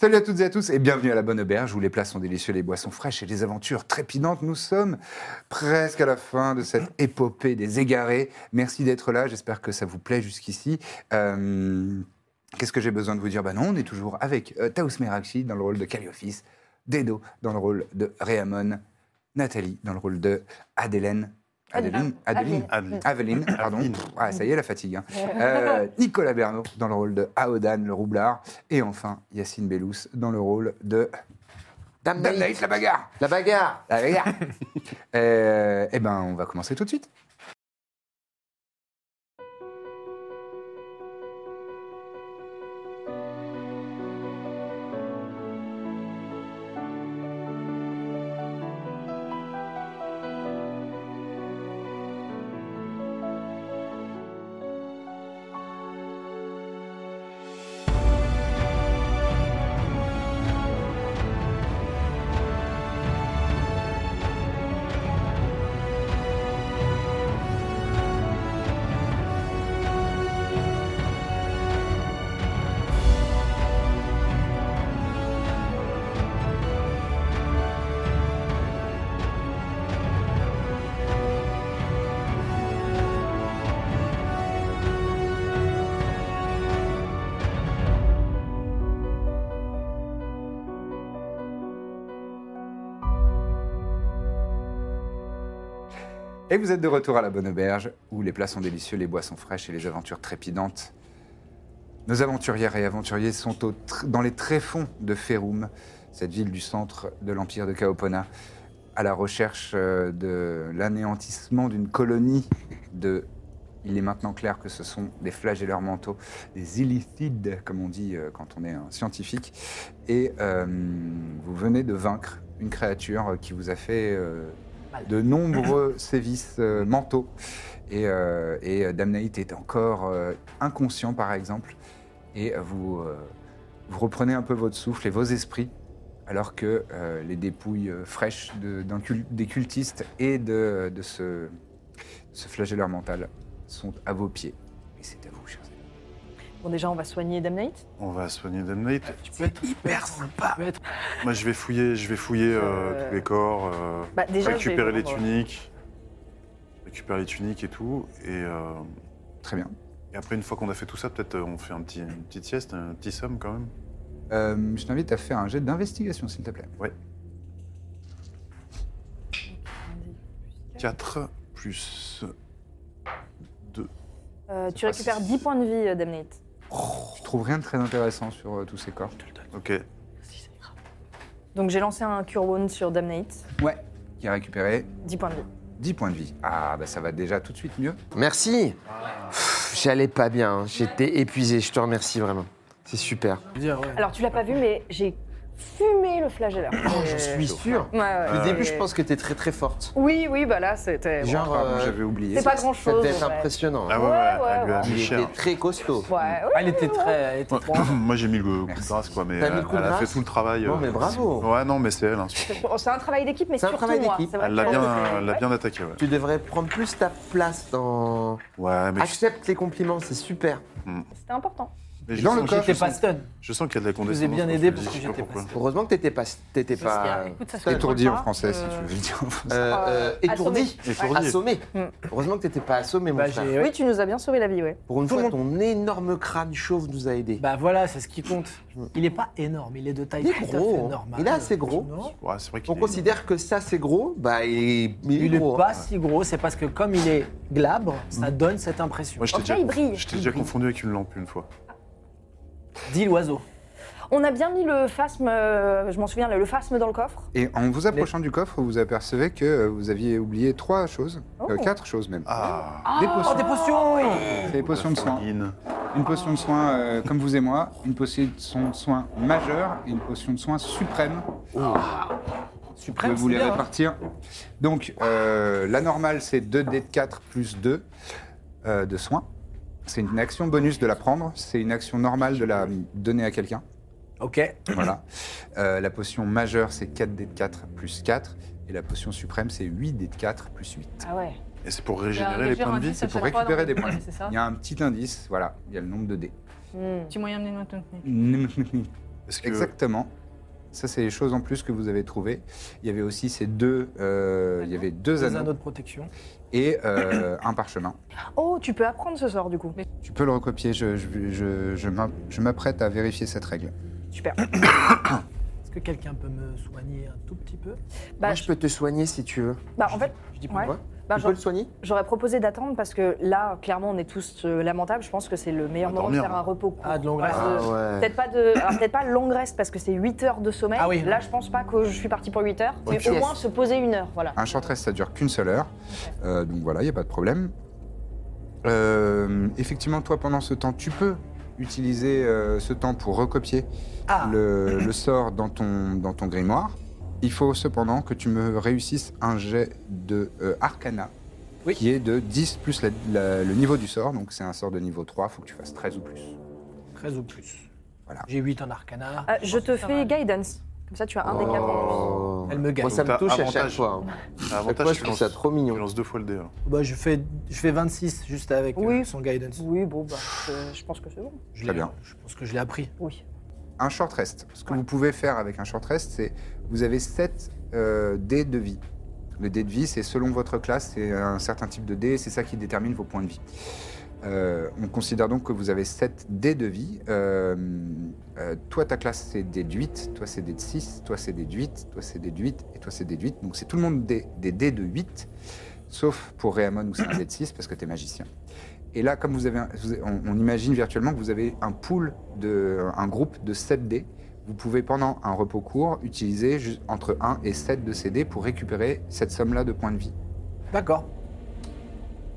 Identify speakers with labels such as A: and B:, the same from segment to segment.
A: Salut à toutes et à tous et bienvenue à la Bonne Auberge où les plats sont délicieux, les boissons fraîches et les aventures trépidantes. Nous sommes presque à la fin de cette épopée des égarés. Merci d'être là, j'espère que ça vous plaît jusqu'ici. Euh, Qu'est-ce que j'ai besoin de vous dire Bah non, on est toujours avec euh, Taous Merakchi dans le rôle de Calliophis, Dedo dans le rôle de Réamon, Nathalie dans le rôle de Adélène. Adeline, Adeline,
B: Adeline.
A: Aveline, pardon. Ah, ça y est, la fatigue. hein. Euh, Nicolas Bernot dans le rôle de Aodan, le roublard. Et enfin, Yacine Bellous dans le rôle de
C: Dame Naïs,
A: Dame Naïs, la bagarre
C: la bagarre
A: La bagarre Ah, Euh, Eh ben, on va commencer tout de suite. Et vous êtes de retour à la Bonne Auberge, où les plats sont délicieux, les boissons fraîches et les aventures trépidantes. Nos aventurières et aventuriers sont au tr- dans les tréfonds de Ferum, cette ville du centre de l'empire de Kaopona, à la recherche euh, de l'anéantissement d'une colonie de. Il est maintenant clair que ce sont des flagelleurs mentaux, des illithides, comme on dit euh, quand on est un scientifique. Et euh, vous venez de vaincre une créature qui vous a fait euh, de nombreux sévices euh, mentaux. Et, euh, et euh, Damnaït est encore euh, inconscient, par exemple. Et euh, vous, euh, vous reprenez un peu votre souffle et vos esprits, alors que euh, les dépouilles euh, fraîches de- d'un cul- des cultistes et de, de ce, ce flagelleur mental sont à vos pieds. Et c'est à vous, chers amis.
D: Bon, déjà, on va soigner Euh, Damnate.
B: On va soigner Damnate.
E: Tu peux être hyper sympa.
B: Moi, je vais fouiller, je vais fouiller euh,
D: Euh,
B: tous les corps, euh,
D: Bah, déjà, je vais
B: récupérer les
D: prendre-
B: tuniques, récupérer les tuniques et tout. Et, euh,
A: Très bien.
B: et après, une fois qu'on a fait tout ça, peut-être euh, on fait un petit, une petite sieste, un petit somme quand même.
A: Euh, je t'invite à faire un jet d'investigation, s'il te plaît.
B: 4 plus 2.
D: Euh, tu
B: pas
D: récupères
B: si-
D: 10 points de vie, euh, Damnate.
A: Tu trouves rien de très intéressant sur euh, tous ces corps.
B: Ok.
D: Donc, j'ai lancé un Cure Wound sur Damnate.
A: Ouais. Qui a récupéré
D: 10 points de vie.
A: 10 points de vie. Ah, bah ça va déjà tout de suite mieux.
C: Merci Pff, J'allais pas bien, hein. j'étais épuisé, je te remercie vraiment. C'est super.
D: Alors, tu l'as pas vu, mais j'ai fumé le flagelleur. Euh,
C: Je Oh, suis sûr.
D: Ouais, ouais,
C: Au
D: ouais.
C: début, je pense que t'es très très forte.
D: Oui, oui, bah là, c'était. bon.
C: Genre,
A: Pardon,
C: euh,
A: j'avais oublié.
D: C'est pas
C: ça
D: grand-chose.
C: devait être
D: en fait.
C: impressionnant. hein.
B: Ah ouais, ouais,
D: Ouais,
B: elle
D: ouais,
B: lui a
D: ouais.
B: mis
C: Il était
B: cher.
C: très costaud.
D: Ouais, ouais.
E: Ah, elle était très. Elle était
B: Ouais,
E: trop.
B: Moi, j'ai mis le coup de
A: Merci.
B: grâce, quoi, mais
C: T'as mis le
B: elle,
C: coup de
B: elle a fait
C: grâce
B: tout le travail.
C: Non,
B: euh,
C: mais bravo.
B: Ouais, non, mais c'est elle. hein, surtout.
D: Bon, C'est un travail d'équipe, mais
C: C'est un
D: surtout
C: travail
D: moi.
C: d'équipe.
D: C'est vrai
B: Elle
D: que-
B: l'a bien, elle l'a
D: Ouais.
B: bien attaqué, ouais.
C: Tu devrais prendre plus ta place dans.
B: Ouais, mais, je-
C: Accepte les compliments, c'est super.
D: C'était important.
B: mais je,
A: Dans le
B: sens,
A: coffre,
B: je
E: J'étais pas
B: sens,
E: stun.
B: je sens qu'il y a de la
E: vous ai
B: condescendance.
E: bien
B: quand je
E: aidé
B: le dis,
E: parce
B: je
E: que
B: sais pas
E: j'étais
B: pourquoi.
E: pas
C: Heureusement que t'étais pas. T'étais
D: C'est ce qu'il y a.
C: pas.
D: Écoute, ça se contrôle
A: euh, Étourdi en
D: pas,
A: français, si
D: euh,
A: tu veux le dire en français.
C: euh, euh,
D: Assommé.
C: étourdi.
B: Étourdi.
C: Assommé.
D: Mm.
C: Heureusement que t'étais pas assommé, mon
E: Bah,
C: frère.
E: j'ai- ouais.
D: Oui, tu nous as bien sauvé la vie, ouais.
C: Pour une
E: Tout le
C: fois, ton énorme crâne chauve nous a aidés.
E: Bah voilà, c'est ce qui compte. Il est pas énorme, il est de taille
C: Il est
E: tout à
C: gros,
E: fait
C: hein.
E: normale.
C: Il est assez gros.
E: Non.
B: Ouais, c'est vrai qu'il
C: On
B: est-
C: considère que ça c'est gros, bah il, il est
E: Il est
C: gros.
E: pas
C: hein.
E: si gros, c'est parce que comme il est glabre, ça donne cette impression.
B: Moi, je t'ai
D: En tout cas,
B: déjà,
D: il brille.
B: je t'ai déjà confondu avec une lampe une fois.
E: Dis l'oiseau.
D: On a bien mis le phasme, euh, je m'en souviens, le phasme dans le coffre.
A: Et en vous approchant du coffre, vous apercevez que euh, vous aviez oublié trois choses, euh,
D: Oh.
A: quatre choses même.
B: Ah,
A: Des potions, Ah.
E: Oh, des potions
A: des potions de soin,
B: Pauline.
A: une potion de soin euh, comme vous et moi, une potion de soin, soin majeur et une potion de soin suprême. Je
E: Suprême,
A: vais vous
E: c'est
A: les
E: bien, hein.
A: répartir. Donc, euh, la normale, c'est 2 d de 4 plus 2 euh, de soins. C'est une action bonus de la prendre. C'est une action normale de la donner à quelqu'un.
E: Ok.
A: Voilà. Euh, la potion majeure, c'est 4 d de 4 plus 4. Et la potion suprême, c'est 8 d de 4 plus 8.
D: Ah ouais.
B: Et c'est pour régénérer les
F: Régir
B: points de
F: un
B: vie
F: dix à
B: c'est pour...
A: pour
F: chaque fois dans
A: récupérer
F: le-
A: des points de vie.
F: C'est ça.
A: Il y a un petit indice, voilà. Il y a le nombre de dés.
D: Hmm.
F: Petit moyen de nous tenir.
B: Est-ce que...
A: Exactement. Ça, c'est les choses en plus que vous avez trouvées. Il y avait aussi ces deux, euh, il y avait deux
E: Deux
A: anneaux,
E: anneaux de protection.
A: et euh, un parchemin.
D: Oh, tu peux apprendre ce sort du coup.
A: Tu peux le recopier, je, je- je- je m'app- je m'apprête à vérifier cette règle.
D: Super.
E: Est-ce que quelqu'un peut me soigner un tout petit peu
D: Bah,
C: Moi, je peux te soigner si tu veux.
D: Bah, en fait,
E: Je dis
D: ouais.
C: moi
D: Bah,
C: tu
D: j'en-
C: peux le soigner
D: j'aurais proposé d'attendre parce que là, clairement, on est tous euh, lamentables. Je pense que c'est le meilleur
B: On va
D: moment de
B: dormir,
D: faire un
B: hein.
D: repos. court.
E: Ah, de longue
D: Voilà,
E: reste.
D: de-
C: Ah ouais.
D: Peut-être pas de, alors peut-être pas longue reste parce que c'est 8 heures de sommeil.
E: Ah oui.
D: Là, je pense pas que je suis partie pour 8 heures, mais
C: puis,
D: au
C: yes.
D: moins se poser une heure, voilà.
A: Un short rest, ça dure qu'une seule heure. Euh, donc voilà, il n'y a pas de problème. Euh, effectivement, toi, pendant ce temps, tu peux utiliser euh, ce temps pour recopier
E: Ah.
A: le, le sort dans ton, dans ton grimoire. Il faut cependant que tu me réussisses un jet de euh, Arcana,
E: Oui.
A: qui est de 10 plus la- la- le niveau du sort. Donc c'est un sort de niveau 3, il faut que tu fasses 13 ou plus.
E: 13 ou plus.
A: Voilà.
E: J'ai 8 en arcana.
D: Euh, je te
F: que ça
D: fais
F: va.
D: guidance. Comme ça, tu as un des quatre en
C: Oh.
E: Elle me gagne.
C: Moi, ça me
B: Donc, t'as
C: touche à chaque
B: avantage.
C: fois. hein.
B: Ah,
C: Chaque fois, je
B: tu
C: trouve
B: lances-
C: ça trop mignon.
B: Tu lances deux fois le dé, alors.
E: Bah, je fais, je fais 26 juste avec euh,
D: Oui.
E: son guidance.
D: plus. Oui, bon, bah, je, je pense que c'est bon.
E: Je
A: Très
E: l'ai-
A: bien.
E: Je pense que je l'ai appris.
D: Oui.
A: Un short rest. Ce que vous pouvez faire avec un short rest, c'est vous avez 7 dés de vie. Le dé de vie, c'est selon votre classe, c'est un certain type de dé, c'est ça qui détermine vos points de vie. Euh, on considère donc que vous avez 7 dés de vie. Euh, euh, toi, ta classe, c'est dé de 8, toi, c'est dé de 6, toi, c'est dé de 8, toi, c'est dé de 8, et toi, c'est dé de 8. Donc, c'est tout le monde des, des dés de 8, sauf pour Réamon où c'est un dé de 6 parce que tu es magicien. Et là, comme vous avez, un- vous- on, on imagine virtuellement que vous avez un pool, de, un groupe de 7 dés. Vous pouvez, pendant un repos court, utiliser ju- entre 1 et 7 de ces dés pour récupérer cette somme-là de points de vie.
E: D'accord.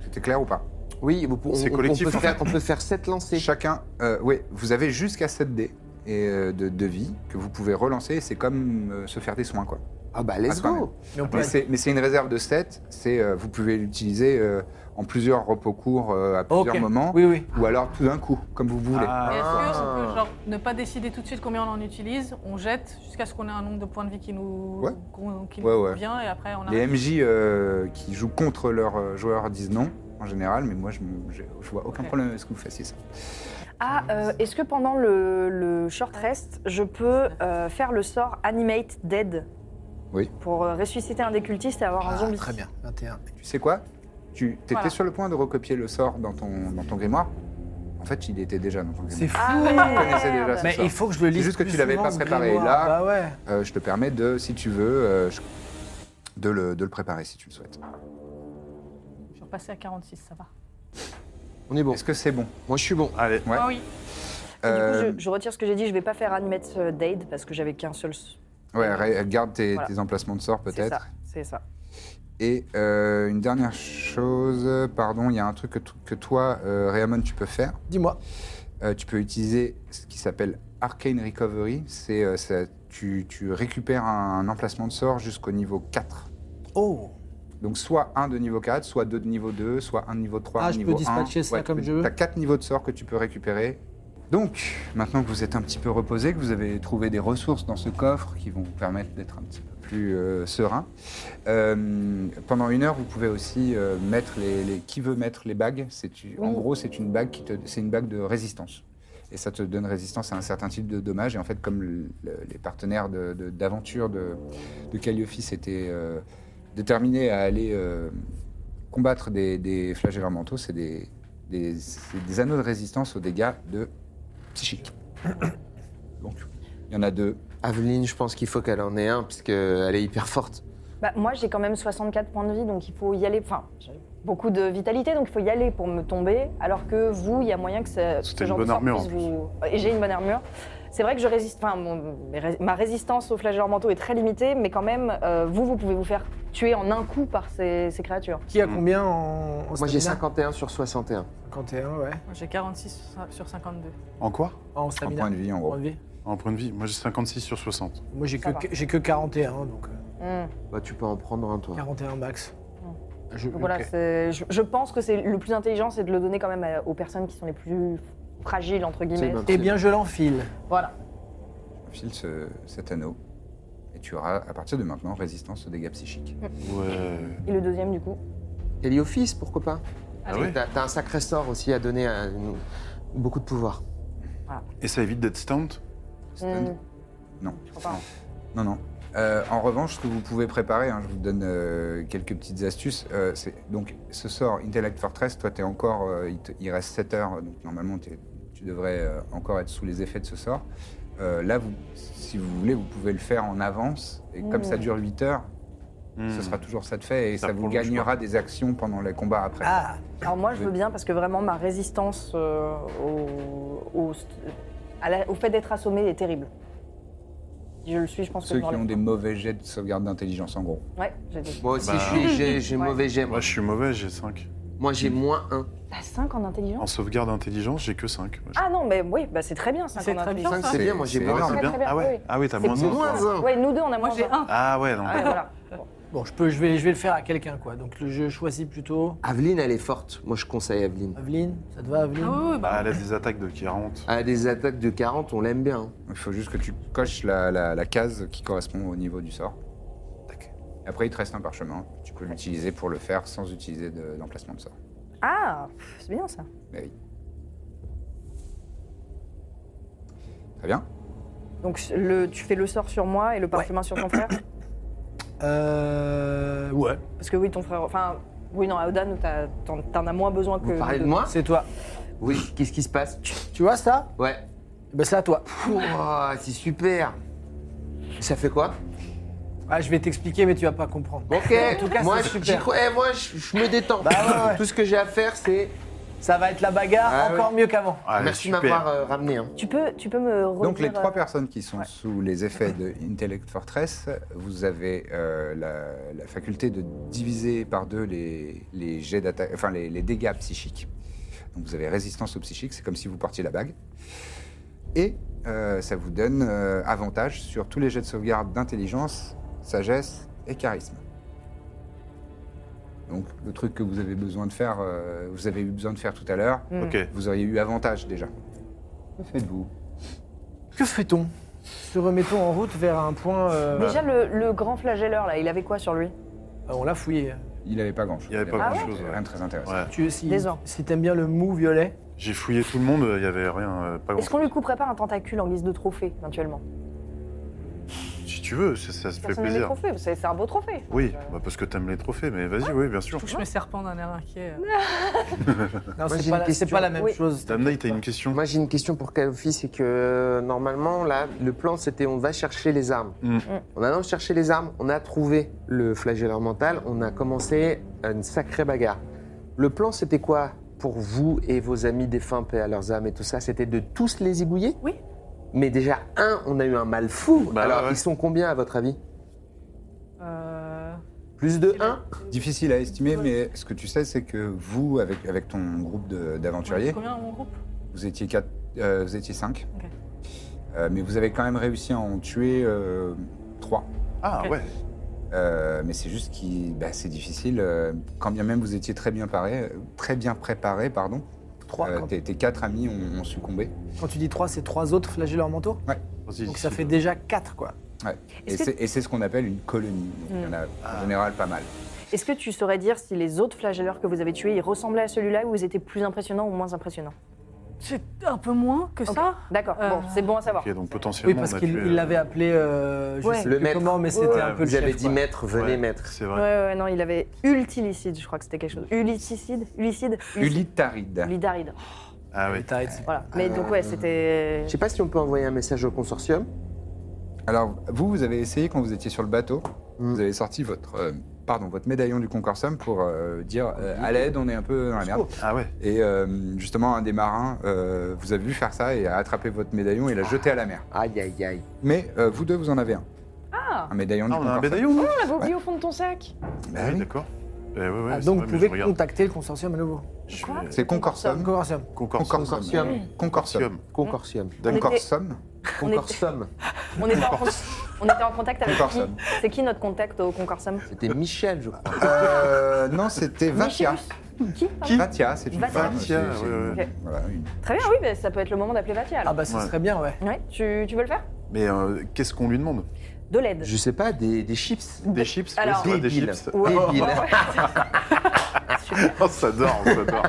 A: C'était clair ou pas
C: Oui, vous- on,
B: C'est
C: on- on
B: collectif,
C: peut
B: en
C: faire,
B: fait.
C: on peut faire 7 lancers.
A: Chacun, euh, oui, vous avez jusqu'à 7 dés et, euh, de, de vie que vous pouvez relancer. C'est comme euh, se faire des soins, quoi.
C: Ah bah, let's
A: Ah, quand
C: go
E: Mais on peut
A: Mais
E: être-
A: c'est mais c'est une réserve de 7. C'est, euh, vous pouvez l'utiliser euh, en plusieurs repos courts euh, à plusieurs
E: Ok.
A: moments.
E: Oui, oui.
A: Ou alors tout d'un coup, comme vous voulez.
F: Et Est-ce
C: Ah.
F: que on peut genre, ne pas décider tout de suite combien on en utilise, on jette jusqu'à ce qu'on ait un nombre de points de vie qui nous,
A: Ouais.
F: qu'on- qui
A: Ouais,
F: nous
A: ouais.
F: convient et après on
A: Les
F: arrête
A: MJ euh, qui jouent contre leurs euh, joueurs disent non, en général, mais moi, je, me- je- je vois aucun
F: Ok.
A: problème à ce que vous fassiez ça.
D: Ah, euh, est-ce que pendant le, le short rest, je peux euh, faire le sort Animate Dead
A: Oui.
D: Pour euh, ressusciter un des cultistes et avoir un
E: Ah,
D: zombie.
E: très bien. 21.
A: Tu sais quoi Tu étais
F: Voilà.
A: sur le point de recopier le sort dans ton, dans ton grimoire En fait, il était déjà dans ton grimoire.
E: C'est fou.
D: Ah,
A: connaissais déjà
D: merde.
A: ça.
E: mais il faut que je le lise.
A: juste que
E: plus
A: tu l'avais
E: souvent,
A: pas
E: ce
A: préparé.
E: grimoire.
A: Là-
E: Bah ouais.
A: Euh, je te permets de, si tu veux, euh, je- de, le, de le préparer si tu le souhaites.
F: Je suis repassée à 46, ça va.
C: On est bon.
A: Est-ce que c'est bon
C: Moi, je suis bon.
B: Allez.
A: Ouais.
F: Ah oui,
D: Et Du
A: Euh,
D: coup, je, je retire ce que j'ai dit, je vais pas faire Animate euh, Dead parce que j'avais qu'un seul. s-
A: Ouais, ré- garde tes,
D: Voilà.
A: tes emplacements de sort
D: C'est ça.
A: peut-être.
D: C'est ça.
A: Et euh, une dernière chose, pardon, il y a un truc que, t- que toi, euh, Raymond, tu peux faire.
E: Dis-moi.
A: Euh, tu peux utiliser ce qui s'appelle Arcane Recovery. C'est euh, ça- tu, tu récupères un, un emplacement de sort jusqu'au niveau 4.
E: Oh.
A: Donc soit un de niveau 4, soit deux de niveau 2, soit un de niveau 3,
E: Ah,
A: un
E: je peux
A: niveau 1.
E: dispatcher ça comme je veux.
A: Tu as 4 niveaux de sorts que tu peux récupérer. Donc, maintenant que vous êtes un petit peu reposé, que vous avez trouvé des ressources dans ce coffre qui vont vous permettre d'être un petit peu plus euh, serein, euh, pendant une heure, vous pouvez aussi euh, mettre les, les- Qui veut mettre les bagues C'est une- En gros, c'est une, bague qui te- c'est une bague de résistance. Et ça te donne résistance à un certain type de dommages. Et en fait, comme le- le- les partenaires de- de- d'aventure de, de, Calliophis étaient euh, déterminés à aller euh, combattre des, des flagellants mentaux, c'est des, des, c'est des anneaux de résistance aux dégâts de psychiques. Donc, il y en a deux.
C: Aveline, je pense qu'il faut qu'elle en ait un, parce qu'elle est hyper forte.
D: Bah, moi, j'ai quand même 64 points de vie, donc il faut y aller. Enfin, j'ai beaucoup de vitalité, donc il faut y aller pour me tomber. Alors que vous, il y a moyen que ce,
B: C'était
D: ce
B: une
D: genre de
B: bonne
D: sort
B: armure,
D: puisse
B: en plus.
D: vous. Et j'ai une bonne armure. C'est vrai que je résiste, enfin, mon- mes ré- ma résistance aux flageurs mentaux est très limitée, mais quand même, euh, vous, vous pouvez vous faire tuer en un coup par ces, ces créatures.
E: Qui a combien en, en
C: Moi, j'ai
E: stamina
C: 51 sur 61.
E: 51, ouais.
F: J'ai 46 sur 52.
B: En quoi
E: En
A: En
E: stamina.
A: point de vie, en gros.
E: Point de vie.
B: En point de vie, moi j'ai 56 sur 60.
E: Moi, j'ai
D: Ça
E: que, j'ai que 41, donc euh,
D: Hmm.
C: Bah, tu peux en prendre un, toi.
E: 41 max.
C: Je-
D: Donc voilà,
C: ok.
D: c'est- je, je pense que c'est le plus intelligent, c'est de le donner quand même à- aux personnes qui sont les plus fragiles, entre guillemets.
C: bon.
E: Eh bien, je l'enfile.
D: Voilà.
A: File ce- cet anneau. Et tu auras, à partir de maintenant, résistance aux dégâts psychiques.
B: Ouais.
D: Et le deuxième, du coup
C: Héliophis, pourquoi pas
B: Ah ouais
C: T'as t'as un sacré sort aussi à donner à nous. Beaucoup de pouvoir.
B: Et ça évite d'être stunt
A: Stun.
D: Hmm,
A: Non.
D: je crois pas.
A: Non, non. Euh, en revanche, ce que vous pouvez préparer, hein, je vous donne euh, quelques petites astuces. euh, c'est- donc, ce sort Intellect Fortress, toi, t'es encore, euh, il, te- il reste 7 heures, donc normalement, t'es- tu devrais euh, encore être sous les effets de ce sort. Euh, là, vous, si vous voulez, vous pouvez le faire en avance, et comme
D: Mmh.
A: ça dure 8 heures, ce sera toujours ça de fait, et ça,
B: Ça
A: vous
B: prolonge,
A: gagnera des actions pendant les combats après.
E: Ah,
D: Alors moi, je
A: Oui.
D: veux bien parce que vraiment ma résistance euh, au, au- à la- au fait d'être assommé est terrible. Si je le suis, je pense que
A: Ceux
D: je
A: qui
D: m'enlève.
A: ont des mauvais jets de sauvegarde d'intelligence, en gros.
D: Ouais, j'ai des...
C: Moi aussi,
B: Bah.
C: je suis- j'ai j'ai
D: Ouais.
C: mauvais jet. Moi,
B: Moi je suis mauvais, j'ai 5.
C: Moi, j'ai moins 1.
D: T'as 5 en
B: En
D: intelligence
B: sauvegarde intelligence, j'ai que 5.
D: Ah non, mais oui, bah c'est très bien 5
F: C'est
D: en
F: très bien,
D: intelligence. hein.
C: 5, Oh, c'est
A: C'est-
C: bien. Moi, j'ai
A: c'est
C: moins
A: énorme.
C: un.
D: très,
B: bien
D: très bien,
B: Ah ouais,
D: oui.
B: ah, oui t'as
D: C'est
B: moins 1.
C: Moins un.
D: Ouais, nous deux, on a
F: Moi
D: moins
F: j'ai
D: un.
F: 1.
B: Ah ouais, non.
D: Ouais, voilà.
E: bon, je, peux, je, vais, je vais le faire à quelqu'un, quoi. Donc, le- je choisis plutôt.
C: Aveline, elle est forte. Moi, je conseille Aveline.
E: Aveline, ça te va, Aveline
F: Ah oui, oui,
B: Bah,
F: bah,
B: elle a des attaques de 40.
C: À des attaques de 40, on l'aime bien. hein.
A: Il faut juste que tu coches la, la- la case qui correspond au niveau du sort. Après, il te reste un parchemin. Tu peux l'utiliser pour le faire sans utiliser de- d'emplacement de, sort.
D: Ah, pff, c'est bien ça.
A: Mais oui. Très bien.
D: Donc le, tu fais le sort sur moi et le parchemin sur ton frère
E: Euh. Ouais.
D: Parce que oui, ton frère... Enfin, oui, non, à Odan, t'as- t'en t'en as moins besoin que...
C: Vous parlez de
D: nous
C: moi
E: Euh, C'est toi.
C: Oui. Qu'est-ce qui se passe
E: Tu vois ça
C: Ouais.
E: Ben, c'est à toi.
C: Pouah, c'est super. Ça fait quoi
E: Ah, je vais t'expliquer, mais tu vas pas comprendre.
C: Ok.
E: cas,
C: moi,
E: c'est
C: je-
E: super.
C: j'y crois- eh, moi, je je me détends.
E: Bah ouais, ouais.
C: Tout ce que j'ai à faire, c'est.
E: Ça va être la bagarre
C: Ah,
E: encore mieux qu'avant.
B: Ah, elle est
C: Merci de
B: super.
C: m'avoir euh, ramené. hein.
D: Tu peux, tu peux me redire...
A: Donc, les trois
D: euh,
A: personnes qui sont
D: ouais.
A: sous les effets de Intellect Fortress, vous avez euh, la, la faculté de diviser par deux les, les jets d'attaque, enfin les, les dégâts psychiques. Donc, vous avez résistance au psychique. C'est comme si vous portiez la bague. Et euh, ça vous donne euh, avantage sur tous les jets de sauvegarde d'intelligence, sagesse et charisme. Donc le truc que vous avez besoin de faire, euh, vous avez eu besoin de faire tout à l'heure,
B: Ok.
A: vous auriez eu avantage déjà. Que faites-vous
E: Que fait-on Se remettons en route vers un point.
B: bah.
E: euh,
D: Déjà, le, le grand flagelleur, là, il avait quoi sur lui
E: euh, on l'a fouillé.
A: Il n'avait pas grand-chose.
B: Il y avait pas
D: Ah ouais
B: grand-chose, ouais.
A: Rien de très intéressant.
B: Ouais.
E: Tu, si
D: Des ans.
E: si t'aimes bien le mou violet,
B: J'ai fouillé tout le monde, il y avait rien, euh, pas grand
D: Est-ce qu'on lui couperait pas un tentacule en guise de trophée, éventuellement
B: Si tu veux, ça, ça se fait
D: Personne n'aime les
B: plaisir.
D: trophées, c'est c'est un beau trophée.
B: Oui, bah parce que t'aimes les trophées, mais vas-y, oui, bien sûr.
F: je touche mes serpents d'un air inquiet. euh.
E: non, c'est
C: j'ai
E: pas,
C: une
E: la- c'est
C: question.
E: pas la même
D: Oui.
E: chose.
B: Damnay, t'as une question
C: Moi, j'ai une question pour Kalofi, c'est que euh, normalement, là, le plan, c'était on va chercher les armes.
A: Hmm.
B: Mm.
D: Hmm.
C: En allant chercher les armes, on a trouvé le flagelleur mental, on a commencé une sacrée bagarre. Le plan, c'était quoi pour vous et vos amis défunts, paix à leurs âmes et tout ça C'était de tous les égouiller
F: Oui.
C: Mais déjà, un, on a eu un mal fou.
B: Bah,
C: Alors,
B: ouais, ouais.
C: ils sont combien, à votre avis
F: Euh,
C: Plus de un
A: Difficile à estimer, mais ce que tu sais, c'est que vous, avec, avec ton groupe de- d'aventuriers,
F: Combien dans mon groupe
A: Vous étiez, quatre, euh, vous étiez cinq.
F: Ok.
A: Euh, mais vous avez quand même réussi à en tuer euh, trois.
B: Ah ouais,
A: Euh, mais c'est juste que c'est difficile. euh, quand bien même vous étiez très bien, paré, très bien préparé, pardon,
E: Trois.
A: euh,
E: quand,
A: tes, tes quatre amis ont, ont succombé.
E: quand tu dis trois, c'est trois autres flagellent leur manteau.
B: vas-y.
E: Donc ça fait déjà quatre, quoi.
A: Et
D: Est-ce que-
A: c'est et c'est ce qu'on appelle une colonie. Donc, Il y en a
B: Ah.
A: en général pas mal.
D: Est-ce que tu saurais dire si les autres flagelleurs que vous avez tués, ils ressemblaient à celui-là ou ils étaient plus impressionnants ou moins impressionnants
F: C'est un peu moins que
D: Ok.
F: ça.
D: D'accord,
F: Euh.
D: bon, c'est bon à savoir.
B: Ok, donc
E: Oui,
B: potentiellement.
E: parce
B: on a
E: qu'il
B: tué,
E: il
B: euh,
E: l'avait appelé, euh, je
D: Ouais.
E: sais
C: Le
E: plus
C: maître.
E: comment, mais c'était
B: Ouais,
E: un peu
C: Vous
E: le
C: avez
E: chef,
C: dit
E: quoi.
C: maître, venez
B: ouais,
C: maître.
B: C'est
D: Ouais,
B: vrai.
D: ouais, non, il avait ultilicide, je crois que c'était quelque chose. Ulicicide Ulicide
A: Ulitaride.
D: Ulidaride.
B: Ah oui.
E: T'arrêtes.
D: Voilà. Mais
C: Euh.
D: donc, ouais, c'était.
C: Je sais pas si on peut envoyer un message au consortium.
A: Alors, vous, vous avez essayé quand vous étiez sur le bateau.
C: Mm.
A: Vous avez sorti votre, euh, pardon, votre médaillon du concorsum pour euh, dire euh, à l'aide, on est un peu dans la merde.
B: Ah ouais.
A: Et euh, justement, un des marins euh, vous a vu faire ça et a attrapé votre médaillon et l'a jeté à la mer.
C: Aïe, aïe, aïe.
A: Mais euh, vous deux, vous en avez un.
D: Ah
A: Un médaillon
B: Ah,
A: du
B: on a un
A: concorsum.
B: médaillon nous
D: On l'avait oublié au fond de ton sac
A: Bah
B: Ah oui,
A: oui.
B: d'accord. Eh ouais, ouais,
E: Ah,
B: c'est
E: donc
B: vrai,
E: vous
B: mais
E: pouvez
B: je regarde.
E: contacter le consortium à nouveau.
B: Je suis-
D: Quoi
A: C'est
E: Le
A: concorsum.
E: consortium.
B: Concorsum.
C: Consortium.
A: Concorsum.
C: Consortium.
A: Concorsum.
C: Concorsum.
D: On était, en, on était en contact avec qui
A: Concorsum.
D: C'est qui notre contact au Concorsum
C: C'était Michel, je crois.
A: Euh, non, c'était Vatia.
D: Michel- Qui, pardon
A: Vatia, c'est une
D: Vatia.
A: femme.
B: Vatia,
A: c'est- c'est-
B: ouais, ouais.
D: Ok.
A: voilà, une-
D: Très bien, oui, mais ça peut être le moment d'appeler Vatia.
E: Ah
D: alors.
E: bah ça
B: Ouais.
E: serait bien, ouais.
D: Ouais, tu, tu veux le faire
B: Mais euh, qu'est-ce qu'on lui demande
D: De l'aide.
C: Je sais pas, des, des chips
B: Des chips
D: Alors-
B: ouais, c'est vrai, Des
C: Débile.
B: chips
D: Ouais.
C: Débile.
B: Oh, ça dort, ça dort.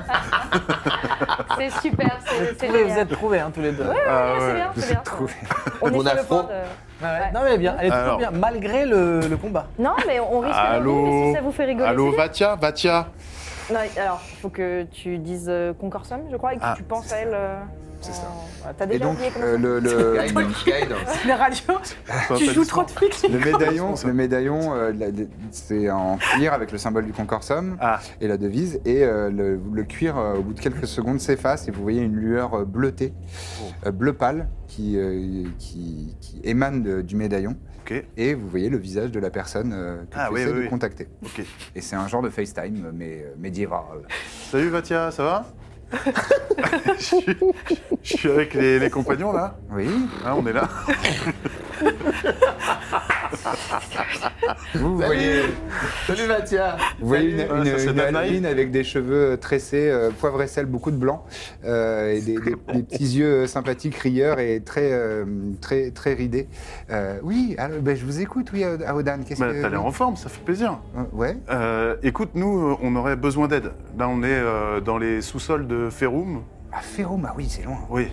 D: C'est super, c'est c'est
E: Trouvez- Vous
D: génial.
E: êtes trouvés, hein, tous les deux. Ouais,
B: Ah
D: Ouais,
B: ouais.
D: C'est bien, c'est bien.
A: trouvé.
D: On est
C: Mon
D: sur le
C: afro.
D: point de...
E: ouais. Non mais bien, elle est
B: Ah Alors.
E: toujours bien, malgré le, le combat.
D: Non, mais on risque
B: Allô
D: notre vie, mais si ça vous fait rigoler.
B: Allô,
D: c'est
B: Vatia, Vatia
D: bien. Non, alors, il faut que tu dises euh, Concorsum, je crois, et que
B: Ah,
D: tu penses
A: c'est
D: à elle. euh,
A: C'est ça.
D: en- Ouais, T'as
A: Et
D: déjà
A: donc,
D: oublié comment
A: euh,
D: ça
A: le, le,
C: Guide.
F: Les radios,
B: Ça va
F: tu
B: pas
F: joues trop
B: doucement.
F: de flics.
A: le médaillon, le médaillon euh, la- la- c'est en cuir avec le symbole du concorsum
B: Ah.
A: et la devise. Et euh, le, le cuir, euh, au bout de quelques secondes, s'efface et vous voyez une lueur euh, bleutée,
B: Oh.
A: euh, bleu pâle, qui, euh, qui, qui émane de- du médaillon.
B: Ok,
A: Et vous voyez le visage de la personne euh, que
B: Ah,
A: tu
B: oui,
A: essaies
B: oui,
A: de
B: oui.
A: contacter.
B: ok.
A: Et c'est un genre de FaceTime, mais euh, médiéval.
B: Salut Vatia, ça va je, suis, je suis avec les, les compagnons là.
A: Oui,
B: Hein, on est là.
A: vous voyez,
C: Salut Mathia.
A: vous voyez une,
B: Salut.
A: une-
B: Ouais, ça, c'est
A: une
B: Danaï.
A: Aline avec des cheveux tressés, euh, poivre et sel, beaucoup de blanc, euh, et des, des- des petits yeux euh, sympathiques, rieurs et très, euh, très, très ridés. Euh, oui, alors, ben, je vous écoute, oui, Aodan. Qu'est-ce
B: Bah,
A: que
B: T'as l'air en forme, ça fait plaisir.
A: Euh, Ouais.
B: Euh, écoute, nous, euh, on aurait besoin d'aide. Là, on est euh, dans les sous-sols de Ferum.
A: Ah, Ferum, ah oui, c'est loin.
B: Oui.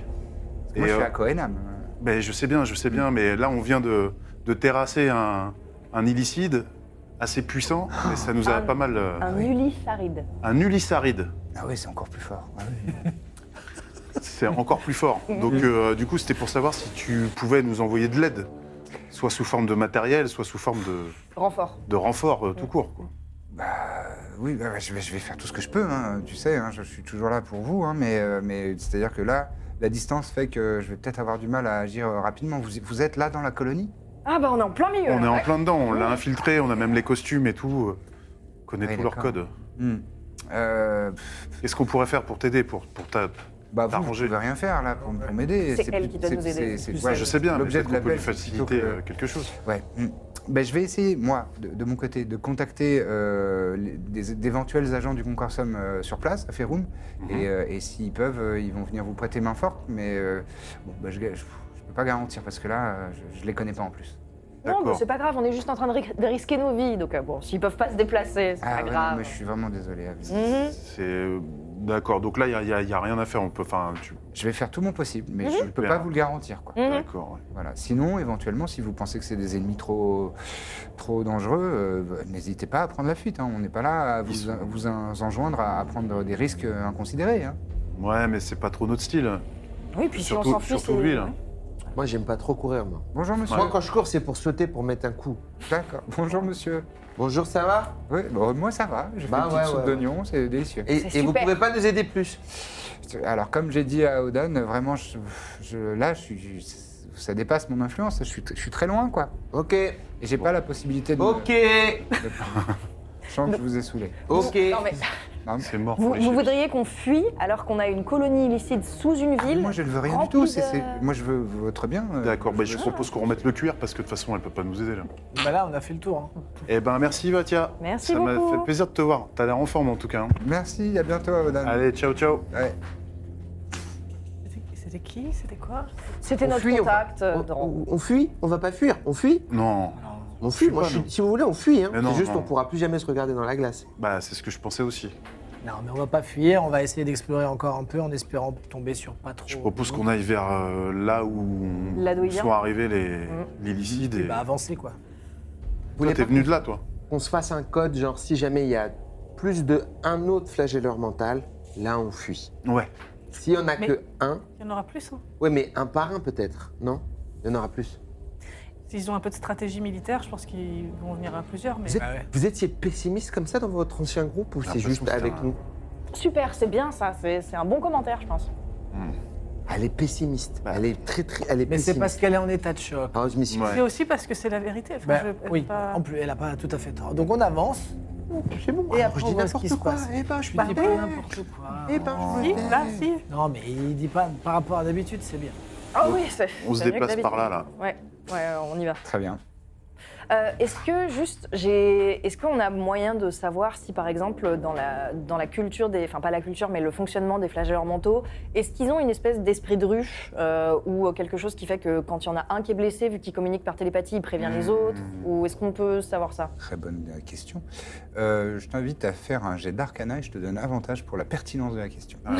A: Moi, je
B: euh,
A: suis à Cohenham.
B: ben, je sais bien, je sais bien, mais là, on vient de, de terrasser un, un illicide assez puissant, mais ça nous a
D: Un-
B: pas mal. euh,
D: Un ulyssaride.
B: un ulyssaride.
A: Ah oui, c'est encore plus fort. Ah oui.
B: C'est encore plus fort. Donc, euh, du coup, c'était pour savoir si tu pouvais nous envoyer de l'aide, soit sous forme de matériel, soit sous forme de,
D: Renfort.
B: de renfort euh, tout court. quoi.
A: Oui, bah, bah, je, vais, je vais faire tout ce que je peux, hein, tu sais, hein, je suis toujours là pour vous, hein, mais, euh, mais c'est-à-dire que là, la distance fait que je vais peut-être avoir du mal à agir euh, rapidement. Vous, vous êtes là dans la colonie
D: Ah bah on est en plein milieu.
B: On est
D: là,
B: en
D: ouais.
B: plein dedans, on l'a infiltré, on a même les costumes et tout. euh, On connaît
A: Oui,
B: tous leurs
A: d'accord.
B: codes.
A: Hmm. Euh, pff,
B: Qu'est-ce qu'on pourrait faire pour t'aider pour, pour ta...
A: bah, vous, vous
B: T'arranger.
A: pouvez rien faire là pour, pour m'aider.
D: C'est elle qui doit
A: c'est-
D: nous aider.
A: c'est- c'est-
E: Plus
A: ouais,
E: elle.
B: Je sais bien, mais
A: l'objet
B: peut-être
A: de
B: qu'on peut lui
A: l'appel, plutôt
B: faciliter
A: que-
B: euh, quelque chose.
A: Ouais. hmm. Ben, je vais essayer, moi, de, de mon côté, de contacter euh, les- des- d'éventuels agents du Concorsum euh, sur place, à Feroum.
B: Mhm.
A: Et, euh, et s'ils peuvent, euh, ils vont venir vous prêter main forte. Mais euh, bon, ben, je ne peux pas garantir parce que là, euh, je ne les connais pas en plus.
D: Non, mais
B: D'accord.
D: c'est pas grave, on est juste en train de, ri- de risquer nos vies. Donc euh, bon, s'ils peuvent pas se déplacer, c'est
B: Ah,
D: pas
A: Ah ouais, non,
D: grave.
A: mais je suis vraiment désolé. Abby.
D: Mhm.
B: C'est... euh, D'accord, donc là, il n'y a, y a rien à faire. On peut... Enfin, tu...
A: Je vais faire tout mon possible, mais je ne peux
B: Super.
A: pas vous le garantir. Quoi.
D: Mhm.
B: D'accord, ouais.
A: Voilà. Sinon, éventuellement, si vous pensez que c'est des ennemis trop, trop dangereux, euh, bah, n'hésitez pas à prendre la fuite. hein. On n'est pas là à vous,
B: sont-
A: à vous en- enjoindre à, à prendre des risques euh, inconsidérés. hein.
B: Ouais, mais c'est pas trop notre style.
D: Oui, puis si on
B: surtout
D: s'enfuit,
B: surtout lui, là.
C: Moi, j'aime pas trop courir, moi.
A: Bonjour, monsieur.
C: Moi, quand je cours, c'est pour sauter, pour mettre un coup.
A: D'accord. Bonjour, monsieur.
C: Bonjour, ça va
A: Oui, bon, moi, ça va. J'ai
C: Bah
A: fait une
C: ouais,
A: petite soupe
C: ouais,
A: d'oignon, c'est délicieux.
C: Et,
D: C'est
C: et vous
D: super.
C: pouvez pas nous aider plus
A: Alors, comme j'ai dit à Odan, vraiment, je, je- là, je suis- ça dépasse mon influence. Je suis, je suis très loin, quoi.
C: Ok,
A: Et j'ai pas la possibilité de.
C: ok,
A: Je sens que je vous ai saoulé.
C: ok.
D: Non, mais
A: Non, mais-
B: C'est mort.
D: vous,
B: pour les
D: vous
B: chips.
D: voudriez qu'on fuit alors qu'on a une colonie illicite sous une
A: Ah,
D: ville
A: moi, je ne veux rien du
D: remplie
A: tout. c'est-
D: de-
A: c'est- Moi, je veux votre bien. euh,
B: D'accord, bah, je
A: veux-
B: propose qu'on remette le cuir parce que de toute façon, elle peut pas nous aider là.
E: Bah là on a fait le tour. Hein.
B: Eh ben merci Vatia.
D: Merci
B: Ça m'a
D: beaucoup.
B: fait plaisir de te voir. T'as l'air en forme en tout cas. hein.
A: Merci, à bientôt, Odan.
B: Allez, ciao ciao.
A: Ouais.
F: C'était- C'était qui C'était quoi
D: C'était
C: On
D: notre
C: fuit, on va-
D: contact.
C: On,
D: euh, dans-
C: on- on fuit On va pas fuir, on fuit
B: Non,
C: On fuit,
B: fuit
C: moi,
B: pas,
C: je suis-
B: non.
C: si vous voulez, on fuit. Hein.
B: Mais non,
C: C'est juste,
B: non.
C: on pourra plus jamais se regarder dans la glace.
B: bah c'est ce que je pensais aussi.
E: Non mais on va pas fuir, on va essayer d'explorer encore un peu en espérant tomber sur pas trop.
B: Je propose qu'on aille vers euh, là où
D: Là d'où il vient.
B: sont arrivés les l'illicide. Et...
E: Bah avancer quoi.
C: Vous
B: Toi
C: voulez
B: t'es
C: pas
B: venu de là toi.
C: qu'on se fasse un code, genre si jamais il y a plus de un autre flagelleur mental, là on fuit.
B: Ouais.
C: S'il y en a
F: Mais-
C: que un,
F: Il y en aura plus, hein
C: ouais mais un par un peut-être, non Il y en aura plus.
F: S'ils ont un peu de stratégie militaire, je pense qu'ils vont venir à plusieurs. Mais
C: Vous, êtes-
E: Ah ouais.
C: vous étiez pessimiste comme ça dans votre ancien groupe ou
B: J'ai
C: c'est
B: l'impression
C: juste
B: que
C: avec
B: c'était un-
C: nous
D: Super, c'est bien ça, c'est c'est un bon commentaire, je pense.
B: Hmm.
C: Elle est pessimiste. Elle est très très. Elle est
E: Mais c'est
C: pessimiste.
E: parce qu'elle est en état de choc.
C: Ah, je m'y suis-
B: Bah. Ouais.
F: c'est aussi parce que c'est la vérité. Enfin,
E: Bah,
F: je vais
E: oui,
F: pas-
E: en plus, elle a pas tout à fait tort. Donc on avance.
C: C'est bon.
E: Et
C: alors,
E: après,
C: Oh, je
E: on
C: dis
E: voit ce qui
C: n'importe
E: se
C: quoi.
E: passe.
C: Eh ben, je
E: Tu
C: suis
E: dis pas
C: bête.
E: n'importe quoi.
C: Eh ben, je
F: Si,
C: me
F: là, si.
E: Non, mais il dit pas par rapport à d'habitude, c'est bien.
D: Ah oui, c'est.
B: On se
D: c'est mieux que
B: déplace
D: d'habitude.
B: par là, là.
D: Ouais, ouais, on y va.
A: Très bien.
D: Euh, est-ce que juste, j'ai, est-ce qu'on a moyen de savoir si par exemple dans la dans la culture des, enfin pas la culture mais le fonctionnement des flagelleurs mentaux, est-ce qu'ils ont une espèce d'esprit de ruche euh, ou quelque chose qui fait que quand il y en a un qui est blessé vu qu'il communique par télépathie, il prévient
B: Hmm.
D: les autres ou est-ce qu'on peut savoir ça
A: Très bonne euh, question. Euh, je t'invite à faire un jet d'arcana et je te donne avantage pour la pertinence de la question.
B: Ah,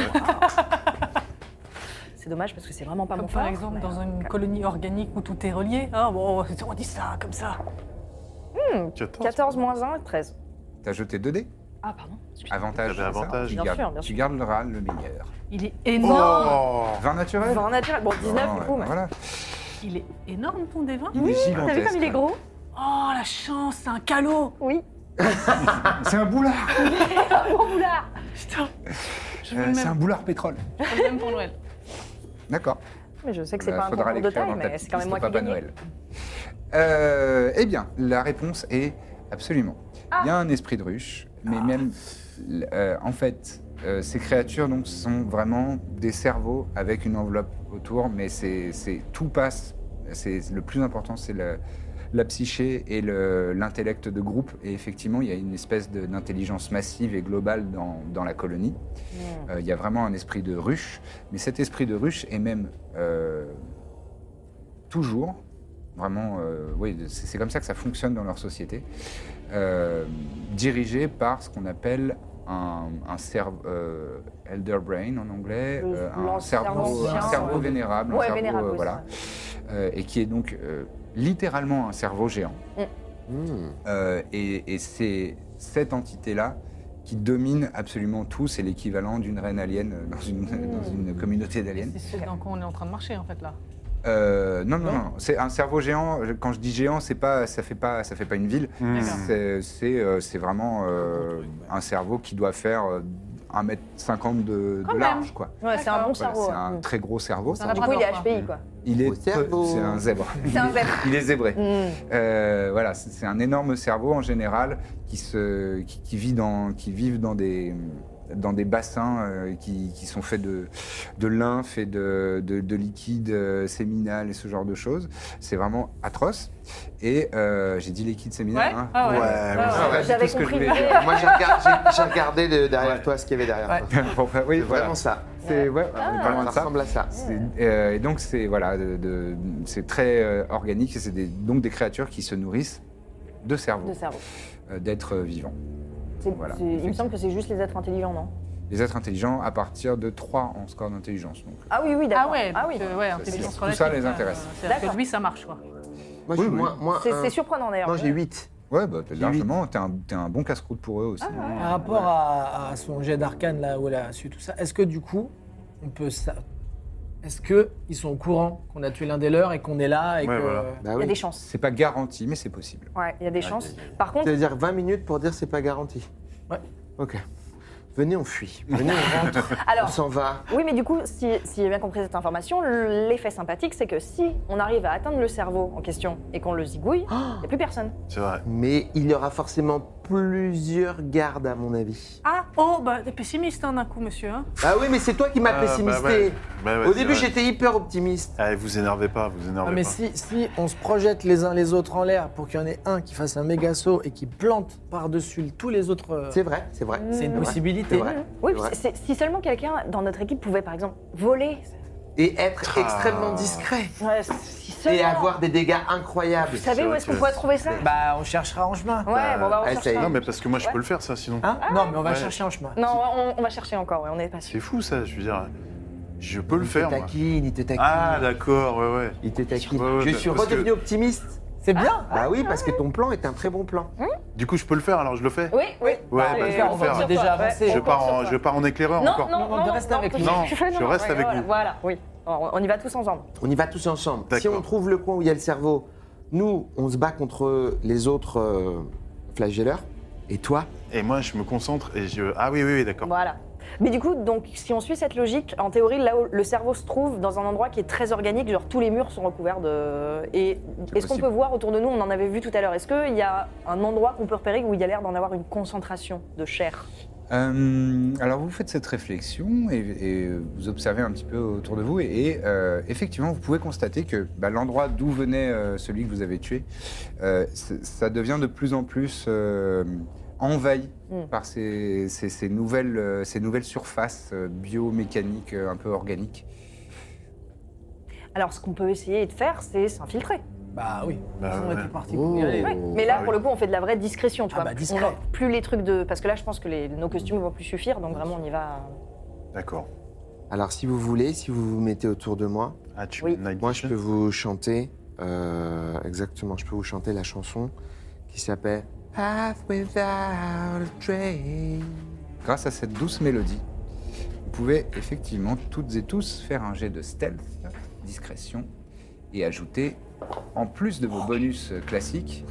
D: C'est dommage parce que c'est vraiment pas
F: Comme
D: mon
F: par
D: fort,
F: exemple
D: mais-
F: dans une colonie organique où tout est relié. Ah bon, on dit ça comme ça.
B: 14.
D: 14 moins 1, 13.
A: T'as jeté 2 dés
D: Ah pardon. excusez-moi.
A: Avantage.
B: T'avais
A: c'est ça
B: avantage.
A: Tu
D: Bien
A: gardes,
D: sûr, bien
A: tu
D: sûr.
A: garderas le meilleur.
F: Il est
B: Oh
F: énorme.
A: Vin naturel
D: Vin naturel. Bon 19
A: Bon,
D: du coup. mais-
A: Voilà.
F: Il est énorme ton dévin.
A: Il est
D: T'as vu comme il est gros
F: Oh la chance, c'est un calot.
D: Oui.
A: C'est un boulard
F: Oh,
D: Gros boulard.
F: Putain. Je veux
A: Euh,
F: le
A: C'est un
F: même.
A: boulard pétrole.
F: Je veux le même pour Noël.
A: D'accord.
D: Mais je sais que c'est
A: Bah,
D: pas un
A: faudra
D: concours de
A: l'écrire
D: taille,
A: dans ta
D: mais c'est quand même
A: petite
D: moi
A: liste de
D: qui gagne.
A: Noël. Euh, eh bien, la réponse est absolument. Il y a un esprit de ruche, mais même, l- euh, en fait, euh, ces créatures donc sont vraiment des cerveaux avec une enveloppe autour, mais c'est c'est- tout passe. C'est le plus important, c'est le- la psyché et le- l'intellect de groupe. Et effectivement, il y a une espèce de- d'intelligence massive et globale dans, dans la colonie. Euh, Il y a vraiment un esprit de ruche, mais cet esprit de ruche est même euh, toujours, vraiment, euh, oui, c'est c'est comme ça que ça fonctionne dans leur société, euh, dirigé par ce qu'on appelle un, un cerveau, euh, elder brain en anglais,
D: Le-
A: euh, un,
D: l'ancien
A: cerveau, un
D: ancien,
A: cerveau
D: ouais.
A: vénérable,
D: Ouais,
A: un cerveau,
D: vénérable,
A: euh,
D: oui,
A: voilà, Euh, et qui est donc euh, littéralement un cerveau géant.
C: Hmm.
A: Euh, et et c'est cette entité-là qui domine absolument tout. C'est l'équivalent d'une reine alien euh, dans une,
D: Hmm.
A: dans une communauté d'aliens.
F: C'est ce dans quoi on est en train de marcher en fait là.
A: Euh, non, non, non, non. C'est un cerveau géant. Je- Quand je dis géant, c'est pas, ça fait pas, ça fait pas une ville.
B: Hmm.
A: C'est, c'est, euh, c'est vraiment euh, un cerveau qui doit faire euh, 1m50 de,
F: Quand
A: de
F: même.
A: large, quoi.
D: Ouais, c'est un bon
A: Voilà,
D: cerveau.
A: c'est
D: ouais.
A: un
D: Mm.
A: très gros cerveau.
F: C'est un
D: Du coup, il est
F: labrador, quoi.
D: HPI, quoi.
A: Il est,
C: Au cerveau.
A: c'est un zèbre.
D: C'est un zèbre.
A: Il est zébré.
D: Mm.
A: Euh, voilà, c'est c'est un énorme cerveau en général qui, se, qui, qui vit dans, qui vivent dans des, dans des bassins euh, qui, qui sont faits de, de lymphe et de, de, de liquide euh, séminal et ce genre de choses. C'est vraiment atroce. Et euh, j'ai dit liquide séminal.
F: Ouais.
A: hein
F: Ah ouais.
B: Ouais,
A: Ah ouais,
D: ouais.
A: c'est
D: J'avais
A: tout ce que je
D: compris.
A: voulais dire.
C: Moi, j'ai regard- j'ai- j'ai regardé de- derrière toi ce qu'il y avait derrière
F: Ouais.
C: toi.
A: Bon, bah, oui,
C: C'est
A: voilà.
C: vraiment ça. Ah.
A: C'est ouais, on est pas loin
C: ça
A: de ça.
C: ressemble à ça.
A: C'est- euh, et donc c'est voilà, de- de- c'est très euh, organique et c'est des- donc des créatures qui se nourrissent de cerveau,
D: De cerveau.
A: euh, d'êtres vivants.
D: C'est-
A: Voilà.
D: c'est- Il me semble que c'est juste les êtres intelligents, non
A: Les êtres intelligents à partir de 3 en score d'intelligence. Donc, euh,
D: Ah oui, oui,
F: Ah
D: d'accord.
F: ouais,
D: Ah oui.
F: donc, euh, ouais,
A: c'est-
F: intelligence
A: tout
F: relative,
A: ça les
F: euh,
A: intéresse.
F: C'est-à-dire
D: D'accord.
F: que lui, ça marche quoi.
C: Moi, je suis
A: Oui, oui.
C: moins, moins
D: hein. C'est
C: un.
D: c'est surprenant d'ailleurs.
C: Non, j'ai 8.
A: ouais, bah, t'es
C: Huit.
A: largement, t'es un, t'es un bon casse-croûte pour eux aussi.
D: Ah,
A: hein.
E: Par rapport à, à son jet d'arcane, là où elle a su tout ça, est-ce que du coup, on peut ça. Est-ce qu'ils sont au courant qu'on a tué l'un des leurs et qu'on est là et
B: Ouais,
E: que.
B: voilà.
D: Il
C: Bah
D: y a des
C: oui.
D: chances.
A: C'est pas garanti, mais c'est possible.
D: Ouais, il y a des chances. Par contre,
C: C'est-à-dire 20 minutes pour dire c'est pas garanti.
E: Ouais.
C: Ok. Venez, on fuit. Venez, on rentre. on
D: alors.
C: s'en va.
D: Oui, mais du coup, si, si j'ai bien compris cette information, l'effet sympathique, c'est que si on arrive à atteindre le cerveau en question et qu'on le zigouille, il n'y a plus personne.
B: C'est vrai.
C: Mais il y aura forcément plusieurs gardes, à mon avis.
F: Ah oh bah t'es pessimiste hein, d'un coup monsieur. hein.
C: Ah oui, mais c'est toi qui m'as
B: Ah,
C: pessimisté.
B: bah ouais. Bah ouais,
C: Au
B: c'est
C: début,
B: vrai.
C: j'étais hyper optimiste.
B: Allez, Eh, vous énervez pas, vous énervez
C: Ah,
E: Non, mais
B: pas.
E: si, si on se projette les uns les autres en l'air pour qu'il y en ait un qui fasse un méga saut et qui plante par-dessus le- tous les autres. euh,
C: C'est vrai, c'est vrai.
E: C'est une
C: vrai,
E: possibilité.
C: C'est vrai.
D: Oui,
C: c'est vrai.
D: c'est- si seulement quelqu'un dans notre équipe pouvait, par exemple, voler.
C: Et être
B: Ah.
C: extrêmement discret.
D: Ouais, si seulement.
C: Et avoir des dégâts incroyables. Bah,
D: Vous savez où est-ce qu'on pourrait trouver ça Ouais,
E: Bah, on cherchera en chemin.
D: bon, bah, on Ah va
C: essaye.
D: rechercher.
B: Non, mais parce que moi, je peux le faire, ça, sinon.
E: Hein non, mais on va
B: Ouais.
E: chercher en chemin.
D: Non, on, on va chercher encore, ouais, on n'est pas sûr.
B: C'est fou, ça, je veux dire. Je peux le
C: Il te
B: faire, moi.
C: taquine, il te taquine.
B: Ah, d'accord, ouais, ouais.
C: il te taquine.
B: Ouais, ouais,
C: Je
B: parce
C: suis
B: que-
C: redevenu optimiste.
E: C'est bien.
C: Bah oui, parce que ton plan est un très bon plan.
B: Du coup, je peux le faire, alors je le fais
D: Oui, oui.
B: Ouais,
D: Allez,
B: bah, je vais
D: on
B: le
D: compte
B: faire.
D: sur
E: Déjà
D: toi,
E: avancé.
D: ouais, on
B: Je
D: compte
B: pars,
D: sur
B: en,
D: toi.
B: je pars en éclaireur
D: Non,
B: encore.
D: non,
E: Non,
D: non,
E: non, reste avec
D: tu-
E: nous.
B: Non,
D: tu fais-
B: je reste
D: voilà,
B: avec
D: voilà,
B: nous.
D: Voilà, oui. On on y va tous ensemble.
C: On y va tous ensemble. Si
B: D'accord.
C: on trouve le coin où il y a le cerveau, Nous, on se bat contre les autres euh, flagelleurs. Et toi
B: Et moi, je me concentre et je. Ah oui, oui, oui, d'accord.
D: Voilà. Mais du coup, donc, si on suit cette logique, en théorie, là où le cerveau se trouve, dans un endroit qui est très organique, genre tous les murs sont recouverts de. Et est-ce qu'on
A: possible.
D: peut voir autour de nous On en avait vu tout à l'heure. Est-ce qu'il y a un endroit qu'on peut repérer où il y a l'air d'en avoir une concentration de chair
A: Euh, alors vous faites cette réflexion et, et vous observez un petit peu autour de vous et, et, euh, effectivement vous pouvez constater que bah, l'endroit d'où venait euh, celui que vous avez tué, euh, c- ça devient de plus en plus euh, envahi
D: Mm.
A: par ces, ces- ces nouvelles, euh, ces nouvelles surfaces euh, biomécaniques euh, un peu organiques.
D: Alors, ce qu'on peut essayer de faire, c'est s'infiltrer.
E: Bah oui,
B: Bah,
E: on
B: ouais.
E: était parti pour y
C: Oh.
E: aller.
D: Ouais. Mais là,
B: Ah
D: pour
B: oui.
D: le coup, on fait de la vraie discrétion, tu
E: Ah
D: vois.
E: bah, discret.
D: On va plus les trucs de. Parce que là, je pense que les- nos costumes vont plus suffire, donc vraiment, on y va.
B: D'accord.
C: Alors, si vous voulez, si vous vous mettez autour de moi,
B: Ah, tu
D: Oui.
B: mets Night
C: moi, je peux
B: Vision
C: vous chanter. euh, exactement, je peux vous chanter la chanson qui s'appelle Path Without a Train.
A: Grâce à cette douce mélodie, vous pouvez effectivement toutes et tous faire un jet de stealth, discrétion, et ajouter, en plus de vos bonus classiques,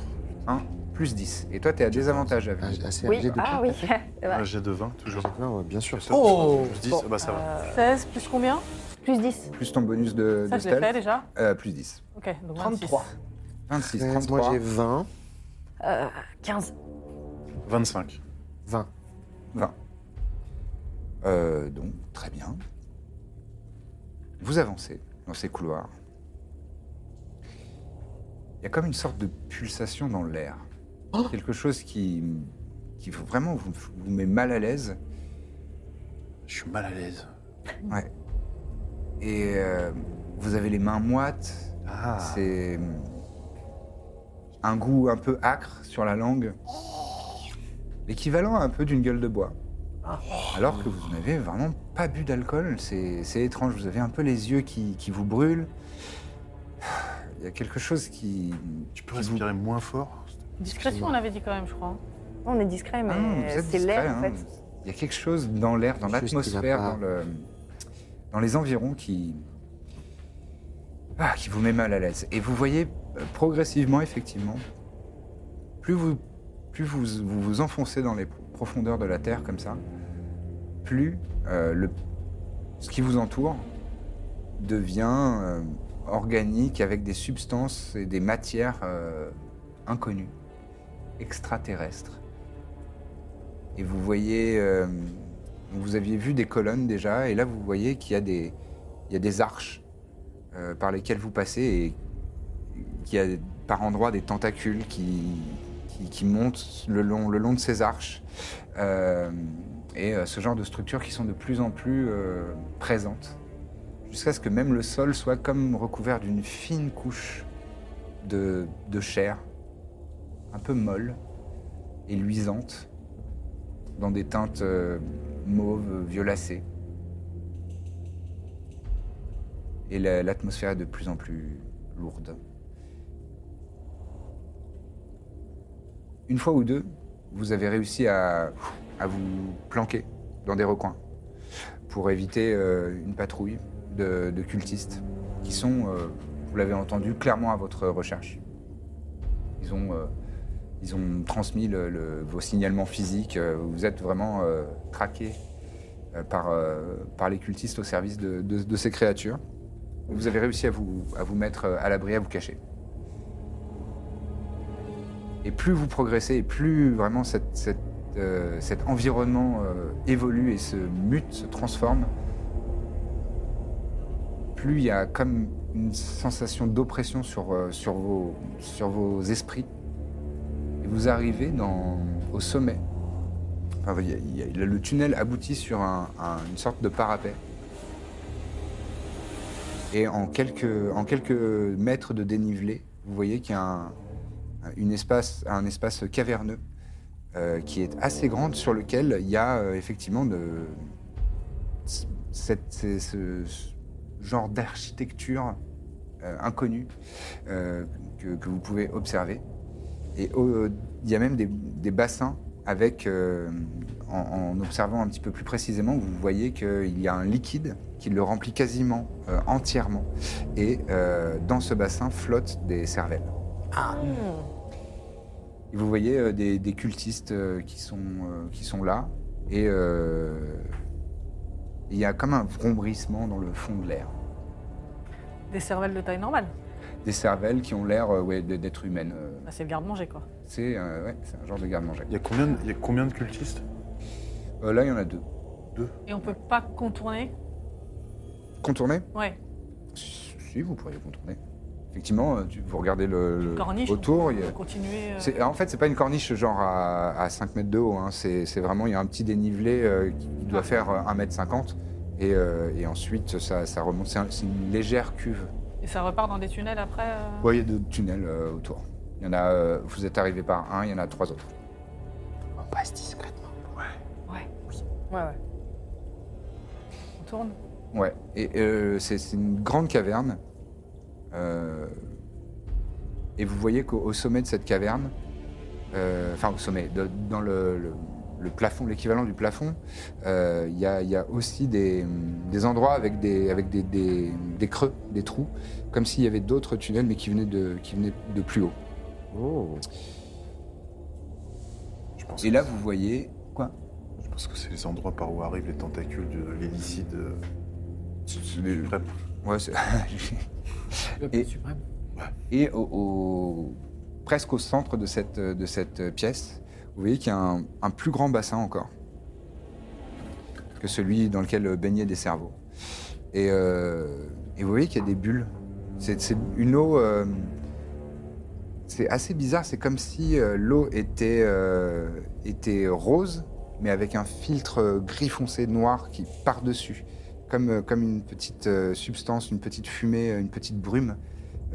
A: un plus 10. Et toi, tu es à désavantage à vue.
C: Ah, Assez
D: Oui,
C: âgé de
D: ah oui.
B: Un jet de 20, toujours.
C: Non, Ah, bien sûr.
E: Oh
B: Je dis, bah ça va.
F: 16 plus combien
D: Plus 10.
A: Plus ton bonus de,
F: euh, Ça,
A: de
F: je l'ai fait
A: stealth,
F: déjà.
A: euh, plus 10.
F: Ok, donc
E: 33.
A: 26,
C: Treize,
A: 33.
C: Moi, j'ai 20.
D: Euh, 15.
B: 25.
C: 20.
A: Euh, donc, très bien. Vous avancez dans ces couloirs. Il y a comme une sorte de pulsation dans l'air.
B: Oh
A: Quelque chose qui, qui vraiment vous, vous met mal à l'aise.
B: Je suis mal à l'aise.
A: Ouais. Et euh, vous avez les mains moites.
B: Ah.
A: C'est euh, un goût un peu acre sur la langue.
B: Oh.
A: L'équivalent un peu d'une gueule de bois. Alors que vous n'avez vraiment pas bu d'alcool, c'est c'est étrange. Vous avez un peu les yeux qui, qui vous brûlent. Il y a quelque chose qui.
B: Tu peux respirer moins fort
F: Discrétion, on avait dit quand même, je crois.
D: On est discret, mais
A: Ah non, vous êtes
D: c'est
A: discret,
D: l'air, en
A: hein.
D: fait.
A: Il y a quelque chose dans l'air, dans
C: Quelque chose qui va
A: l'atmosphère,
C: pas.
A: dans, le, dans les environs qui. Ah, qui vous met mal à l'aise. Et vous voyez euh, progressivement, effectivement, plus vous plus vous, vous vous enfoncez dans les profondeurs de la Terre comme ça, plus euh, le, ce qui vous entoure devient euh, organique avec des substances et des matières euh, inconnues, extraterrestres. Et vous voyez, euh, vous aviez vu des colonnes déjà, et là vous voyez qu'il y a des, il y a des arches euh, par lesquelles vous passez et qu'il y a par endroits des tentacules qui, qui, qui montent le long, le long de ces arches. Euh, et euh, ce genre de structures qui sont de plus en plus euh, présentes. Jusqu'à ce que même le sol soit comme recouvert d'une fine couche de, de chair, un peu molle et luisante, dans des teintes euh, mauves, violacées. Et la- l'atmosphère est de plus en plus lourde. Une fois ou deux, vous avez réussi à, à vous planquer dans des recoins pour éviter euh, une patrouille de, de cultistes qui sont, euh, vous l'avez entendu, clairement à votre recherche. Ils ont, euh, ils ont transmis le- le- vos signalements physiques, euh, vous êtes vraiment euh, traqué euh, par, euh, par les cultistes au service de, de- de ces créatures. Vous avez réussi à vous, à vous mettre euh, à l'abri, à vous cacher. Et plus vous progressez, et plus vraiment cette- cette, euh, cet environnement euh, évolue et se mute, se transforme, plus il y a comme une sensation d'oppression sur, euh, sur, vos, sur vos esprits. Et vous arrivez dans, au sommet. Enfin, il y a- il y a- le tunnel aboutit sur un- un- une sorte de parapet. Et en quelques, en quelques mètres de dénivelé, vous voyez qu'il y a un, une espace, un espace caverneux euh, qui est assez grande sur lequel il y a euh, effectivement de, c- cette- c'est- ce, ce genre d'architecture euh, inconnue euh, que, que vous pouvez observer. Et au- euh, il y a même des, des bassins avec, euh, en, en observant un petit peu plus précisément, vous voyez qu'il y a un liquide qui le remplit quasiment euh, entièrement. Et euh, dans ce bassin flottent des cervelles. Et vous voyez euh, des, des cultistes euh, qui, sont, euh, qui sont là. Et euh, il y a comme un vrombrissement dans le fond de l'air.
F: Des cervelles de taille normale.
A: Des cervelles qui ont l'air euh, ouais, de- d'être humaines. euh.
F: Bah, c'est le garde-manger, quoi.
A: C'est euh, ouais, c'est un genre de garde-manger.
B: Il y, a combien de- il y a combien de cultistes
A: Euh, là, il y en a deux.
F: Et on peut pas contourner.
A: Contourner
F: Ouais.
A: Si, vous pourriez contourner. Effectivement, euh, tu- vous regardez le, le-
F: Corniche.
A: Euh, autour. il y
F: On
A: a-
F: peut continuer. euh,
A: c'est- en fait, c'est pas une corniche genre à, à 5 mètres de haut. hein. C'est c'est vraiment, il y a un petit dénivelé euh, qui
F: Ah.
A: doit faire euh, 1 mètre 50. Et, euh, et ensuite, ça, ça remonte. C'est un- c'est une légère cuve.
F: Et ça repart dans des tunnels après. euh,
A: Ouais, il y a d'autres tunnels euh, autour. Il y en a, euh, vous êtes arrivé par un, il y en a trois autres.
C: On passe discrètement.
D: Ouais, ouais.
F: On tourne.
A: Ouais, et euh, c'est c'est une grande caverne. Euh, et vous voyez qu'au au sommet de cette caverne, euh, enfin au sommet, de- dans le, le- le plafond, l'équivalent du plafond, euh, il y, a- il y a aussi des, des endroits avec des, avec des, des- des creux, des trous, comme s'il y avait d'autres tunnels mais qui venaient de, qui venaient de plus haut.
B: Je pense
A: Et
B: que
A: là, vous voyez quoi
B: c'est- je pense que c'est les endroits par où arrivent les tentacules de l'hélicide euh, suprême.
A: Ouais, c'est- Ah,
E: Le
A: Et-
E: suprême.
A: Et au, au- presque au centre de cette, de cette pièce, vous voyez qu'il y a un, un plus grand bassin encore que celui dans lequel baignaient des cerveaux. Et, euh, et vous voyez qu'il y a des bulles. C'est c'est une eau. euh, c'est assez bizarre, c'est comme si euh, l'eau était, euh, était rose, mais avec un filtre euh, gris foncé noir qui par-dessus, comme, euh, comme une petite euh, substance, une petite fumée, une petite brume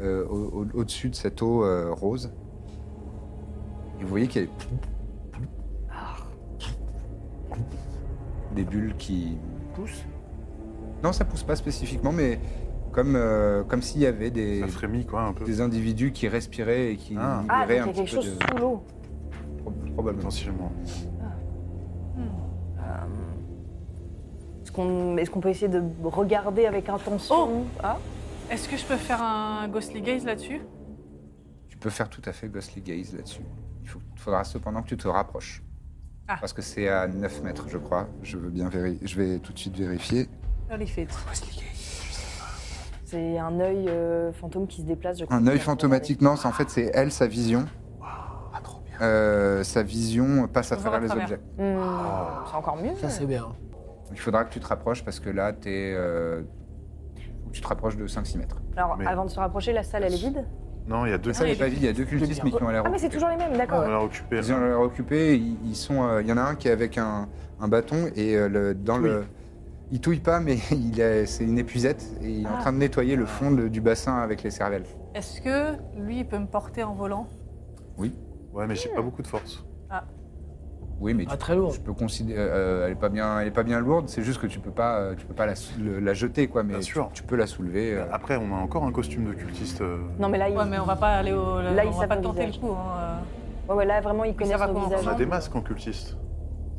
A: euh, au- au- au-dessus de cette eau euh, rose. Et vous voyez qu'il y a des bulles qui poussent. Non, ça pousse pas spécifiquement, mais comme, euh, comme s'il y avait des,
B: Ça frémit quoi un peu.
A: des individus qui respiraient et qui
B: Ah.
D: Ah,
A: libéraient
D: donc il y a quelque
A: un petit peu
D: chose
A: de...
D: sous l'eau.
A: Prob- Probablement.
B: Potentiellement.
F: Hmm.
D: Euh, Est-ce qu'on est-ce qu'on peut essayer de regarder avec intention Ah,
F: Est-ce que je peux faire un ghostly gaze là-dessus
A: Tu peux faire tout à fait Ghostly Gaze là-dessus. Il faut- faudra cependant que tu te rapproches.
F: Ah.
A: Parce que c'est à 9 mètres, je crois. Je, veux bien véri- je vais tout de suite vérifier.
F: Holy fit.
D: C'est un œil euh, fantôme qui se déplace, je crois.
A: Un œil fantomatique, non, c'est- en fait, c'est elle, sa vision. Euh, sa vision passe à
F: On voit
A: travers
F: à
A: les
F: travers.
A: objets.
D: Hmm,
B: Ah.
D: C'est encore mieux.
E: Ça, c'est bien.
A: Il faudra que tu te rapproches parce que là, t'es, euh, faut que tu te rapproches de 5-6 mètres.
D: Alors,
B: Mais-
D: avant de se rapprocher, la salle, elle est vide
B: Non, il y a deux
A: Ça,
F: Ah,
A: n'est
F: il-
A: pas vide, il y a deux cultistes mais qui ont l'air
D: Ah, mais c'est
A: occupés.
D: toujours les mêmes, d'accord.
B: On l'a occupé.
A: Ils ont l'air occupés, ils, ils sont, euh, il y en a un qui est avec un, un bâton et euh, le, dans le... Il touille pas, mais il a- c'est une épuisette et il est
D: Ah.
A: en train de nettoyer le fond de- du bassin avec les cervelles.
F: Est-ce que lui, il peut me porter en volant
B: Ouais, mais j'ai pas beaucoup de force.
A: Oui, mais
E: Pas
A: tu,
E: Ah, très lourd.
A: je peux considérer... euh, elle, est pas bien, elle est pas bien lourde, c'est juste que tu peux pas, euh, tu peux pas la, sou- le- la jeter, quoi, mais
B: Bien sûr.
A: tu peux la soulever. euh.
B: Après, on a encore un costume de cultiste. euh,
D: Non, mais là, il...
F: Ouais, mais on va pas aller au.
D: Là,
F: on
D: il
F: va pas
D: savent nos
F: tenter le
D: visages.
F: coup. hein,
D: ouais, ouais, là, vraiment, ils connaissent
F: va
D: nos
F: comment
D: visages.
B: On a
F: Agent.
B: des masques en cultiste.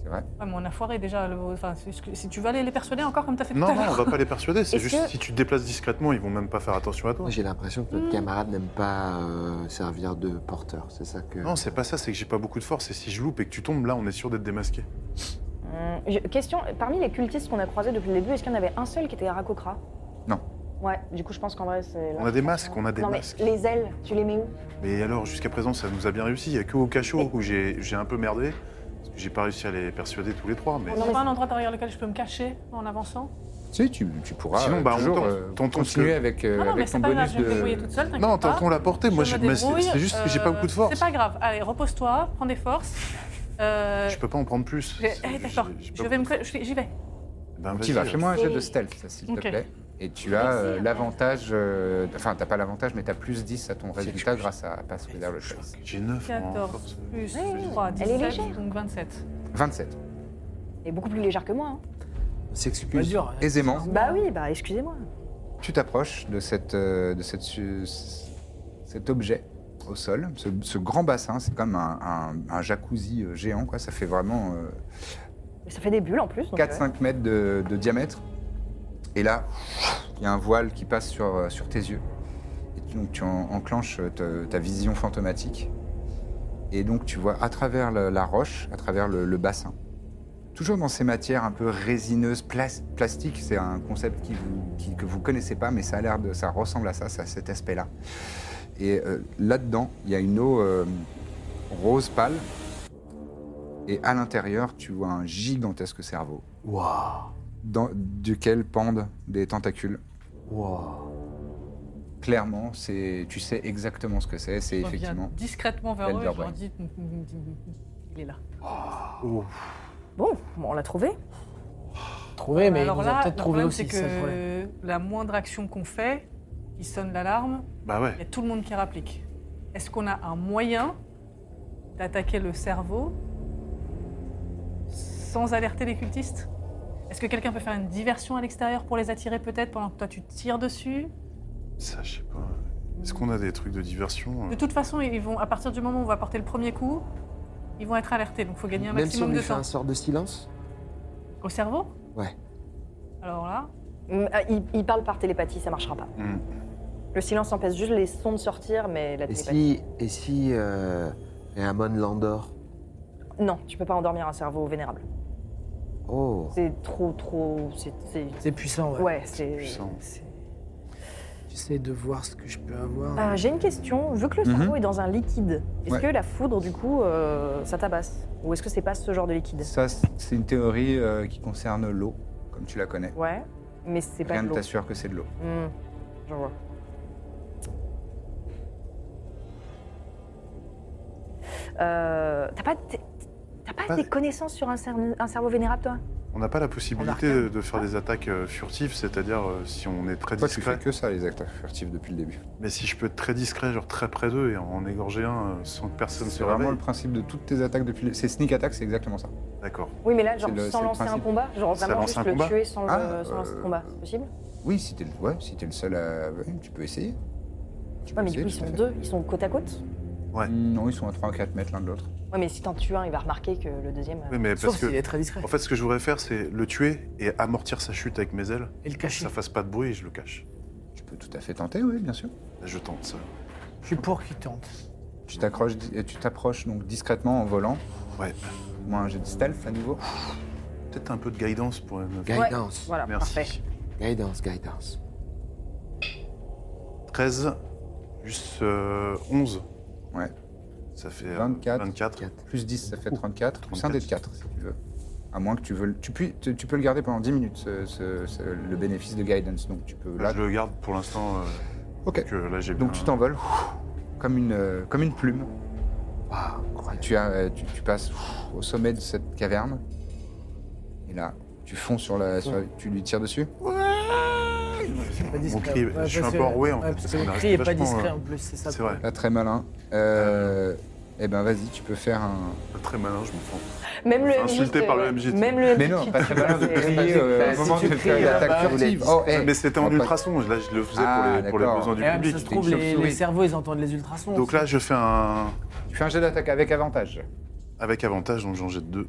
A: C'est vrai.
F: euh. Ouais, mais on a foiré déjà. le- Enfin, si si tu veux aller les persuader encore comme t'as fait tout
B: Non,
F: à
B: non, on
F: l'heure.
B: va pas les persuader. C'est
D: Est-ce
B: juste
D: que-
B: si tu te déplaces discrètement, ils vont même pas faire attention à toi.
C: Moi, j'ai l'impression que notre camarade n'aime pas euh, servir de porteur. C'est ça que.
B: Non, c'est pas ça, c'est que j'ai pas beaucoup de force. Et si je loupe et que tu tombes, là, on est sûr d'être démasqué.
D: Hmm, je- Question, parmi les cultistes qu'on a croisés depuis le début, est-ce qu'il y en avait un seul qui était Rakokra
A: Non.
D: Ouais, du coup, je pense qu'en vrai, c'est...
B: On a des masques, on a des
D: non, mais
B: masques.
D: les ailes, tu les mets où
B: Mais alors, jusqu'à présent, ça nous a bien réussi. Il y a que au cachot où j'ai j'ai un peu merdé. Parce que j'ai pas réussi à les persuader tous les trois. Mais
F: On n'a pas un endroit derrière lequel je peux me cacher en avançant
A: Si, tu, tu pourras
B: Sinon,
A: euh,
B: bah, on
A: toujours
B: tente-
A: euh,
B: tentons
A: continuer
B: que-
A: avec,
F: Ah Non,
A: euh,
F: non, mais
A: avec ton
F: c'est pas grave,
A: bonus
F: je vais me débrouiller
A: de...
F: toute seule.
B: non,
F: t'inquiète
B: tentons
F: pas.
B: la portée. Moi, je
F: me
B: mais
F: débrouille,
B: c'est c'est juste que j'ai pas
F: euh,
B: beaucoup de
F: C'est
B: force.
F: pas grave. Allez, repose-toi, prends des forces. Euh,
B: Je peux pas en prendre plus.
F: j'ai-
B: C'est-
F: eh,
B: j'ai-
F: D'accord,
B: j'ai
F: je
B: pas
F: vais me
B: beaucoup de
F: cou- je- j'y vais.
B: force. Ben,
A: Tu
B: vas-y.
A: vas, fais-moi un jet de stealth, ça, s'il
F: Ok.
A: te plaît. Et tu as euh,
D: Merci,
A: l'avantage, euh, enfin, t'as pas l'avantage, mais t'as plus 10 à ton résultat
B: que je-
A: grâce à Pass Without le Trace.
B: J'ai 9 en
F: 14
B: force.
F: plus
D: Oui,
F: 3,
D: elle est
F: 17,
D: légère.
F: donc 27.
A: 27.
D: Et beaucoup plus légère que moi. hein.
C: On
E: Pas
C: s'excuse.
E: dur. hein.
A: Aisément,
D: Bah oui, bah excusez-moi.
A: tu t'approches de, cette, euh, de cette, su- cet objet au sol, ce, ce grand bassin, c'est comme un, un- un jacuzzi euh, géant, quoi. Ça fait vraiment euh,
D: Mais Ça fait des bulles en plus. donc, ouais.
A: 4-5 mètres de, de diamètre. Et là, il y a un voile qui passe sur, euh, sur euh, tes yeux. Et donc tu en- enclenches euh, ta, ta vision fantomatique. Et donc tu vois à travers la, la roche, à travers le, le bassin, toujours dans ces matières un peu résineuses, plas- plastiques, c'est un concept qui vous- qui- que vous connaissez pas, mais ça a l'air de, ça ressemble à ça, ça a cet aspect-là. Et euh, là-dedans, il y a une eau euh, rose pâle. Et à l'intérieur, tu vois un gigantesque cerveau
B: Waouh
A: dans- duquel pendent des tentacules.
B: Waouh
A: Clairement, c'est, tu sais exactement ce que c'est. C'est
F: Je reviens
A: effectivement.
F: discrètement vers eux et je
A: Elderbrain.
F: leur dis il est là.
B: Oh.
D: Bon, bon, on l'a trouvé.
E: Trouvé, mais il
F: Bah, Alors
E: nous
F: là,
E: a
F: le
E: peut-être trouvé
F: problème,
E: aussi,
F: c'est
E: c'est ça le problème.
F: que la moindre action qu'on fait, il sonne l'alarme,
B: Bah ouais.
F: il y a tout le monde qui réplique. Est-ce qu'on a un moyen d'attaquer le cerveau sans alerter les cultistes Est-ce que quelqu'un peut faire une diversion à l'extérieur pour les attirer peut-être pendant que toi tu tires dessus
B: Ça, je sais pas. Est-ce qu'on a des trucs de diversion euh
F: De toute façon, ils vont, à partir du moment où on va porter le premier coup, ils vont être alertés. Donc il faut gagner un
C: Même si on
F: maximum
C: lui
F: de
C: fait
F: temps.
C: un sort de silence
F: Au cerveau
C: Ouais.
F: Alors là,
D: Hum, ah, Il, il parle par télépathie, ça marchera pas.
B: Hmm.
D: Le silence empêche juste les sons de sortir, mais la
C: Et
D: télépathie.
C: si. Et si. Euh, Réamon l'endort
D: Non, tu peux pas endormir un cerveau vénérable.
C: Oh.
D: C'est trop, trop. C'est. c'est-
E: C'est puissant, ouais.
D: Ouais, c'est.
B: puissant.
D: c'est-
E: J'essaie de voir ce que je peux avoir.
D: Ah, J'ai une question. Vu que le
A: Mhm.
D: cerveau est dans un liquide, est-ce
A: Ouais.
D: que la foudre, du coup, euh, ça tabasse Ou est-ce que c'est pas ce genre de liquide
A: Ça, c'est une théorie euh, qui concerne l'eau, comme tu la connais.
D: Ouais, mais c'est pas
A: Rien
D: de
A: ne
D: l'eau.
A: t'assure que c'est de l'eau.
D: Hmm, je vois. Euh, T'as pas, t'es- t'as pas
B: Pas-
D: des connaissances sur un, cer- un cerveau vénérable, toi
B: On n'a pas la
D: On a
B: possibilité
D: rien.
B: de- de faire des attaques euh, furtives, c'est-à-dire euh, si on est très
A: Toi, tu fais
B: discret.
A: que ça, les acteurs furtifs depuis le début.
B: Mais si je peux être très discret, genre très près d'eux et en égorger un euh, sans que personne se
A: C'est vraiment le
B: réveille.
A: principe de toutes tes attaques depuis. le- Ces sneak attack, c'est exactement ça.
B: D'accord.
D: Oui, mais là, genre,
A: C'est le-
D: sans
A: c'est le
D: lancer un
A: principe.
D: combat, genre
B: Sans
D: vraiment
B: lancer
D: juste
B: un
D: le
B: combat
D: tuer sans, le-
A: Ah,
D: sans lancer de
A: euh,
D: combat, c'est possible
A: Oui, si t'es le, ouais, si t'es le seul à. ouais, tu peux essayer. Tu peux
D: Ouais, mais du
A: essayer,
D: coup, ils
A: tout à
D: sont
A: fait.
D: deux, ils sont côte à côte.
B: Ouais.
A: Non, ils sont à 3 4 mètres l'un de l'autre.
D: Ouais, mais si t'en tues un, il va remarquer que le deuxième. euh,
B: Oui, mais
E: Sauf
B: parce
E: s'il
B: que.
E: est très discret.
B: En fait, ce que je voudrais faire, c'est le tuer et amortir sa chute avec mes ailes.
E: Et le
B: Que
E: cacher.
B: ça fasse pas de bruit et je le cache.
A: Tu peux tout à fait tenter, oui, bien sûr.
B: Je tente ça.
E: Je suis pour qu'il tente.
A: Tu t'accroches, tu t'approches donc discrètement en volant.
B: Ouais.
A: Moi, un jeu de stealth à nouveau.
B: Peut-être un peu de guidance pour me faire.
C: Guidance.
D: Voilà, parfait.
B: Merci.
C: Guidance, guidance.
B: 13 plus euh, 11.
A: Ouais.
B: Ça fait euh,
A: 24.
B: 24.
C: Quatre.
A: Plus 10, ça fait 34. Plus
B: 34.
A: un dé de 4, si tu veux. À moins que tu veux. le- Tu, puis, tu, tu peux le garder pendant 10 minutes, ce- ce- ce- le bénéfice de guidance. Donc tu peux. Là,
B: Ah, Je le garde pour l'instant. euh,
A: Ok.
B: que là, j'ai
A: Donc
B: bien-
A: tu t'envoles ouf, comme une, euh, comme une plume.
C: Waouh, incroyable.
A: Tu, as, euh, tu, tu passes ouf, au sommet de cette caverne. Et là, tu fonds sur la. sur la- tu lui tires dessus.
E: Pas
B: Mon
E: discret.
B: cri, est- je suis un peu enroué en
E: Ouais,
B: fait.
E: parce
B: parce
E: que
B: qu'on
E: le
B: a
E: cri est pas
B: vachement,
E: discret
B: euh,
E: en plus, c'est ça.
B: C'est vrai,
A: Là, très malin. Euh, Eh ben, vas-y, tu peux faire un.
B: pas très malin, je me fous.
D: Même le
B: Enfin,
D: MJ,
B: insulté
D: euh,
B: par le
D: ouais.
B: MJ, tu
D: Même le
A: Mais
D: MJ,
A: non, pas
D: tu
A: très
D: vois,
A: malin de
D: c'est-
A: crier euh, au moment de faire une
D: euh,
A: attaque furtive. Oh, eh,
B: Ah, Mais c'était en
A: on va pas-
B: ultrasons, là je le faisais
A: Ah,
B: pour, les, pour les
A: d'accord.
B: besoins du
E: Et ouais, mais
B: public.
E: ça se
A: t'es
E: trouve,
A: une
E: les,
A: chauve-souris.
E: les cerveaux, ils entendent les ultrasons.
B: Donc là je fais un.
A: Tu fais un jet d'attaque avec avantage.
B: Avec avantage, donc j'en jette deux.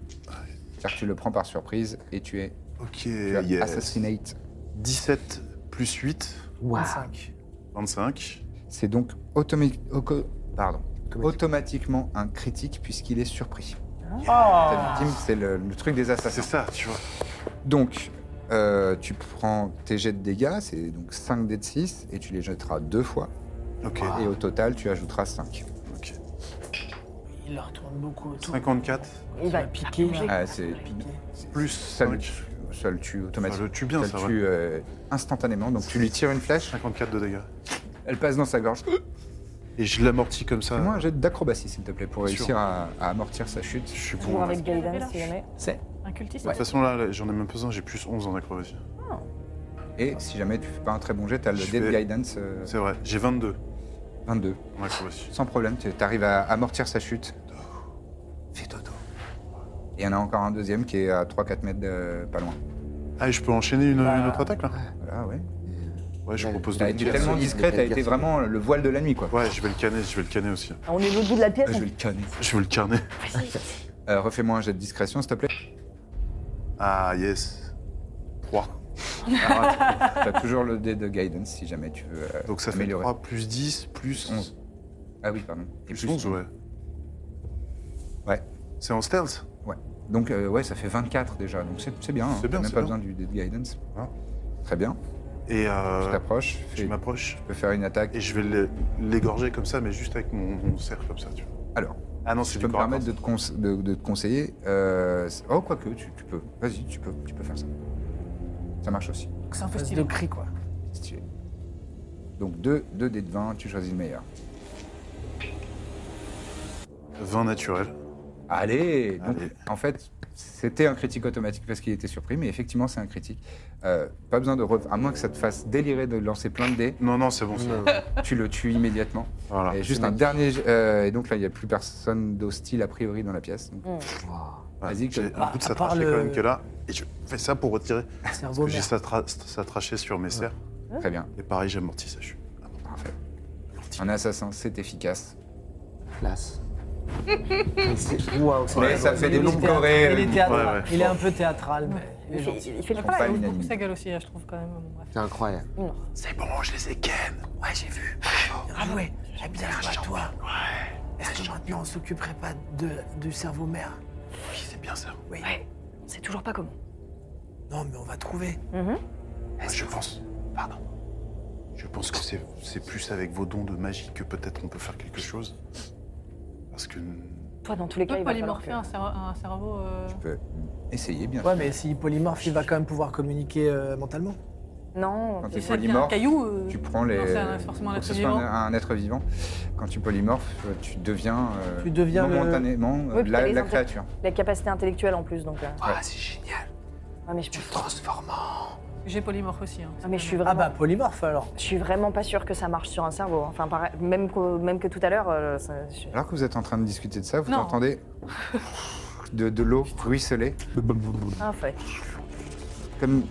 A: Car tu le prends par surprise et tu es
B: Ok,
A: tu as
B: yes.
A: assassinate.
B: 17 plus 8,
C: Waouh.
E: 5.
B: 25.
A: C'est donc automi- oco- pardon,
C: Automatique.
A: automatiquement un critique puisqu'il est surpris. Ta victime, c'est le, le truc des
B: C'est
A: assassins.
B: ça, tu vois.
A: Donc, euh, tu prends tes jets de dégâts, c'est donc 5 dés de 6, et tu les jetteras deux fois.
B: Ok,
A: Et au total, tu ajouteras 5.
B: ok.
E: Il leur tourne beaucoup autour.
B: 54
D: Il va
E: piquer. là.
A: Ah, c'est
B: plus
A: ça le,
B: 5.
A: tue- ça le tue
B: Ça
A: automatiquement.
B: le tue bien,
A: ça
B: ça
A: le
B: va.
A: tue euh, instantanément. Donc, tu lui tires une flèche,
B: 54 de dégâts.
A: elle passe dans sa gorge.
B: Et je l'amortis comme ça.
A: Fais-moi un jet d'acrobatie, s'il te plaît, pour
B: Bien sûr.
A: réussir à, à amortir sa chute.
B: Je suis bon.
D: Toujours
B: là.
D: avec
B: De
D: Gaiden, si jamais.
E: C'est
F: un cultiste
B: toute façon, là, là, j'en ai même pas besoin, j'ai plus 11 en acrobatie.
D: Ah.
A: Et si jamais tu fais pas un très bon jet, t'as le
B: Je
A: Dead
B: fais-
A: Guidance euh,
B: C'est vrai, j'ai 22
A: 22.
B: en acrobatie.
A: Sans problème, tu arrives à amortir sa chute. Fais toto. Et il y en a encore un deuxième qui est à 3-4 mètres de- pas loin.
B: Ah, et je peux enchaîner une, une autre attaque là
A: Voilà, ouais.
B: Ouais, je
C: Ouais,
B: propose de
A: T'as
B: le
A: été
B: canner.
A: tellement
C: garçon.
A: discret, t'as été
C: Garçon.
A: vraiment le voile de la nuit, quoi.
B: Ouais, je vais le canner, je vais le canner aussi.
D: Ah, On est l'autre bout de la pièce.
A: Ah, Je vais le canner.
B: Je vais le canner.
A: Euh, Refais-moi un jet de discrétion, s'il te plaît.
B: Ah, yes. 3.
A: Ah, T'as toujours le dé de guidance si jamais tu veux euh,
B: Donc ça fait
A: améliorer.
B: 3 plus 10 plus
A: Onze.
B: 11.
A: Ah oui, pardon. Et
B: Plus
A: plus
B: 11, ouais.
A: Ouais.
B: C'est en stealth
A: Ouais. Donc, euh, ouais, ça fait 24 déjà. Donc, c'est c'est bien. hein.
B: C'est bien,
A: T'as même
B: c'est
A: pas
B: bien. Ah,
A: besoin du dé de guidance. Voilà. Très bien.
B: Et
A: Tu
B: euh,
A: t'approches.
B: je
A: fais-
B: m'approche
A: Tu peux faire une attaque.
B: et je vais l'é- l'égorger comme ça, mais juste avec mon, mon cercle comme ça. Tu vois.
A: Alors,
B: Ah non,
A: si
B: c'est du
A: tu peux me
B: corps à
A: permettre
B: corps.
A: de te, conse- de, de te conseiller. euh, c'est- oh, quoique, tu, tu peux. Vas-y, tu peux, tu peux faire ça. Ça marche aussi.
F: C'est un peu
E: Espèce de
F: stylé.
E: cri, quoi.
A: Stylé. Donc, 2 deux, dés de 20, tu choisis le meilleur.
B: 20 naturel.
A: Allez, donc,
B: Allez.
A: En fait, c'était un critique automatique parce qu'il était surpris, mais effectivement, c'est un critique. Euh, pas besoin de. re- À moins que ça te fasse délirer de lancer plein de dés,
B: Non, non, c'est bon. c'est-
A: tu le tues immédiatement.
B: Voilà.
A: et juste un dernier. euh, et donc là, il n'y a plus personne d'hostile a priori dans la pièce. Donc,
B: Ouais,
A: Vas-y,
B: J'ai
A: que-
B: un bout de
E: bah, à part
B: satraché
E: le-
B: quand même que là. Et je fais ça pour retirer. Parce
E: Cerveau
B: que j'ai
E: merde.
B: satra- satraché sur mes serres.
A: Très bien,
B: Et pareil, j'amortis ça. Je suis amorti.
A: parfait.
B: Amorti.
A: Un assassin, c'est efficace.
C: Place. Mais c'est- hein. Waouh, c'est
A: Mais ça fait des
E: Il est
A: longs
E: théâtre-
A: corées.
E: Il est théâtral.
B: Ouais, ouais.
E: Il est un peu théâtral, mais il est
D: Il fait,
E: gentil.
D: il fait le
F: Il
D: travail.
A: pas
F: parle beaucoup
A: unanime.
F: de sa gueule aussi, là, je trouve quand même. Bon, bref.
C: c'est incroyable.
B: C'est bon, je les ai ken.
E: Ouais, j'ai vu. Ah ouais, j'aime bien joué à toi. Est-ce que maintenant on s'occuperait pas de, du cerveau mère
B: Oui, c'est bien ça.
E: Oui.
D: On sait toujours pas Mm-hmm. comment.
E: Non, mais on va trouver.
B: Moi, je pense. Pardon. Je pense que c'est- c'est plus avec vos dons de magie que peut-être on peut faire quelque chose. Parce que.
D: Toi, dans tous les
F: On
D: cas,
F: peut
D: il va falloir
F: polymorpher
D: que...
F: un cerveau. Un cerveau euh,
A: Tu peux essayer, bien
E: Ouais,
A: sûr.
E: mais si polymorphe, il va quand même pouvoir communiquer euh, mentalement.
D: Non,
A: Quand
F: et
A: tu es
F: ça devient un
A: polymorphe,
F: caillou. euh,
A: tu prends les.
F: Non, c'est un- forcément un
A: Faut que ce
F: être
A: soit
F: vivant.
A: un, un être vivant. Quand tu polymorphes, tu deviens. euh,
E: Tu deviens le-
A: momentanément euh,
D: Oui, puis t'as
A: la,
D: les
A: la
D: inter-
A: créature.
D: la capacité intellectuelle en plus, donc. euh,
E: Ah, c'est génial.
D: ah, mais je, pense-
E: transformes en.
F: J'ai polymorphe aussi. hein.
D: ah, mais je suis
E: Ah
D: vraiment,
E: bah, polymorphe alors.
D: je suis vraiment pas sûre que ça marche sur un cerveau. hein. Enfin, pareil- même que, même que tout à l'heure. euh, ça- je-
A: Alors que vous êtes en train de discuter de ça, vous
F: Non.
A: entendez de, de l'eau ruisseler.
D: Ah, fait.
A: Comme,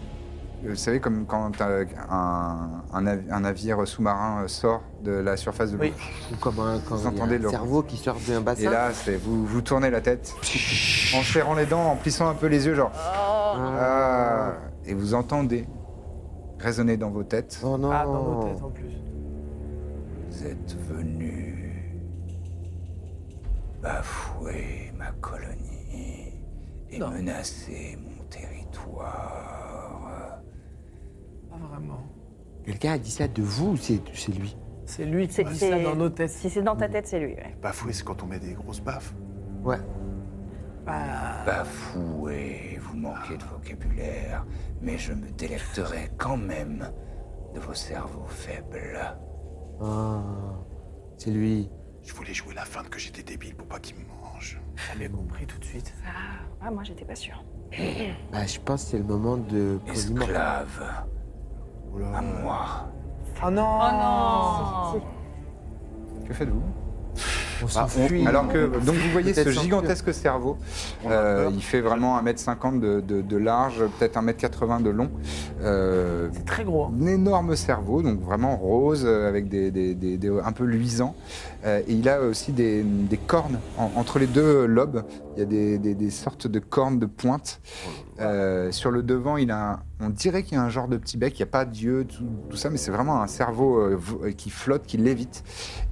A: vous savez, comme quand euh, un, un nav- un navire sous-marin euh, sort de la surface de l'eau.
E: Oui.
C: Ou comme un, quand
A: Vous
C: il y a
A: entendez
C: un
A: le-
C: cerveau qui sort d'un bassin.
A: Et là, c'est vous, vous tournez la tête en serrant les dents, en plissant un peu les yeux, genre.
C: Ah.
A: Ah Et vous entendez résonner dans vos têtes.
C: Oh non.
E: Ah, dans nos têtes en plus.
A: Vous êtes venu bafouer ma colonie et
E: Non.
A: menacer mon territoire.
E: Pas vraiment.
C: Quelqu'un a dit ça de vous ou c'est c'est lui
E: C'est lui qui
D: C'est-
E: dit
D: c'est-
E: ça dans nos têtes.
D: Si c'est dans ta tête, c'est lui. ouais.
B: Bafouer, c'est quand on met des grosses baffes.
C: Ouais.
E: Ah,
A: Bafoué, vous manquez de vocabulaire, mais je me délecterai quand même de vos cerveaux faibles.
C: Ah, c'est lui.
B: Je voulais jouer la fin de que j'étais débile pour pas qu'ils me mangent.
E: j'avais compris tout de suite.
D: Ah, moi, j'étais pas sûre.
C: Bah, je pense que c'est le moment de polymorphe.
A: Esclave, à moi.
E: Oh
B: Ah,
E: non
F: Oh non
A: Que faites-vous Bah,
B: Ah,
C: On
B: on-
C: s'enfuit.
A: Alors que, donc vous voyez ce
C: Peut-être
A: gigantesque cerveau,
B: On a
A: euh,
B: peur.
A: il fait vraiment 1m50 de, de- de large, peut-être 1m80 de long. Euh,
E: C'est très gros. hein.
A: un énorme cerveau, donc vraiment rose, euh, avec des, des- des- des- un peu luisant. Euh, et il a aussi des, des cornes En- entre les deux lobes. Il y a des, des- des sortes de cornes de pointe. Euh, sur le devant, il a, un- on dirait qu'il y a un genre de petit bec. Il n'y a pas d'yeux, tout, tout ça, mais c'est vraiment un cerveau euh, vo- qui flotte, qui lévite.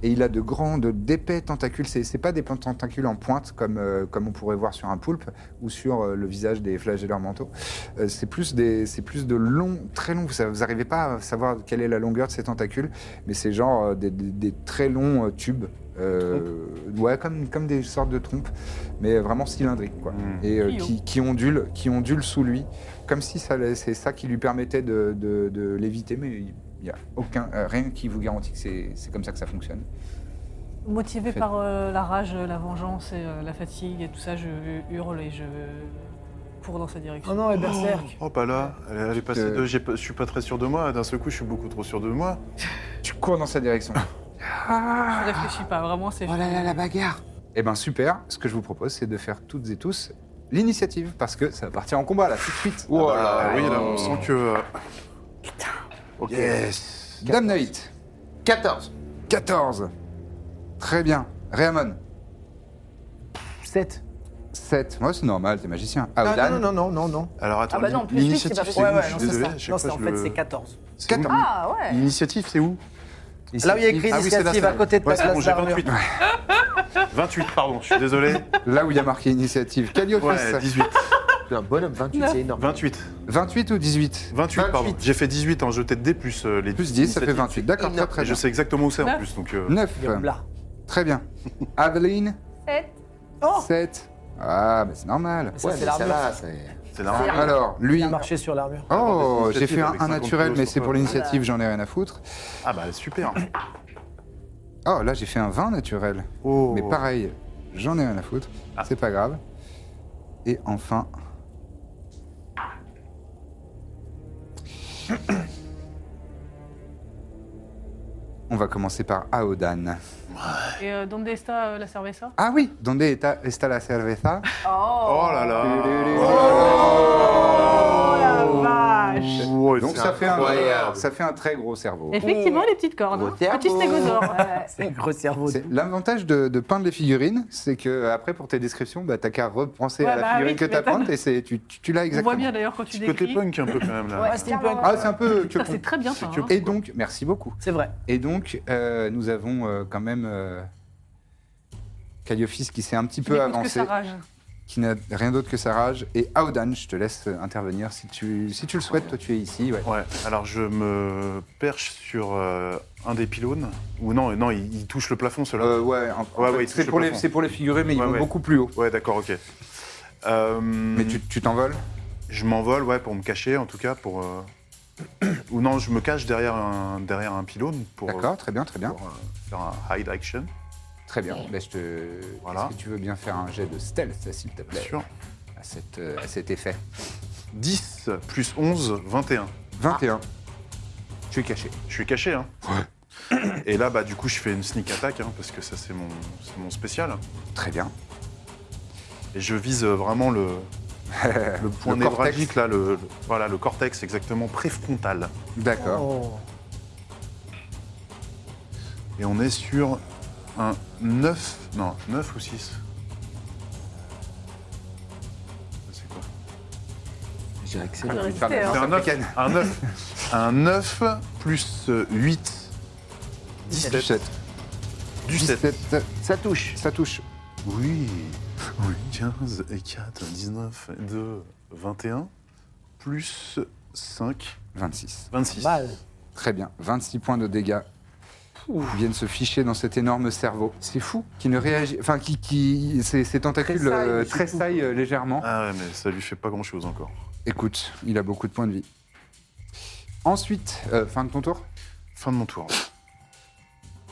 A: Et il a de grands, de d'épais tentacules. C'est, c'est pas des tentacules en pointe comme euh, comme on pourrait voir sur un poulpe ou sur euh, le visage des flagelleurs mentaux. Euh, c'est plus des, c'est plus de longs, très longs. Vous sa- vous n'arrivez pas à savoir quelle est la longueur de ces tentacules, mais c'est genre euh, des, des- des très longs euh, tubes. Euh, ouais, comme, comme des sortes de trompes, mais vraiment cylindriques, quoi.
B: Mm.
A: Et euh,
F: Clio.
A: qui, qui ondulent, qui ondulent sous lui, comme si ça, c'est ça qui lui permettait de, de- de l'éviter, mais il n'y a aucun, euh, rien qui vous garantit que c'est c'est comme ça que ça fonctionne.
F: Motivé
A: Faites-
F: par euh, la rage, la vengeance et euh, la fatigue et tout ça, je hurle et je cours dans sa direction.
E: Oh non, et Berserk.
B: Oh, bah là, elle, elle est passée
A: Euh.
B: de. j'ai pas- Je suis pas très sûr de moi. D'un seul coup, je suis beaucoup trop sûr de moi. Ah,
A: Tu cours dans sa direction.
F: Je réfléchis pas, vraiment, c'est.
C: Oh là là, la bagarre.
A: Eh ben super, ce que je vous propose, c'est de faire toutes et tous l'initiative, parce que ça va partir en combat là, tout de suite.
B: Oh
A: Ah,
B: oui, là, on sent que. euh, Ok.
A: Yes Dame Nahit,
C: 14.
A: 14 Très bien. Réamon,
E: 7.
A: 7. Moi, c'est normal, t'es magicien.
E: Ah,
A: Aoudan,
E: non, non, non, non, non.
B: Alors attends,
D: Ah bah non, plus
B: l'initiative,
D: huit, c'est
B: c'est
D: pas
B: où
E: Ouais, ouais,
B: Je
E: non,
B: suis
E: c'est
B: désolé,
E: ça.
B: à chaque
E: Non,
B: fois,
E: c'est- en
B: je
E: fait,
B: le-
E: c'est 14.
B: C'est où
D: Ah ouais
B: L'initiative, c'est où
E: Là où il y a écrit
B: Ah oui, c'est la
E: initiative à
B: salle.
E: côté de
B: Ouais,
E: ta
B: c'est bon,
E: place
B: j'ai
E: d'armure.
B: 28. 28, pardon, je suis désolé.
A: là où il y a marqué initiative. Calliope,
B: Ouais, 18.
C: Un bonhomme, 28, c'est énorme.
B: 28.
A: 28 ou 18
B: 28, pardon. J'ai fait 18 en jeté de dés plus euh, les
A: Plus 10, ça fait
B: initiatives.
A: 28. D'accord,
C: Énorme.
A: très très
B: Et je
A: bien.
B: sais exactement où c'est en
F: Neuf.
B: plus, donc... euh,
A: 9.
E: Il y a Blah.
A: Très bien. Aveline,
D: Sept.
A: 7. Ah, mais c'est normal.
E: Oh. Ça,
C: Ouais,
E: c'est
C: mais ça
E: l'armure.
C: va,
E: ça.
C: c'est-
B: C'est normal.
A: Alors, lui.
E: Il a marché sur l'armure.
A: Oh,
B: Avec
A: j'ai fait un, un
B: 50
A: naturel,
B: kilos,
A: mais
B: sur
A: c'est
B: toi.
A: pour l'initiative, j'en ai rien à foutre.
B: Ah bah super.
A: Oh, là, j'ai fait un 20 naturel.
B: Oh.
A: Mais pareil, j'en ai rien à foutre.
B: Ah.
A: C'est pas grave. Et enfin. On va commencer par Aodan.
F: Et euh, Donde está euh, la cerveza
A: Ah oui, donde está, está la cerveza
B: Oh là là.
F: Oh
E: Ah,
B: Oh,
A: Donc
B: c'est
A: ça fait, un,
B: incroyable.
A: ça fait un très gros cerveau.
F: Effectivement, les petites cornes.
C: Au
F: hein.
C: cerveau.
F: Petit stégosaure.
B: euh,
E: C'est un gros cerveau.
A: C'est- L'avantage de, de peindre les figurines, c'est que euh, après pour tes descriptions, bah, t'as qu'à repenser
F: Ouais,
A: à la
F: bah
A: figurine
F: oui,
A: que
F: tu
A: t'as
F: m'étonnes.
A: peinte et c'est- tu, tu, tu
F: On
A: l'as
F: voit bien
A: exactement.
F: d'ailleurs quand tu
B: Petit côté
F: décris.
B: punk un peu quand même là.
E: Ouais, steampunk.
A: Ah, c'est un peu que
F: Putain, C'est très bien ça.
B: que
F: hein.
A: Et donc, merci beaucoup.
E: C'est vrai.
A: Et donc, euh, nous avons euh, quand même euh, Calliophis qui s'est un petit
F: Il
A: peu
F: écoute que
A: avancé,
F: ça rage.
A: qui n'a rien d'autre que sa rage. Et Aodan, je te laisse euh, intervenir si tu, si tu le souhaites. Toi, tu es ici. ouais.
B: Ouais, alors je me perche sur euh, un des pylônes. Ou non, euh, non, il, il touche le plafond, cela.
A: Euh, ouais, en- en
B: Ouais,
A: fait,
B: ouais, il touche
A: c'est
B: le
A: pour, les-
B: plafond.
A: c'est pour les figurines, mais ils
B: Ouais,
A: vont
B: ouais.
A: beaucoup plus haut.
B: Ouais, d'accord, ok. Euh,
A: Mais tu tu t'envoles
B: Je m'envole, ouais, pour me cacher, en tout cas, pour. euh, Ou non, je me cache derrière un, derrière un pylône pour, euh,
A: D'accord, très bien, très bien.
B: pour, euh, faire un hide action,
A: Très bien. Bah, je te...
B: Voilà.
A: Est-ce que tu veux bien faire un jet de stealth, s'il te
B: bien
A: plaît,
B: sûr.
A: à, cette, euh, à cet effet
B: 10 plus 11, 21.
A: 21. Tu es caché.
B: Je suis caché, hein. Et là, bah, du coup, je fais une sneak attack, hein, parce que ça, c'est mon, c'est mon spécial.
A: Très bien.
B: Et je vise euh, vraiment le, le point
A: Le
B: névralgique, là, le, le- voilà, le cortex exactement préfrontal.
A: D'accord.
E: Oh.
B: Et on est sur un 9, non, 9 ou 6 C'est quoi
C: J'ai accès.
A: Tu
F: resté,
A: vas faire
F: hein.
B: Ah, C'est un 9,
A: la danse africaine.
B: un 9, un 9 plus 8, 17.
A: 17.
B: Du 7.
A: 17.
C: Ça touche.
A: Ça touche.
B: Oui, oui, 15, 4, 19, 2, 21, plus 5,
A: 26.
B: 26.
E: Mal.
A: Très bien. 26 points de dégâts viennent se ficher dans cet énorme cerveau. C'est fou. Qui ne réagit. Enfin, qui. qui ses, ses tentacules
C: Tressaille,
A: euh,
C: c'est tout.
A: tressaillent euh, légèrement.
B: Ah ouais, mais ça lui fait pas grand chose encore.
A: Écoute, il a beaucoup de points de vie. Ensuite, euh, fin de ton tour,
B: Fin de mon tour.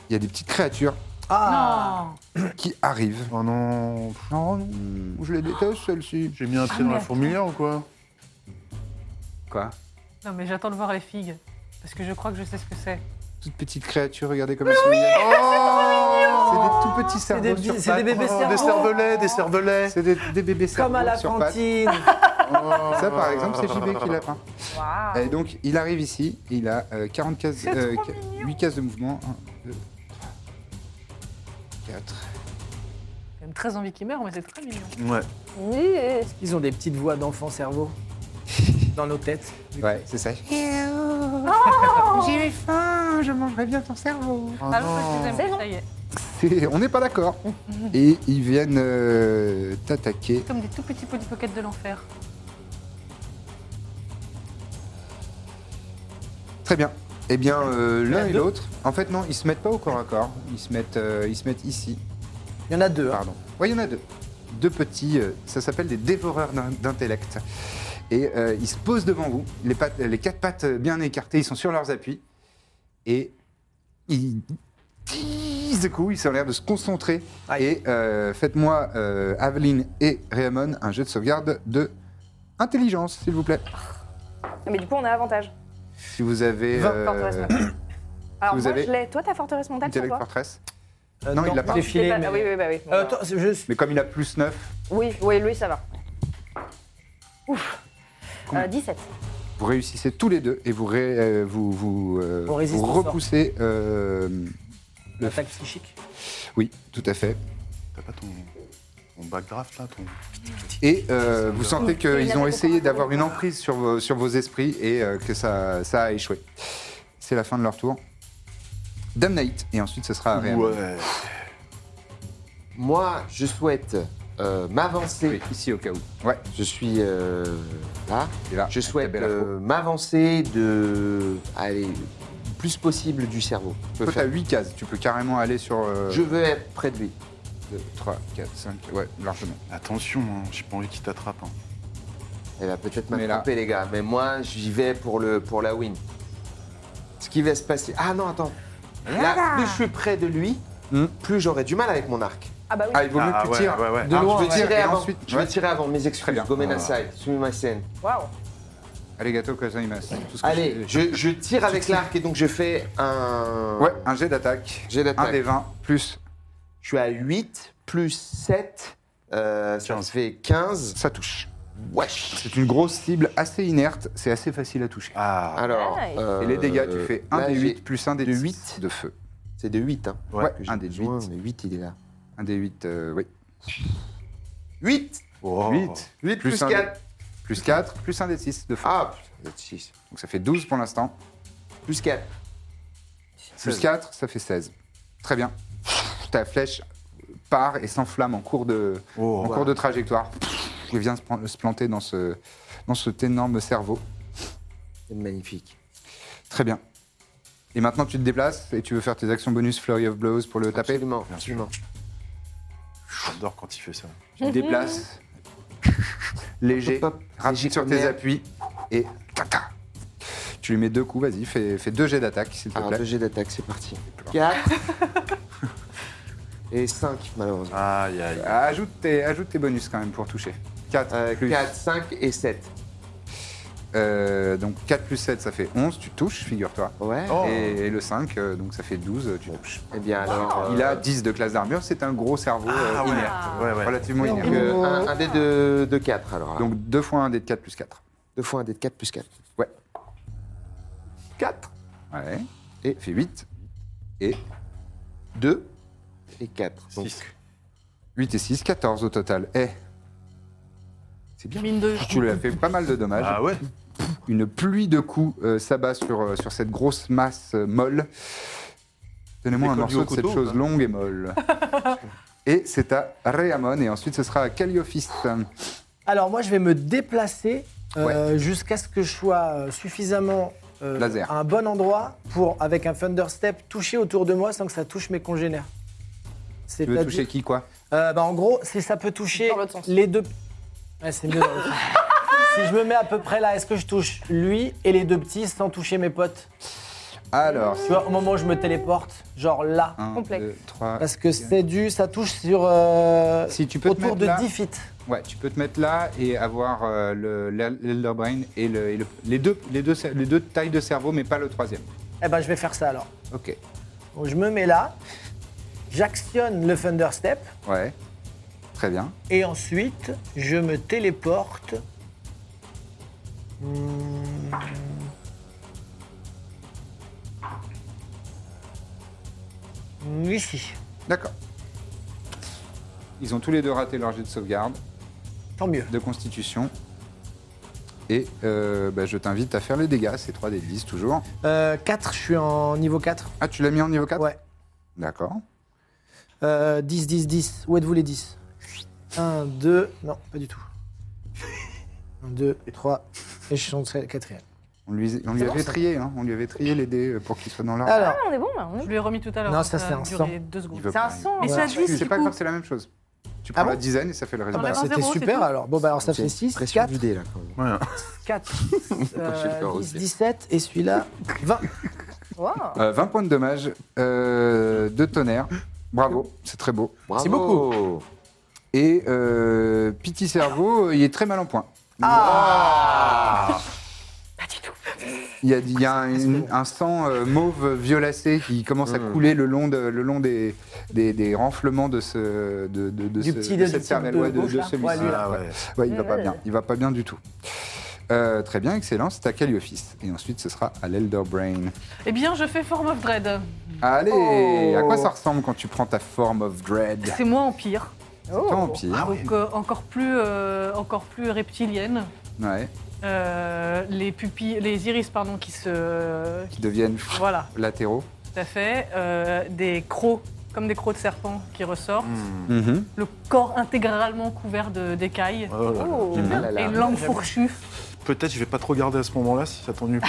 A: il y a des petites créatures
E: Ah
F: Non
A: qui arrivent.
B: Oh non, Hmm.
A: Oh non, je les déteste celles-ci.
B: j'ai mis un pied dans la fourmilière ou quoi
A: Quoi
F: Non, mais j'attends de voir les figues. Parce que je crois que je sais ce que c'est.
A: Toutes petites créatures, regardez comme elles sont mignonnes. Oh C'est des tout petits cerveaux
E: des-
A: sur
E: c'est des
A: pattes.
E: bébés
A: Oh,
B: Des
E: cerveaux.
B: cervelets, des cervelets
A: C'est des, des bébés cerveaux
E: Comme à la
A: sur Oh. pattes.
E: cantine.
A: Ça, par exemple, c'est JB qui l'a hein. peint.
D: Waouh.
A: Et donc, il arrive ici, il a euh, 40 cases,
F: C'est
A: euh,
F: trop
A: ca- 8 cases de mouvement. 1, 2, 4.
F: J'ai même très envie qu'il meure, mais c'est très mignon.
B: Ouais.
E: Ils ont des petites voix d'enfants cerveau dans nos têtes.
A: Ouais, c'est ça.
D: Oh
A: J'ai faim, je mangerai bien ton cerveau.
F: Ah, je crois que je les aime,
D: C'est bon.
F: ça y est.
A: on n'est pas d'accord. Et ils viennent euh, t'attaquer.
F: Comme des tout petits Polly Pocket de l'enfer.
A: Très bien. Eh bien, euh, l'un
E: Il y en a
A: et
E: deux.
A: l'autre. En fait, non, ils se mettent pas au corps à corps. Ils se mettent, euh, ils se mettent ici.
E: Il y en a deux. hein.
A: Pardon. Oui, il y en a deux. Deux petits, euh, ça s'appelle des dévoreurs d'in- d'intellect. Et euh, ils se posent devant vous, les, pattes- les quatre pattes euh, bien écartées, ils sont sur leurs appuis. Et ils disent des coups, ils ont l'air de se concentrer.
E: Aïe.
A: Et euh, faites-moi, euh, Aveline et Raymond, un jeu de sauvegarde de intelligence, s'il vous plaît.
D: Mais du coup, on a avantage.
A: Si vous avez.
E: Vingt,
A: euh,
D: forteresse mentale. Alors,
A: vous
D: moi,
A: avez-
D: je l'ai. Toi, ta forteresse mentale, c'est
A: Intellect
D: quoi
A: Fortress.
E: Euh,
A: Non, il l'a pas.
E: j'ai
D: Je l'ai
E: filé,
D: pas-
E: mais-
D: Ah oui, oui, bah oui.
E: Euh, attends, c'est juste-
A: Mais comme il a plus 9,
D: Oui, oui, lui, ça va. Ouf. Euh, 17.
A: Vous réussissez tous les deux et vous, ré- euh, vous, vous, euh,
E: On résiste
A: vous
E: au sort.
A: repoussez. euh,
E: l'attaque psychique.
A: oui, tout à fait.
B: T'as pas ton. Ton backdraft, là, ton...
A: Et euh, vous
D: Il
A: sentez
D: a
A: qu'ils ont
D: fait
A: essayé
D: beaucoup. hein.
A: d'avoir une emprise sur vos, sur vos esprits et euh, que ça, ça a échoué. C'est la fin de leur tour. Dame Night, et ensuite ce sera à Réa.
B: Ouais.
C: Moi, je souhaite euh, m'avancer.
A: Oui, ici au cas où. Ouais,
C: Je suis euh, là.
A: Et là,
C: Je
A: avec
C: souhaite
A: ta belle afro.
C: euh, m'avancer de. ah, Aller le plus possible du cerveau. Je peux
A: toi t'as
C: faire-
A: 8 cases, tu peux carrément aller sur. euh,
C: Je veux être près de lui.
A: 2, 3, 4, 5, ouais, largement.
B: Attention, hein, j'ai pas envie qu'il t'attrape. hein.
C: Elle va peut-être
A: Mais là-
C: m'attraper, les gars. Mais moi, j'y vais pour, le, pour la win. Ce qui va se passer. Ah non, attends. Là, plus je suis près de lui,
A: Hmm.
C: plus j'aurai du mal avec mon arc.
D: Ah bah oui.
A: Ah, il vaut mieux
B: Ah,
A: que tu
B: ouais,
A: tires.
B: ouais, ouais.
C: De
A: Alors,
C: loin,
A: tu veux
C: ouais.
A: tirer
C: Et
A: avant.
C: ensuite, je vais
A: Ouais.
C: tirer avant, mes
A: Très
C: excuses.
A: bien.
C: Gomen
A: Ah.
C: aside, ma scène.
D: Waouh.
A: Arigato gozaimasu. Tout ce que
C: Allez,
A: je-
C: je, je tire avec l'arc et donc je fais un.
A: Ouais, un jet d'attaque.
C: Jet d'attaque.
A: Un des 20 plus.
C: Je suis à 8 plus 7. euh, ça
B: Quinze.
C: se fait 15.
A: Ça touche.
C: Wesh
A: C'est une grosse cible assez inerte, c'est assez facile à toucher.
B: Ah,
C: Alors.
D: Nice.
C: euh,
A: Et les dégâts, tu fais 1
C: là,
A: des
C: j'ai-
A: 8 plus 1 des
C: de
A: 8
C: huit.
A: de feu.
C: C'est de 8. Hein.
A: Ouais,
C: Que j'ai
A: un des 8.
C: besoin, Le 8, il est là.
A: 1 des 8, oui.
C: 8
B: oh.
A: 8
C: 8 plus,
A: un
C: 4.
A: des- plus 4, plus 1 des 6 de feu.
C: Ah, putain, vous êtes six.
A: Donc ça fait 12 pour l'instant.
C: Plus 4.
A: Plus 4, ça fait 16. Très bien. Ta flèche part et s'enflamme en cours de,
B: Oh.
A: en cours de trajectoire. Elle vient se, pla- se planter dans, ce, dans cet énorme cerveau.
C: C'est magnifique.
A: Très bien. Et maintenant, tu te déplaces et tu veux faire tes actions bonus Flurry of Blows pour le taper.
C: Absolument, absolument.
B: J'adore quand il fait ça.
A: Tu te déplaces. Léger.
C: Hop, hop, léger
A: Rapide sur
C: comme
A: tes
C: l'air.
A: appuis. Et. tata. Tu lui mets deux coups, vas-y, fais, fais deux jets d'attaque, s'il te
C: Alors,
A: plaît.
C: deux jets d'attaque, c'est parti. 4.
A: Ah,
C: et 5, malheureusement.
B: Aïe, aïe.
A: Ajoute tes, ajoute tes bonus quand même pour toucher. 4 plus.
C: 4, 5 Euh, et 7.
A: euh, donc 4 plus 7, ça fait 11, tu touches, figure-toi.
C: Ouais.
B: Oh.
A: Et, et le 5, euh, donc ça fait 12, tu touches.
C: Eh bien, alors.
A: Il
C: euh,
A: a 10 de classe d'armure, c'est un gros cerveau euh,
B: Ah, ouais.
A: inerte.
B: ouais, ouais.
A: Relativement
C: donc,
A: inerte.
C: euh, un, un dé de, de 4, alors. Donc,
A: Donc 2 fois 1 dé de 4 plus 4.
C: 2 Ah. fois un dé de 4 plus 4.
A: Ouais. 4. Ouais. Et fait 8. Et
C: 2 et 4. Donc,
B: Six.
A: 8 et 6, 14 au total. Eh,
C: c'est bien.
F: Mine de.
A: Ah, tu lui as fait pas mal de dommages.
B: Ah ouais
A: Une pluie de coups euh, s'abat sur, euh, sur cette grosse masse euh, molle. Donnez-moi un
B: Décolle du haut
A: morceau de cette
B: couteau,
A: chose
B: hein.
A: longue et molle. et c'est à Réamon, et ensuite ce sera à Calliophis.
E: Alors moi, je vais me déplacer euh, jusqu'à ce que je sois euh, suffisamment euh,
A: Laser.
E: à un bon endroit pour, avec un Thunder Step, toucher autour de moi sans que ça touche mes congénères.
A: Tu veux
E: C'est-à-dire-
A: toucher qui, quoi
E: Euh, bah, En gros, c'est ça peut toucher
D: Dans l'autre sens.
E: les deux. Ouais, c'est mieux. dans l'autre sens. si je me mets à peu près là, est-ce que je touche lui et les deux petits sans toucher mes potes
A: Alors,
E: Tu vois, au moment où je me téléporte, genre là.
A: 1,
D: Complexe.
A: 2, 3...
E: Parce que c'est du, ça touche sur euh,
A: Si tu peux te
E: autour
A: mettre
E: de
A: là.
E: 10 feet.
A: Ouais, tu peux te mettre là et avoir euh, le- l'Elder Brain et, le- et le- les, deux, les, deux, cer- les deux tailles de cerveau, mais pas le troisième.
E: Eh ben, je vais faire ça alors.
A: Ok.
E: Donc, je me mets là, j'actionne le Thunder Step,
A: Ouais. Très bien.
E: et ensuite, je me téléporte. Hmm. Ici.
A: D'accord. Ils ont tous les deux raté leur jet de sauvegarde,
E: Tant mieux.
A: de constitution. Et euh, bah, je t'invite à faire les dégâts, c'est 3 des 10 toujours.
E: 4, Euh, je suis en niveau 4.
A: Ah, tu l'as mis en niveau 4
E: Ouais.
A: D'accord.
E: Euh, 10, 10, 10. Où êtes-vous les 10 1, 2. Non, pas du tout. 1, 2, 3. Et je suis en quatrième.
A: On lui, on lui
E: C'est bon,
A: avait
E: ça.
A: trié, hein, on lui avait trié les dés euh, pour qu'ils soient dans l'ordre.
E: Alors,
D: Ah, on est bon là. on est bon.
F: Je lui ai remis tout à l'heure.
E: Non, ça,
F: a
E: c'est un
F: duré deux secondes.
A: Il veut
D: C'est un
A: pas-
D: son.
F: Mais
D: hein.
F: c'est à
E: Ouais.
F: 10
A: C'est
F: du
A: pas
F: coup.
A: grave, c'est la même chose. Tu prends
E: Ah bon
A: la dizaine et ça fait le
E: Ah
A: résultat.
E: bah,
F: Voilà.
E: c'était
F: 0, c'est
E: super
F: tout.
E: alors. Bon, bah alors ça
C: J'ai
E: fait
C: une
E: 6,
C: pression
E: 4,
C: du dé, là, quand même.
B: Ouais.
E: 4,
C: J'ai le corps
E: 10,
C: aussi.
E: 17 et celui-là 20.
D: Waouh.
A: Euh, 20 points de dommage, euh, de tonnerre. Bravo, c'est très beau.
C: Bravo.
E: C'est beaucoup.
A: Et euh, Petit Cerveau, euh, il est très mal en point.
D: Ah.
A: Ah.
D: Pas du tout.
A: Il y a, il y a un, un sang euh, mauve violacé qui commence à
E: Hmm.
A: couler le long, de- le long des, des, des renflements de ce de, de, de
E: Du
A: ce-
E: petit
A: de
E: de-
A: cette
E: du
A: cervelle,
E: petit de
A: ouais, de,
E: gauche,
A: de
E: là.
A: celui-ci.
E: Ouais, lui,
B: Ah ouais.
A: Ouais, il va pas
D: Ouais.
A: bien, il va pas bien du tout. Euh, très bien, excellent, c'est à Calliophis. Et ensuite, ce sera à l'Elder Brain.
F: Eh bien, je fais Form of Dread.
A: Allez,
E: Oh.
A: à quoi ça ressemble quand tu prends ta forme of dread
F: Oh. C'est moi en pire.
A: Tant pis.
F: Donc euh, encore plus, euh, encore plus reptilienne.
A: Ouais.
F: Euh, les pupilles, les iris pardon, qui se,
A: Qui deviennent pff,
F: voilà,
A: latéraux.
F: tout à fait, Euh, des crocs comme des crocs de serpent qui ressortent,
A: Mhm.
F: le corps intégralement couvert de d'écailles.
B: Oh là là.
D: Oh.
C: Ah là là.
F: Et une langue fourchue,
B: Peut-être je vais pas trop garder à ce moment-là si ça t'ennuie pas.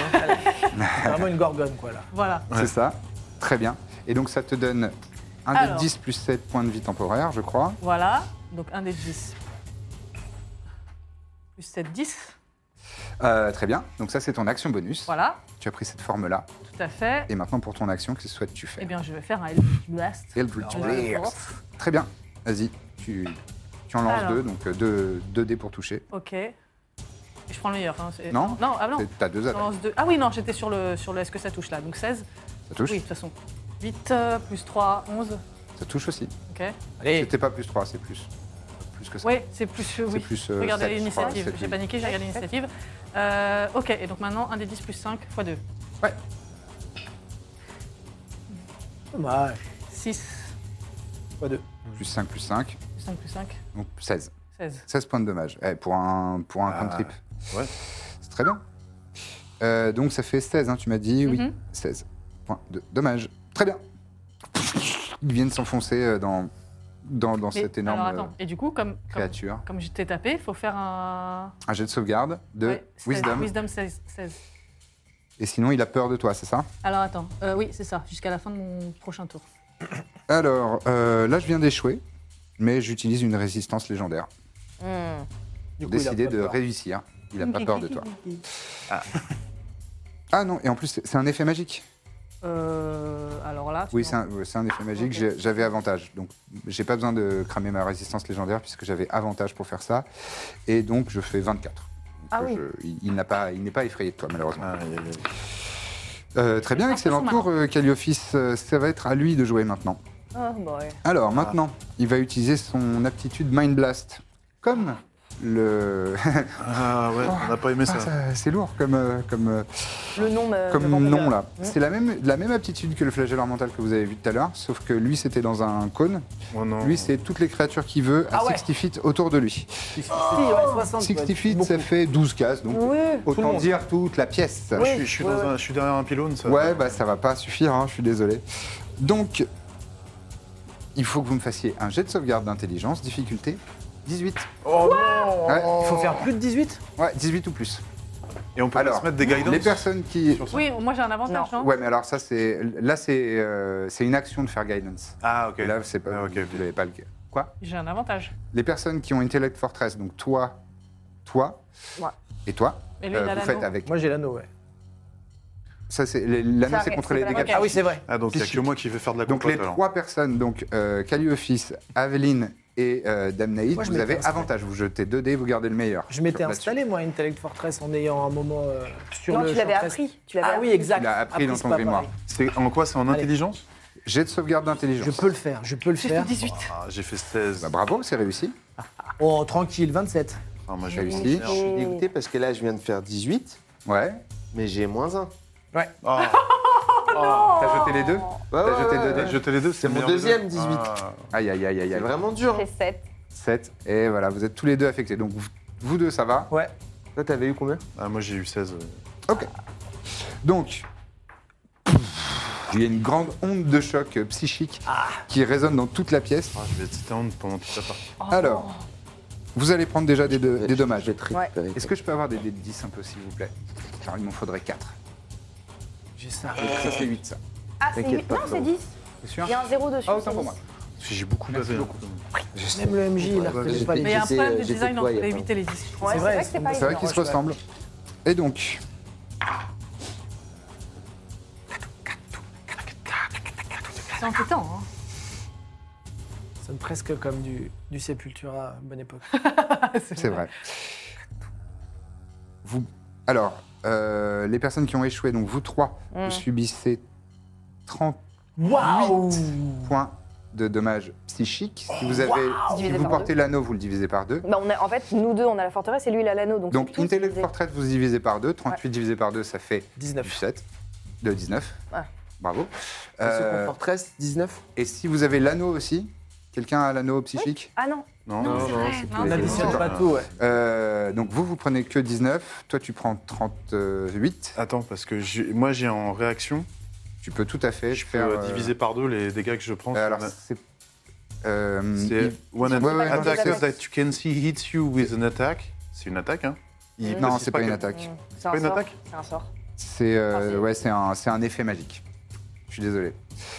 E: C'est vraiment une gorgone, quoi, là.
F: voilà.
A: C'est ça. Très bien. Et donc ça te donne un dé de
F: Alors.
A: 10 plus 7 points de vie temporaire, je crois.
F: Voilà, donc un des 10. Plus 7, 10.
A: Euh, très bien. Donc ça, c'est ton action bonus.
F: Voilà,
A: Tu as pris cette forme-là.
F: tout à fait.
A: Et maintenant, pour ton action, qu'est-ce que souhaites-tu faire
F: Eh bien, je vais faire un Eldritch Blast.
A: Eldritch
F: Je vais le
A: Blast.
F: faire.
A: Très bien. Vas-y. Tu, tu en lances
F: Alors.
A: deux, donc euh, deux, deux dés pour toucher.
F: Ok. Je prends le meilleur. hein, c'est-
A: Non.
F: Non, ah non.
A: C'est- T'as deux
F: Je
A: attaques.
F: lance deux. Ah oui, non, j'étais sur le, sur le. Est-ce que ça touche là Donc 16
A: Ça touche
F: Oui, de toute façon. 8 plus 3, 11.
A: Ça touche aussi.
F: Ok.
E: Allez,
A: C'était pas plus 3, c'est plus. Plus que ça.
F: Ouais, c'est plus. euh,
A: C'est
F: oui.
A: plus, euh,
F: Regardez
A: sept, je crois,
F: l'initiative.
A: sept,
F: J'ai
A: huit.
F: paniqué, j'ai regardé l'initiative. Euh, ok, et donc maintenant, 1 des 10 plus 5 x 2.
E: dommage.
F: 6
E: Quoi de
A: Plus 5, plus 5.
F: plus 5 plus 5,
A: Donc 16.
F: 16.
A: 16 points de dommage. Eh, pour un, pour un
B: Ah,
A: cantrip.
B: ouais.
A: C'est très bien. Euh, donc ça fait 16, hein, tu m'as dit Oui.
F: Mhm.
A: 16 points de dommage. Très bien. Ils viennent s'enfoncer euh, dans, dans, dans
F: Mais-
A: cette énorme
F: Alors attends,
A: euh,
F: et du coup, comme, comme,
A: créature.
F: comme je t'ai tapé, il faut faire un.
A: Un jet de sauvegarde de
F: Ouais, 16.
A: Wisdom.
F: Wisdom 16. 16.
A: Et sinon, il a peur de toi, c'est ça
F: Alors attends, euh, oui, c'est ça, jusqu'à la fin de mon prochain tour.
A: Alors, euh, là, je viens d'échouer, mais j'utilise une résistance légendaire.
D: Hmm.
E: Du coup, il a
A: Décidé
E: pas
A: de
E: peur.
A: réussir. Il n'a pas peur de toi. Ah non, et en plus, c'est c'est un effet magique.
F: Euh, alors
E: Ah,
F: là. tu
A: Oui,
F: m'en-
A: c'est un, ouais, c'est un effet magique.
F: Ok.
A: J'ai- J'avais avantage. Donc, j'ai pas besoin de cramer ma résistance légendaire puisque j'avais avantage pour faire ça. Et donc, je fais 24. Donc,
D: Ah oui.
A: je- il- il n'a pas- il n'est pas, effrayé de toi, malheureusement.
B: Ah, y a- y a-
A: Euh, très bien,
F: Ah,
A: excellent
F: passons
A: tour, euh, Calliophis. Euh, Ça va être à lui de jouer maintenant.
D: Oh boy.
A: Alors,
B: Ah.
A: maintenant, il va utiliser son aptitude Mind Blast. Comme le.
B: Ah ouais, on n'a pas aimé
A: Ah,
B: ça.
A: ça- c'est lourd comme, euh, comme, euh,
D: Le nom me.
A: comme
D: me manque.
A: nom là.
D: Mm.
A: C'est la même, la même aptitude que le flagelleur mental que vous avez vu tout à l'heure, sauf que lui c'était dans un cône.
B: Oh non.
A: Lui c'est toutes les créatures qu'il veut à
E: Ah ouais.
A: 60 feet autour de lui.
E: Si, si,
D: Oh.
E: ouais, 60,
A: 60
E: ouais,
A: feet
E: beaucoup.
A: ça fait 12 cases donc
D: Oui.
E: le
A: autant
E: monde.
A: dire toute la pièce.
B: je suis, je suis dans
D: ouais,
B: un- je suis derrière un pylône, ça.
A: Ouais, bah ça va pas suffire, hein, je suis désolé. Donc, il faut que vous me fassiez un jet de sauvegarde d'intelligence, difficulté 18.
B: Oh non
A: Ouais,
E: Il faut faire plus de 18
A: ouais, 18 ou plus.
B: Et on peut pas
A: Alors,
B: se mettre des guidance
A: Les personnes qui.
B: sur ça
F: Oui, moi j'ai un avantage, hein. non,
A: Ouais, mais alors ça, c'est. Là, c'est euh, c'est une action de faire guidance.
B: Ah ok.
A: Et là, c'est pas.
B: Ah, ok, ok.
A: Vous n'avez pas le. Quoi
F: J'ai un avantage.
A: Les personnes qui ont Intellect Fortress, donc toi, toi
D: Moi.
A: et toi, Euh,
F: Et lui, il a
A: vous faites
F: l'anneau.
A: avec.
E: Moi, j'ai l'anneau, ouais.
A: Ça, c'est les- l'anneau,
D: Ça
A: c'est
D: arrête,
A: contre
D: c'est
A: les
D: pas
A: dégâts.
D: la
A: de
D: raquette.
E: Ah oui, c'est vrai.
B: Ah donc il n'y a que moi qui vais faire de la
A: Donc
B: compote
A: les
B: alors.
A: trois personnes, donc euh, Calliophis, Aveline et euh, Damnaïd,
E: Moi, je
A: vous
E: m'étais
A: avez
E: installé.
A: avantage. Vous jetez 2 dés, vous gardez le meilleur.
E: Je m'étais
A: Sur-
E: installé, moi, à Intellect Fortress en ayant un moment euh, sur
D: Non,
E: le.
D: tu l'avais
E: Fortress.
D: appris. Tu l'avais
E: Ah oui,
D: appris.
E: exact.
A: Il a appris dans
E: c'est
A: ton
E: pas
A: grimoire.
E: pareil.
B: C'est en quoi C'est en
E: Allez.
B: intelligence
A: là-dessus. Jet de sauvegarde
E: Je
A: d'intelligence.
E: peux le faire, je peux le
F: J'ai fait
E: faire.
F: 18.
B: Ah, J'ai fait 16.
A: Bah, bravo, c'est réussi.
E: Oh, tranquille, 27.
B: Ah, moi, j'ai
A: Réussi.
B: réussi.
C: Je suis dégoûté parce que là, je viens de faire 18,
A: Ouais.
C: mais j'ai moins 1.
B: Ah,
A: T'as jeté les deux T'as jeté deux
B: j'ai
A: dés
B: jeté les deux.
C: C'est
B: le
C: mon
B: meilleur des
C: deuxième,
B: deux.
C: 18.
B: Ah.
A: Aïe, aïe, aïe, aïe,
C: C'est
A: aïe.
C: vraiment dur.
D: J'ai 7.
A: 7. Et voilà, vous êtes tous les deux affectés. Donc vous- vous deux, ça va.
E: Ouais.
C: Toi, t'avais eu combien
B: Ah, moi j'ai eu 16.
A: Donc, il y a une grande onde de choc euh, psychique qui résonne dans toute la pièce.
B: Ah, je vais être honte pendant toute la partie.
A: Alors, vous allez prendre déjà des, deux- des dommages.
C: Je vais te récupérer.
A: Est-ce que je peux avoir des dés de 10 un peu, s'il vous plaît Car il m'en faudrait 4.
E: Oh, J'ai ça.
A: Ça fait 8, ça.
D: Ah, c'est
C: T'inquiète
D: huit.
C: pas,
D: Non, c'est
C: Florent.
D: 10.
A: C'est sûr
D: Il y a un 0 dessus.
A: Ah,
D: c'est
A: autant pour
D: 10.
A: moi.
B: Parce que j'ai beaucoup
A: Merci
B: bavé. hein.
A: beaucoup.
E: Même le MJ, il a
C: Ouais,
E: reconnu
C: j'étais-
E: pas
F: Mais
E: les
F: il y a un
C: J'étais-
D: euh,
F: problème de
C: j'étais
F: design
C: toi,
F: entre
C: il y a
F: les
C: pas
F: 8 et les 10.
D: Ouais,
E: C'est
D: c'est vrai
E: vrai,
D: que c'est pas
A: C'est vrai
D: évident.
A: qu'ils se ressemblent. Et donc.
F: C'est inquiétant. Hein.
E: Ça sonne presque comme du, du Sepultura, bonne époque.
A: C'est vrai. Vous... Alors, euh, les personnes qui ont échoué, donc vous trois,
D: Hmm.
A: vous subissez 30
E: Waouh
A: points de dommages psychiques. Si vous, avez, si
D: Oh, Divisé
A: vous
D: par
A: portez l'anneau, vous le divisez par deux.
D: Bah, on a, en fait, nous deux, on a la forteresse et lui, il a l'anneau. Donc,
A: Donc
D: tout
A: Intellect
D: divisé.
A: Portrait, vous divisez par deux. 38 divisé par deux, ça fait
E: 19.
A: 17. De 19.
D: Ouais.
A: Bravo.
C: Second
A: Euh,
C: Fortress, 19
A: et si vous avez l'anneau aussi, Quelqu'un a l'anneau psychique
D: Ah non,
B: Non,
F: Non, c'est vrai,
B: c'est
F: non,
B: tous
E: On
B: les-
E: additionne
B: Attends,
E: pas tout, ouais.
A: Euh, Donc vous, vous prenez que 19. Toi, tu prends 38.
B: Attends, parce que j'ai- moi j'ai en réaction,
A: Tu peux tout à fait
B: je peux
A: faire...
B: euh,
A: euh,
B: diviser par deux les dégâts que je prends.
A: euh, alors,
B: sur ma-
A: c'est... euh,
B: c'est one
A: ouais, ouais,
B: attack
D: ouais.
B: that you can see hits you with an attack. C'est une attaque, hein Il
A: non,
B: précise
A: c'est pas une
B: que-
A: attaque.
D: Mm. c'est un
B: pas une
D: sort.
B: attaque
D: C'est un sort.
A: C'est euh,
D: Enfin, Ah, c'est-
A: ouais, c'est un, c'est un effet magique. Je suis désolé.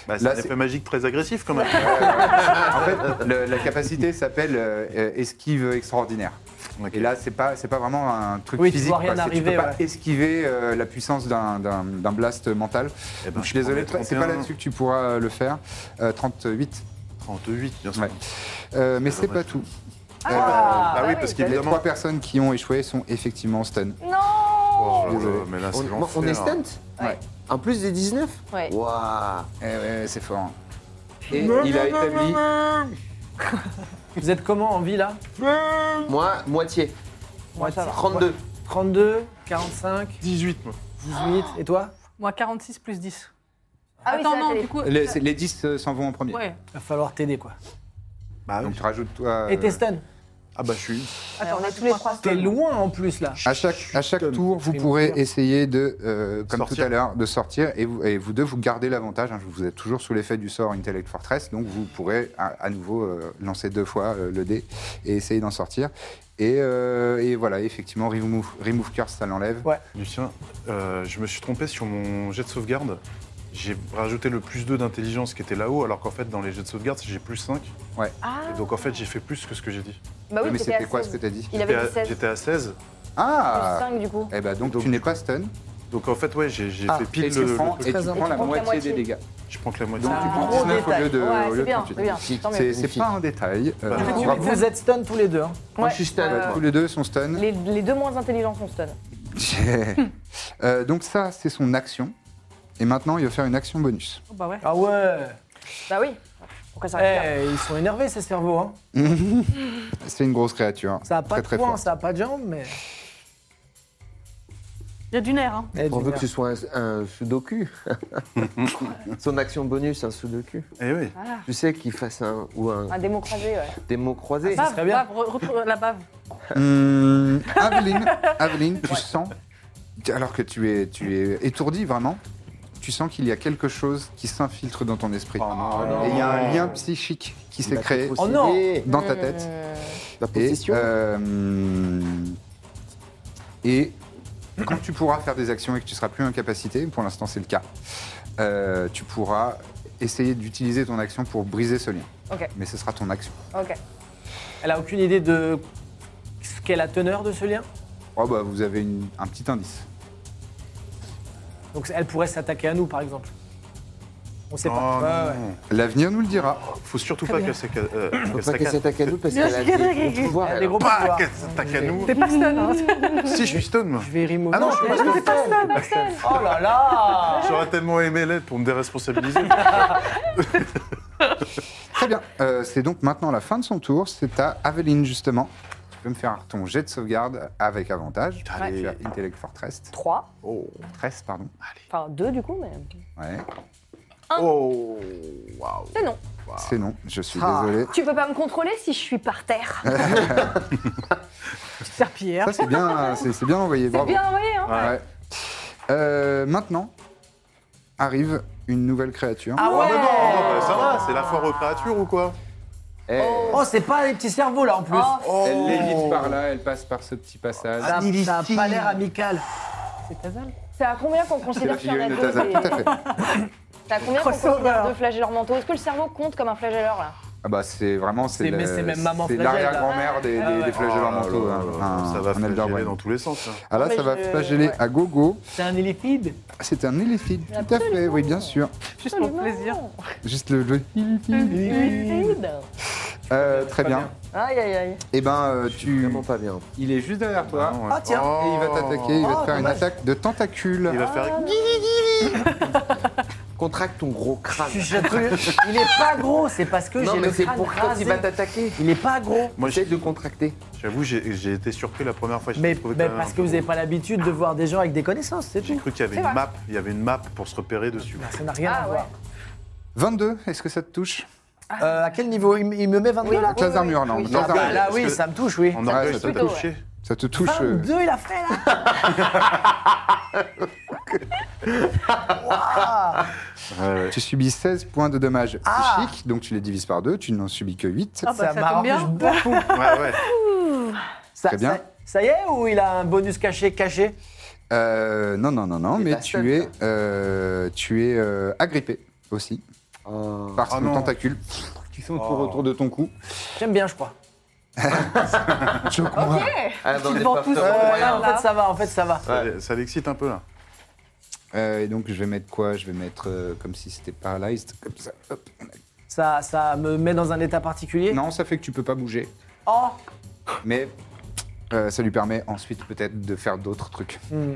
B: Bah, c'est
A: Là,
B: un
A: c'est-
B: effet magique très agressif quand même.
A: En fait, le- la capacité s'appelle euh, euh, esquive extraordinaire.
B: Ok.
A: Et là, c'est pas, c'est pas vraiment un truc
E: Oui, tu
A: physique.
E: vois rien
A: quoi. C'est-
E: arriver,
A: tu peux pas
E: ouais.
A: esquiver euh, la puissance d'un- d'un d'un blast mental.
B: Eh ben,
A: Donc, je suis désolé,
B: prends mes
A: c'est pas
B: 31,
A: là-dessus que tu pourras euh, le faire. Euh, 38.
B: 38, bien sûr.
A: Ouais. Euh, mais
B: Ah,
A: c'est pas
B: dommage.
A: tout.
B: Ah,
D: bah
B: oui,
D: oui, t'as-
B: parce
A: Les
B: qu'évidemment.
A: trois personnes qui ont échoué sont effectivement stun.
D: Non
B: Oh,
A: Je suis désolé.
B: mais là, c'est
C: On,
B: l'enfer.
C: on est stunt
A: Ouais.
C: En plus des 19
D: Ouais.
C: Waouh
A: Eh ouais, c'est fort. Et il a établi.
E: Vous êtes comment en vie, là
C: Moi, moitié.
E: Moi, ça va.
C: 32.
E: 32, 45,
B: 18, moi.
E: 18, et toi
F: Moi, 46 plus 10.
D: Ah oui,
F: Attends,
D: c'est la
F: non,
D: télé.
F: du coup.
A: Les, c'est- les 10 euh, s'en vont en premier.
F: Ouais.
E: Va falloir t'aider, quoi.
B: Bah, oui.
A: Donc tu rajoutes toi.
E: Et
A: euh,
E: t'es stun.
B: Ah bah, je suis.
D: Attends, on
F: Ah,
D: a tous les trois
E: T'es
D: stun.
E: loin, en plus, là.
A: À chaque, à chaque
E: Tom,
A: tour, vous
E: fais-moi
A: pourrez
E: plaisir.
A: essayer de, euh, comme tout
B: Sortir.
A: à l'heure, de sortir et vous, et vous deux, vous gardez l'avantage. hein. vous êtes toujours sous l'effet du sort Intellect Fortress, donc vous pourrez à, à nouveau euh, lancer deux fois euh, le dé et essayer d'en sortir. Et, euh, et voilà, effectivement, Remove, remove Curse, ça l'enlève.
E: Ouais.
B: Lucien, euh, je me suis trompé sur mon jet de sauvegarde. J'ai rajouté le plus 2 d'intelligence qui était là-haut, alors qu'en fait, dans les jets de sauvegarde, j'ai plus 5.
D: Ah,
B: Et donc, en fait, j'ai fait plus que ce que j'ai dit.
D: bah oui,
A: mais
D: t'étais à
A: c'était quoi ce
D: 16.
A: que t'as dit
D: Il
B: J'étais
D: avait dit
B: à-
D: 16.
B: J'étais à 16.
D: Plus
A: Ah
D: 5 du coup.
A: Eh ben donc,
B: Donc,
A: tu n'es pas stun.
B: Donc, en fait, ouais, j'ai j'ai
A: Ah,
B: fait
A: et
B: pile
A: tu
B: le, le
A: prends,
B: truc.
A: et tu prends
E: Et tu
A: la
D: prends la
A: moitié,
D: moitié. Ah,
A: des dégâts.
B: Je prends que la moitié.
A: Donc tu prends
E: gros
A: 19 au
E: détail.
A: lieu de,
D: Ouais,
A: au
D: c'est
A: lieu de
D: bien,
A: 38.
D: c'est bien. Tant mieux.
A: C'est c'est pas un détail. euh,
B: Bah,
A: tu
B: non.
A: vas
E: Vous,
A: voir.
E: vous êtes stun tous les deux. hein.
C: Moi,
D: Ouais,
C: je suis stun.
D: ouais, ouais.
A: tous les deux sont stun.
D: Les, les deux moins intelligents sont stun.
A: Euh, donc ça, c'est son action. Et maintenant, il va faire une action bonus.
F: Oh, bah ouais.
E: Ah ouais
D: Bah oui. Pourquoi ça
E: Eh,
D: reste là
E: Ils sont énervés, ces cerveaux. Hein.
A: C'est une grosse créature.
E: Ça a pas
A: Très,
E: de
A: très
E: poings,
A: fort.
E: ça a pas de jambes, mais...
F: Il y a du nerf, hein.
E: Eh,
C: On
E: du
C: veut que
E: nerf.
C: ce soit un, un sudoku. Son action bonus, un sudoku.
B: Eh oui.
C: Tu sais qu'il fasse un ou un
D: Un démo croisé, ouais.
C: des Ah, mots croisés.
F: Bave,
E: serait bien.
F: bave, Bah, re- retrouve la bave.
G: Hmm.
A: Hum,
C: Ah,
A: Aveline, Aveline, tu sens, alors que tu es, tu es étourdi vraiment, tu sens qu'il y a quelque chose qui s'infiltre dans ton esprit.
E: Ah,
B: Ah,
A: Et il y a un lien psychique qui s'est
C: Bah,
A: créé
C: faut
E: Oh non.
C: procéder.
A: dans ta tête.
C: La
A: Et,
C: possession.
A: euh, et quand tu pourras faire des actions et que tu seras plus incapacité, pour l'instant c'est le cas, euh, tu pourras essayer d'utiliser ton action pour briser ce lien.
D: Ok.
A: Mais ce sera ton action.
D: Ok.
E: Elle a aucune idée de ce qu'est la teneur de ce lien
A: Oh bah vous avez une- un petit indice.
E: Donc elle pourrait s'attaquer à nous, par exemple. On sait
B: Oh,
E: pas. Ouais, ouais.
B: non, non.
A: L'avenir nous le dira.
B: Faut surtout pas
F: bien.
B: qu'elle s'acca- euh,
C: Faut
B: qu'elle
C: pas qu'elle
B: s'accade.
C: s'attaque à nous parce qu'elle a des gros pouvoirs.
E: Elle a
C: elle.
E: des gros
B: Pas
E: pouvoirs.
B: qu'elle s'attaque à nous.
F: T'es pas stun, hein.
B: Si, je suis stun, moi.
E: Je vais remover.
B: Ah non, je suis pas stun.
E: Oh là là
B: J'aurais tellement aimé l'aide pour me déresponsabiliser.
A: Très bien. Euh, c'est donc maintenant la fin de son tour. C'est à Aveline justement. Tu peux me faire ton jet de sauvegarde avec avantage.
B: Allez.
A: Tu as Intellect Fortress.
D: 3.
B: Oh.
A: Fortress, pardon.
D: Enfin, 2 du coup, mais.
A: Ouais.
B: Oh. Waouh.
D: C'est non.
A: C'est non. Je suis
E: Ah.
A: désolé.
D: Tu peux pas me contrôler si je suis par terre.
F: Super Pierre.
A: Ça c'est bien. C'est c'est bien envoyé.
D: C'est
A: Bravo.
D: bien envoyé, hein.
A: Ouais. Euh, maintenant arrive une nouvelle créature.
E: Ah ouais
B: Oh, bah, ça va, c'est la foire aux créatures ou quoi
A: Elle,
E: Oh, c'est pas les petits cerveaux, là, en plus
D: Oh,
A: Eh. elle lévite par là. Elle passe par ce petit passage.
E: Ça Ah, ça a pas l'air amical.
F: C'est Tazal.
D: c'est à combien qu'on
A: c'est la
D: considère qu'il y en a
A: figurine de
D: deux
A: Tazar.
D: des-
A: Tout à fait.
D: C'est à combien qu'on considère
E: Crossover.
D: deux flagelleurs mentaux Est-ce que le cerveau compte comme un flagelleur là
A: Ah bah c'est vraiment c'est
E: C'est- mais
A: le-
E: c'est même maman
A: c'est
E: flagelle, là.
A: l'arrière-grand-mère des,
E: Ah
A: des,
E: ouais.
A: des flagellants mentaux. hein. Un-
B: Oh, ça va
A: un
B: flageller
A: Elderbrain.
B: dans tous les sens. hein.
A: Ah là,
D: Non,
A: ça
D: mais
A: va
D: je-
A: flageller
D: ouais.
A: à gogo. Ah,
E: C'est un éléphide
A: C'est un éléphide, tout à fait, oui, bien sûr.
F: Juste
D: Oh,
F: pour le plaisir.
A: Juste le. le- Euh, très bien.
D: Aïe aïe aïe.
A: Et ben, euh, tu.
C: Vraiment pas bien.
A: Il est juste derrière toi.
E: Ah, tiens
A: Et il va t'attaquer, il va te faire
G: Ah,
A: une attaque de tentacule.
B: Oh. Il va faire.
C: Contracte ton gros crâne.
E: Je- je- Il est pas gros, c'est parce que
C: Non
E: j'ai
C: mais
E: le
C: c'est
E: crâne
C: pour quand
E: rasé.
C: il va t'attaquer.
E: Il est pas gros
B: Moi,
C: Essaye
B: j'ai-
C: de contracter.
B: j'avoue, j'ai j'ai été surpris la première fois. je
E: mais,
B: l'ai trouvé
E: mais
B: quand même
E: parce
B: un
E: que
B: peu
E: vous
B: gros.
E: n'avez pas l'habitude de voir des gens avec des connaissances, c'est
B: J'ai
E: tout.
B: cru qu'il y avait
D: C'est
B: une
D: vrai.
B: map. Il y avait une map pour se repérer dessus.
E: Non, ça n'a rien
D: Ah
E: à
D: ouais.
E: voir.
A: 22, est-ce que ça te touche
G: Euh, à quel niveau il, me- il me met 22
D: Oui,
G: là
D: oui,
A: Classe d'armure,
D: oui,
A: non.
D: oui.
A: classe
G: Ah bah,
A: d'armure.
G: Là,
B: parce
G: oui,
B: que-
G: ça me touche, oui.
B: En
A: Ouais,
B: orgueil,
A: ça
B: ça
D: peut
B: t'a
D: tôt,
B: touché.
A: Ça te touche. euh,
G: 22, il a fait là
A: Tu subis 16 points de dommages
G: Ah.
A: psychiques, donc tu les divises par deux, tu n'en subis que 8.
F: Ah bah,
G: Ça
F: ça tombe bien.
G: m'arrange beaucoup.
B: Ouais, ouais.
G: Ça,
A: Très bien.
G: Ça, ça y est, ou il a un bonus caché, caché
A: Euh, non, non, non, non,
C: Et
A: mais
C: la seule,
A: tu es, euh, tu es euh, agrippé aussi par
B: Oh
A: son
B: non.
A: tentacule qui sont autour, autour de ton cou.
G: J'aime bien, je crois.
A: Choque-moi.
C: Ah, bah, on est
F: vont
C: pas
F: tous
C: fort.
G: Euh,
F: Ouais,
G: non, en
F: là.
G: fait, ça va, en fait, ça va.
B: Ça l'e- Ça l'excite un peu, là.
A: Euh, et donc je vais mettre quoi Je vais mettre euh, comme si c'était paralyzed, comme ça. hop.
G: Ça, ça me met dans un état particulier
A: Non, ça fait que tu peux pas bouger,
G: Oh
A: mais euh, ça lui permet ensuite peut-être de faire d'autres trucs.
G: Hmm.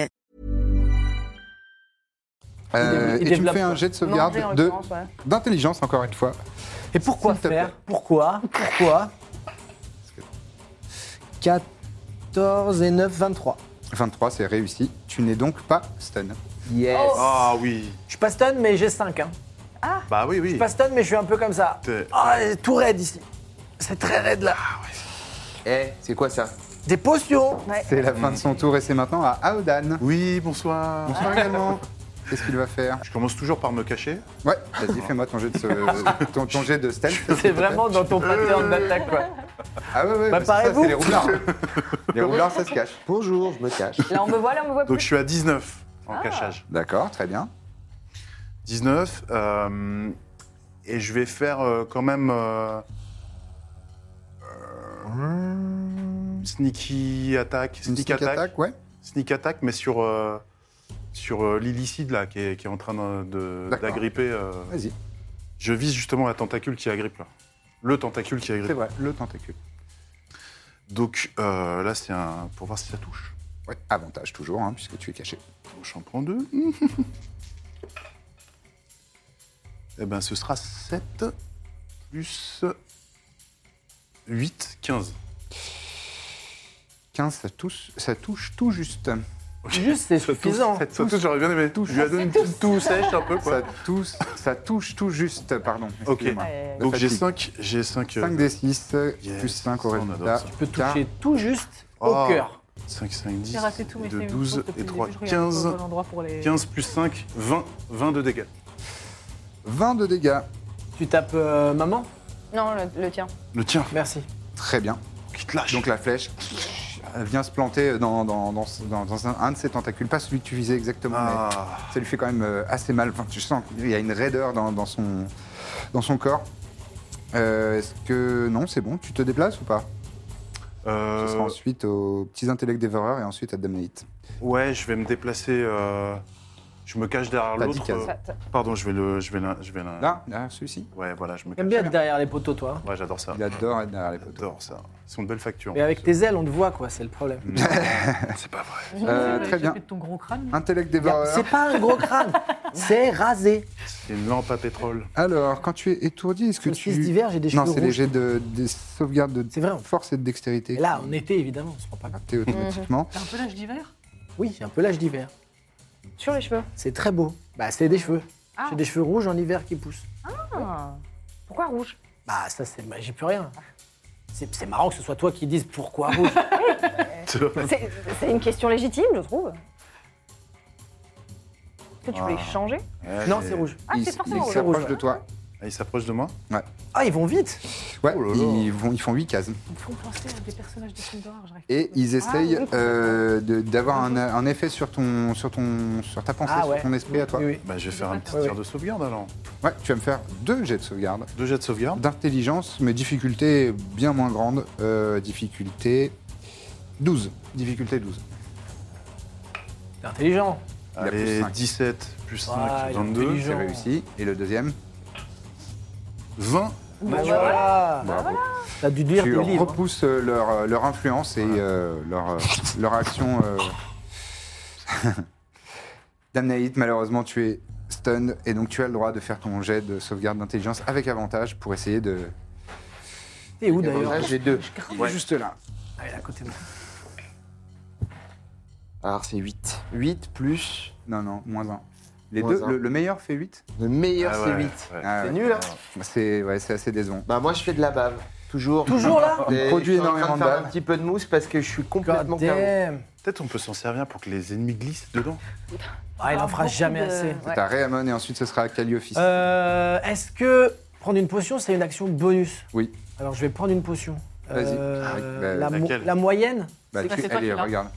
A: Euh,
G: il
A: et tu me
G: développe
A: fais un
G: quoi
A: jet de sauvegarde
D: Manger, en
A: de-
D: l'occurrence, ouais.
A: d'intelligence, encore une fois.
G: Et pourquoi
A: S'il te
G: faire
A: plaît.
G: Pourquoi Pourquoi 14 et 9, 23.
A: 23, c'est réussi. Tu n'es donc pas stun.
C: Yes.
B: Ah oui.
G: Oh. Je suis pas stun, mais j'ai 5. Hein.
B: Bah oui, oui.
G: Je suis pas stun, mais je suis un peu comme ça.
B: T'es-
G: Ah, c'est tout raide ici. C'est très raide là.
B: Ah,
C: Eh, c'est quoi ça
G: Des potions
A: C'est la fin de son tour et c'est maintenant à Aodan.
B: Oui, bonsoir.
A: Bonsoir également. Qu'est-ce qu'il va faire
B: Je commence toujours par me cacher.
A: Ouais, vas-y, fais-moi ton jet de, ce- ton, ton jet de stealth. s'il te
G: C'est
A: plaît.
G: vraiment dans ton
C: Euh.
G: pattern d'attaque quoi.
A: Ah ouais, ouais,
G: Bah,
A: bah, c'est ça,
G: parez-vous.
A: c'est les roublards. les roublards, ça se cache.
C: Bonjour, je me cache.
D: Là, on me voit, là, on me voit plus.
B: Donc
D: Ah.
B: je suis à 19 en cachage.
A: D'accord, très bien.
B: 19. euh, et je vais faire euh, quand même. euh, euh, sneaky attack.
A: Une sneak attack, ouais.
B: Sneak attack, mais sur. euh, sur euh, l'illicide là, qui est, qui est en train de- de-
A: D'accord.
B: d'agripper. euh,
A: Vas-y,
B: je vise justement la tentacule qui agrippe là. Le tentacule qui
A: c'est
B: agrippe.
A: vrai, le tentacule.
B: Donc euh, là, c'est un. pour voir si ça touche.
A: Ouais, avantage toujours, hein, puisque tu es caché.
B: Donc, J'en prends deux. Eh ben, ce sera 7 plus 8, 15.
A: 15, ça touche, ça touche tout juste.
G: Juste, c'est hein. suffisant.
B: Ça touche, j'aurais bien aimé. Je lui ai donné une petite toux sèche un peu,
A: Ça
B: quoi.
A: touche, ça touche tout juste, pardon.
B: Ok.
A: excusez-moi.
D: Ouais.
B: Donc j'ai 5,
A: fatigue.
B: j'ai 5,
A: 5 des 6,
B: Yes,
A: plus 5 au
B: ça, on adore
A: résultat.
B: ça. Tu
G: Je peux toucher tout juste au
B: Oh.
G: cœur.
B: 5, 5, 10,
F: J'ai raté tout, mais
B: de
F: c'est
B: 12 et 3, 15, 15 plus 5, 20, 20 de dégâts.
A: 20 de dégâts.
G: Tu tapes euh, maman
D: Non, le, le tien.
B: Le tien,
G: Merci.
A: Très bien.
B: qui te lâche.
A: Donc la flèche elle vient se planter dans, dans- dans- dans- dans un, un de ses tentacules, pas celui que tu visais exactement,
B: Ah.
A: mais ça lui fait quand même euh, assez mal. Enfin, tu sens qu'il y a une raideur dans, dans son, dans son corps. Euh, Est-ce que. Non, c'est bon, tu te déplaces ou pas
B: Euh,
A: Ce sera ensuite aux petits intellects dévoreurs et ensuite à Damnate.
B: ouais, je vais me déplacer. euh, je me cache derrière
A: T'as dit
B: l'autre. euh,
A: 15.
D: Ça, ça-
B: Pardon, je vais le. Je vais la- je vais la-
A: Là, là, celui-ci,
B: Ouais, voilà, je me cache.
G: J'aime bien être derrière les poteaux, toi. hein.
B: Ouais, j'adore ça.
A: il adore être derrière les poteaux.
B: J'adore ça. Ils sont de belles factures.
G: Mais euh, avec tes ailes, on te voit, quoi, c'est le problème.
B: C'est pas vrai.
A: Euh, très bien.
F: De ton gros crâne.
A: Intellect
G: Regarde,
A: dévoreur.
G: C'est pas un gros crâne, c'est rasé.
B: C'est une lampe à pétrole.
A: Alors, quand tu es étourdi, est-ce que
G: Le
A: tu.
G: 6 d'hiver, j'ai des
A: non,
G: cheveux
A: c'est les
G: rouges.
A: jets de, des sauvegardes de
G: C'est vrai. hein.
A: force et de dextérité.
G: Et là, en été, évidemment, on se rend pas compte.
A: T'es
D: Mhm.
A: automatiquement.
F: T'as un peu l'âge d'hiver
G: Oui, j'ai un peu l'âge d'hiver.
D: Sur les cheveux.
G: C'est très beau. Bah, c'est des cheveux.
D: Ah.
G: J'ai des cheveux rouges en hiver qui poussent.
D: Ah. Pourquoi rouge
G: Bah, ça, c'est. bah, j'ai plus rien. C'est c'est marrant que ce soit toi qui dise pourquoi rouge.
D: C'est c'est une question légitime, je trouve. Est-ce que tu
A: Ah.
D: peux les changer
G: non, c'est rouge.
D: Ah,
A: Ils
D: c'est forcément
A: ils
D: rouge.
A: s'approchent
G: rouge.
A: de toi.
B: Ah, il s'approche de moi.
G: Ah, ils vont vite
A: Ouais,
B: Oh là là.
A: ils, vont, ils font 8 cases.
F: Ils me font penser à des personnages de films d'horreur. j'arrive
A: Et
F: pas.
A: ils essayent
F: Ah, oui.
A: euh, de- d'avoir un, un effet sur ton, sur ton, sur ta pensée,
G: Ah ouais.
A: sur ton esprit à toi.
G: Oui, oui.
B: Bah, je vais faire un petit
G: Ouais,
B: tir
G: ouais.
B: de sauvegarde alors.
A: Ouais, tu vas me faire deux jets de sauvegarde.
B: Deux jets de sauvegarde.
A: D'intelligence, mais difficulté bien moins grande. Euh, difficulté 12. Difficulté 12.
G: C'est intelligent.
A: Il a plus
B: Allez,
A: cinq.
B: 17 plus 5,
E: Ah, il est
B: 22.
A: J'ai réussi. Et le deuxième
B: 20
E: Bah
A: Bah,
G: Bah,
E: Voilà.
A: Bravo.
E: T'as dû lire
A: tu
E: des livres. hein.
A: repousses euh, leur, euh, leur influence et euh, leur, euh, leur action. euh. Dame Naït, malheureusement, tu es stunned et donc tu as le droit de faire ton jet de sauvegarde d'intelligence avec avantage pour essayer de.
E: T'es où
C: Et
E: d'ailleurs
C: là, j'ai deux.
A: Il est juste là.
E: Ah, il est à côté de moi.
C: Alors, c'est 8. 8 plus.
A: Non, non, moins un. Les
C: Moins
A: deux,
C: un.
A: le, le meilleur fait 8
C: Le meilleur,
B: Ah
C: c'est
B: ouais,
C: 8.
B: ouais.
A: Ah
C: C'est
A: ouais.
C: nul, hein
A: C'est ouais, c'est assez décevant.
C: Bah, moi, je fais de la bave. Toujours.
E: Toujours là
C: Et
A: Produit
C: je suis en train
A: énormément de
C: faire
A: bave.
C: un petit peu de mousse parce que je suis
E: God
C: complètement perdu.
E: damn.
B: Peut-être on peut s'en servir pour que les ennemis glissent dedans.
E: Ah, il en fera
D: Beaucoup
E: jamais
D: de-
E: assez.
A: C'est
D: Ouais.
A: à Réamon et ensuite ce sera à Calliophis.
E: Euh, Est-ce que prendre une potion, c'est une action bonus
A: Oui.
E: Alors je vais prendre une potion. Euh,
A: Vas-y. Ah oui, bah,
E: la, mo-
B: laquelle
E: la moyenne
A: Bah,
E: c'est-
A: tu,
F: c'est toi
A: allez,
F: qui l'as.
A: regarde.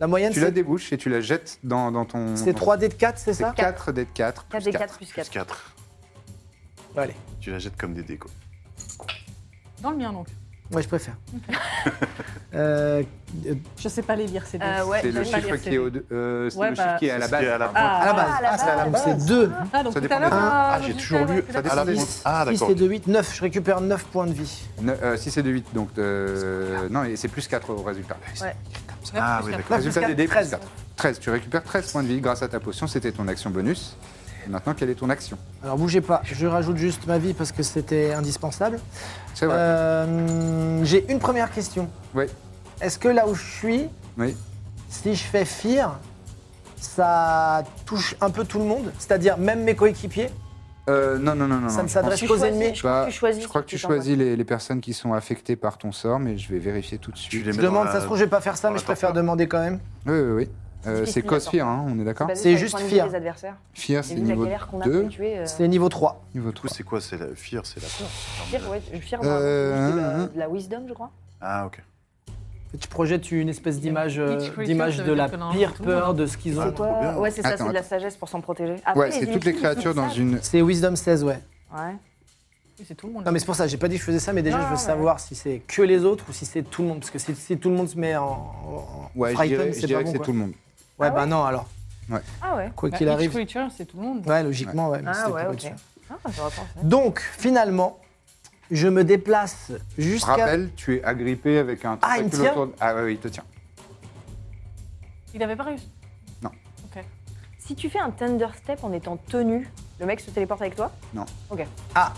E: La moyenne,
A: Tu la
E: c'est
A: débouches et tu la jettes dans, dans ton.
E: c'est 3D de 4, c'est ça
A: 4 d'être 4.
D: 4 des 4 plus
B: Plus
D: 4.
B: 4.
E: Allez,
B: Tu la jettes comme des décos.
F: Dans le mien donc.
E: moi je préfère. Euh, euh,
F: Je sais pas les lire ces deux.
D: Euh, ouais,
A: C'est le
D: j'allais pas
A: chiffre
D: lire,
A: qui est, au, de- euh, c'est
F: Ouais,
A: le
F: bah,
A: chiffre qui est à la
B: c'est ce qui
A: base.
B: est à la
A: pardon.
F: Ah,
E: à la base.
D: à la
E: c'est
D: base.
E: donc c'est 2.
F: Ah, donc
A: Ça
F: tout
A: dépend
F: à l'heure.
A: des-
F: euh,
B: Ah,
F: vous
B: j'ai
F: disiez,
B: toujours
F: ouais,
B: lu.
F: tout à l'heure.
B: Ça dépend
E: Ah,
B: des
E: six.
B: points. Ah,
E: 6
B: d'accord.
E: et 2, 8, 9. Je récupère 9 points de vie.
A: Ne- euh, 6 et de 8, donc euh, non, et c'est plus 4 au résultat.
B: Ah,
F: Neuf
B: oui,
F: plus
B: d'accord.
F: quatre.
A: résultat
E: quatre,
A: des dés, plus
E: 13.
A: 4. 13, tu récupères 13 points de vie grâce à ta potion, c'était ton action bonus. Et maintenant, quelle est ton action
E: Alors bougez pas, je rajoute juste ma vie parce que c'était indispensable.
A: C'est vrai,
E: Euh, J'ai une première question.
A: Oui.
E: Est-ce que là où je suis,
A: oui.
E: si je fais fear, ça touche un peu tout le monde C'est-à-dire même mes coéquipiers
A: Euh, non, non, non, non.
E: Ça
A: non,
E: ne
A: je
E: s'adresse
A: pense-
E: qu'aux ennemis
D: Je
A: je
D: crois
A: crois
D: que tu choisis
A: Je crois
D: ce
A: que tu
D: que t'envoies.
A: choisis les, les personnes qui sont affectées par ton sort, mais je vais vérifier tout de suite.
B: les
E: Je
B: mets dans
E: demande,
B: la-
E: ça se trouve, je vais pas faire ça,
B: dans
E: mais
B: la
E: je préfère
B: torture.
E: demander quand même.
A: Oui, oui, oui. Euh,
D: Difficile,
A: c'est Cosfire, hein, on est d'accord
D: basé
E: C'est
D: sur les
E: juste
D: points de vie
E: fier.
D: des adversaires.
A: Fear,
D: Et
A: c'est
D: vu la
A: niveau
D: galère qu'on a pour
A: 2,
D: les tuer, euh,
E: C'est niveau 3.
A: niveau
B: Du coup,
A: 3.
B: c'est quoi C'est la fear, c'est la peur.
D: fier, ouais, je fier,
A: Euh,
D: moi, de la-
A: hein, hein.
D: de la wisdom, je crois.
B: Ah, ok.
E: Tu projettes une espèce d'image
F: Each
E: euh,
F: creature,
E: d'image
F: ça veut
E: de
F: dire
E: la
F: que non,
E: pire
F: tout le monde.
E: peur de ce qu'ils
B: Ah,
E: ont.
D: C'est
B: trop bien.
D: quoi Ouais, c'est ça,
A: Attends,
D: c'est de la
A: attends.
D: sagesse pour s'en protéger. Après,
A: Ouais, c'est toutes les
D: élixirs, ils
A: créatures
D: sont
A: dans
D: sages.
A: une.
E: C'est Wisdom 16, ouais.
D: Ouais.
F: Oui, C'est tout le monde.
E: Non, mais c'est pour ça, j'ai pas dit que je faisais ça, mais déjà,
D: Non,
E: je
F: Ah,
E: veux
D: mais-
E: savoir si c'est que les autres ou si c'est tout le monde. Parce que si, si tout le monde se met en. en
A: Ouais, je
E: frighten,
A: dirais, je
E: c'est pas
A: dirais que
E: bon.
A: c'est
E: quoi.
A: tout le monde.
E: Ouais, bah non, alors.
D: Ah ouais.
E: Quoi
F: Bah,
E: qu'il
F: each
E: arrive.
F: creature, c'est tout le monde.
E: Ouais, logiquement, ouais. mais
D: Ah
E: c'était
D: ouais,
E: pas
D: ok.
E: dessus.
D: Ah, j'aurais pensé.
E: Donc, finalement, je me déplace jusqu'à.
A: Rappel, tu es agrippé avec un
E: Ah, il me
A: tentacule
E: tient
A: autour de... Ah, ouais, ouais, il te tient.
F: Il avait pas réussi.
D: Si tu fais un Thunder Step en étant tenu, le mec se téléporte avec toi
E: Ah.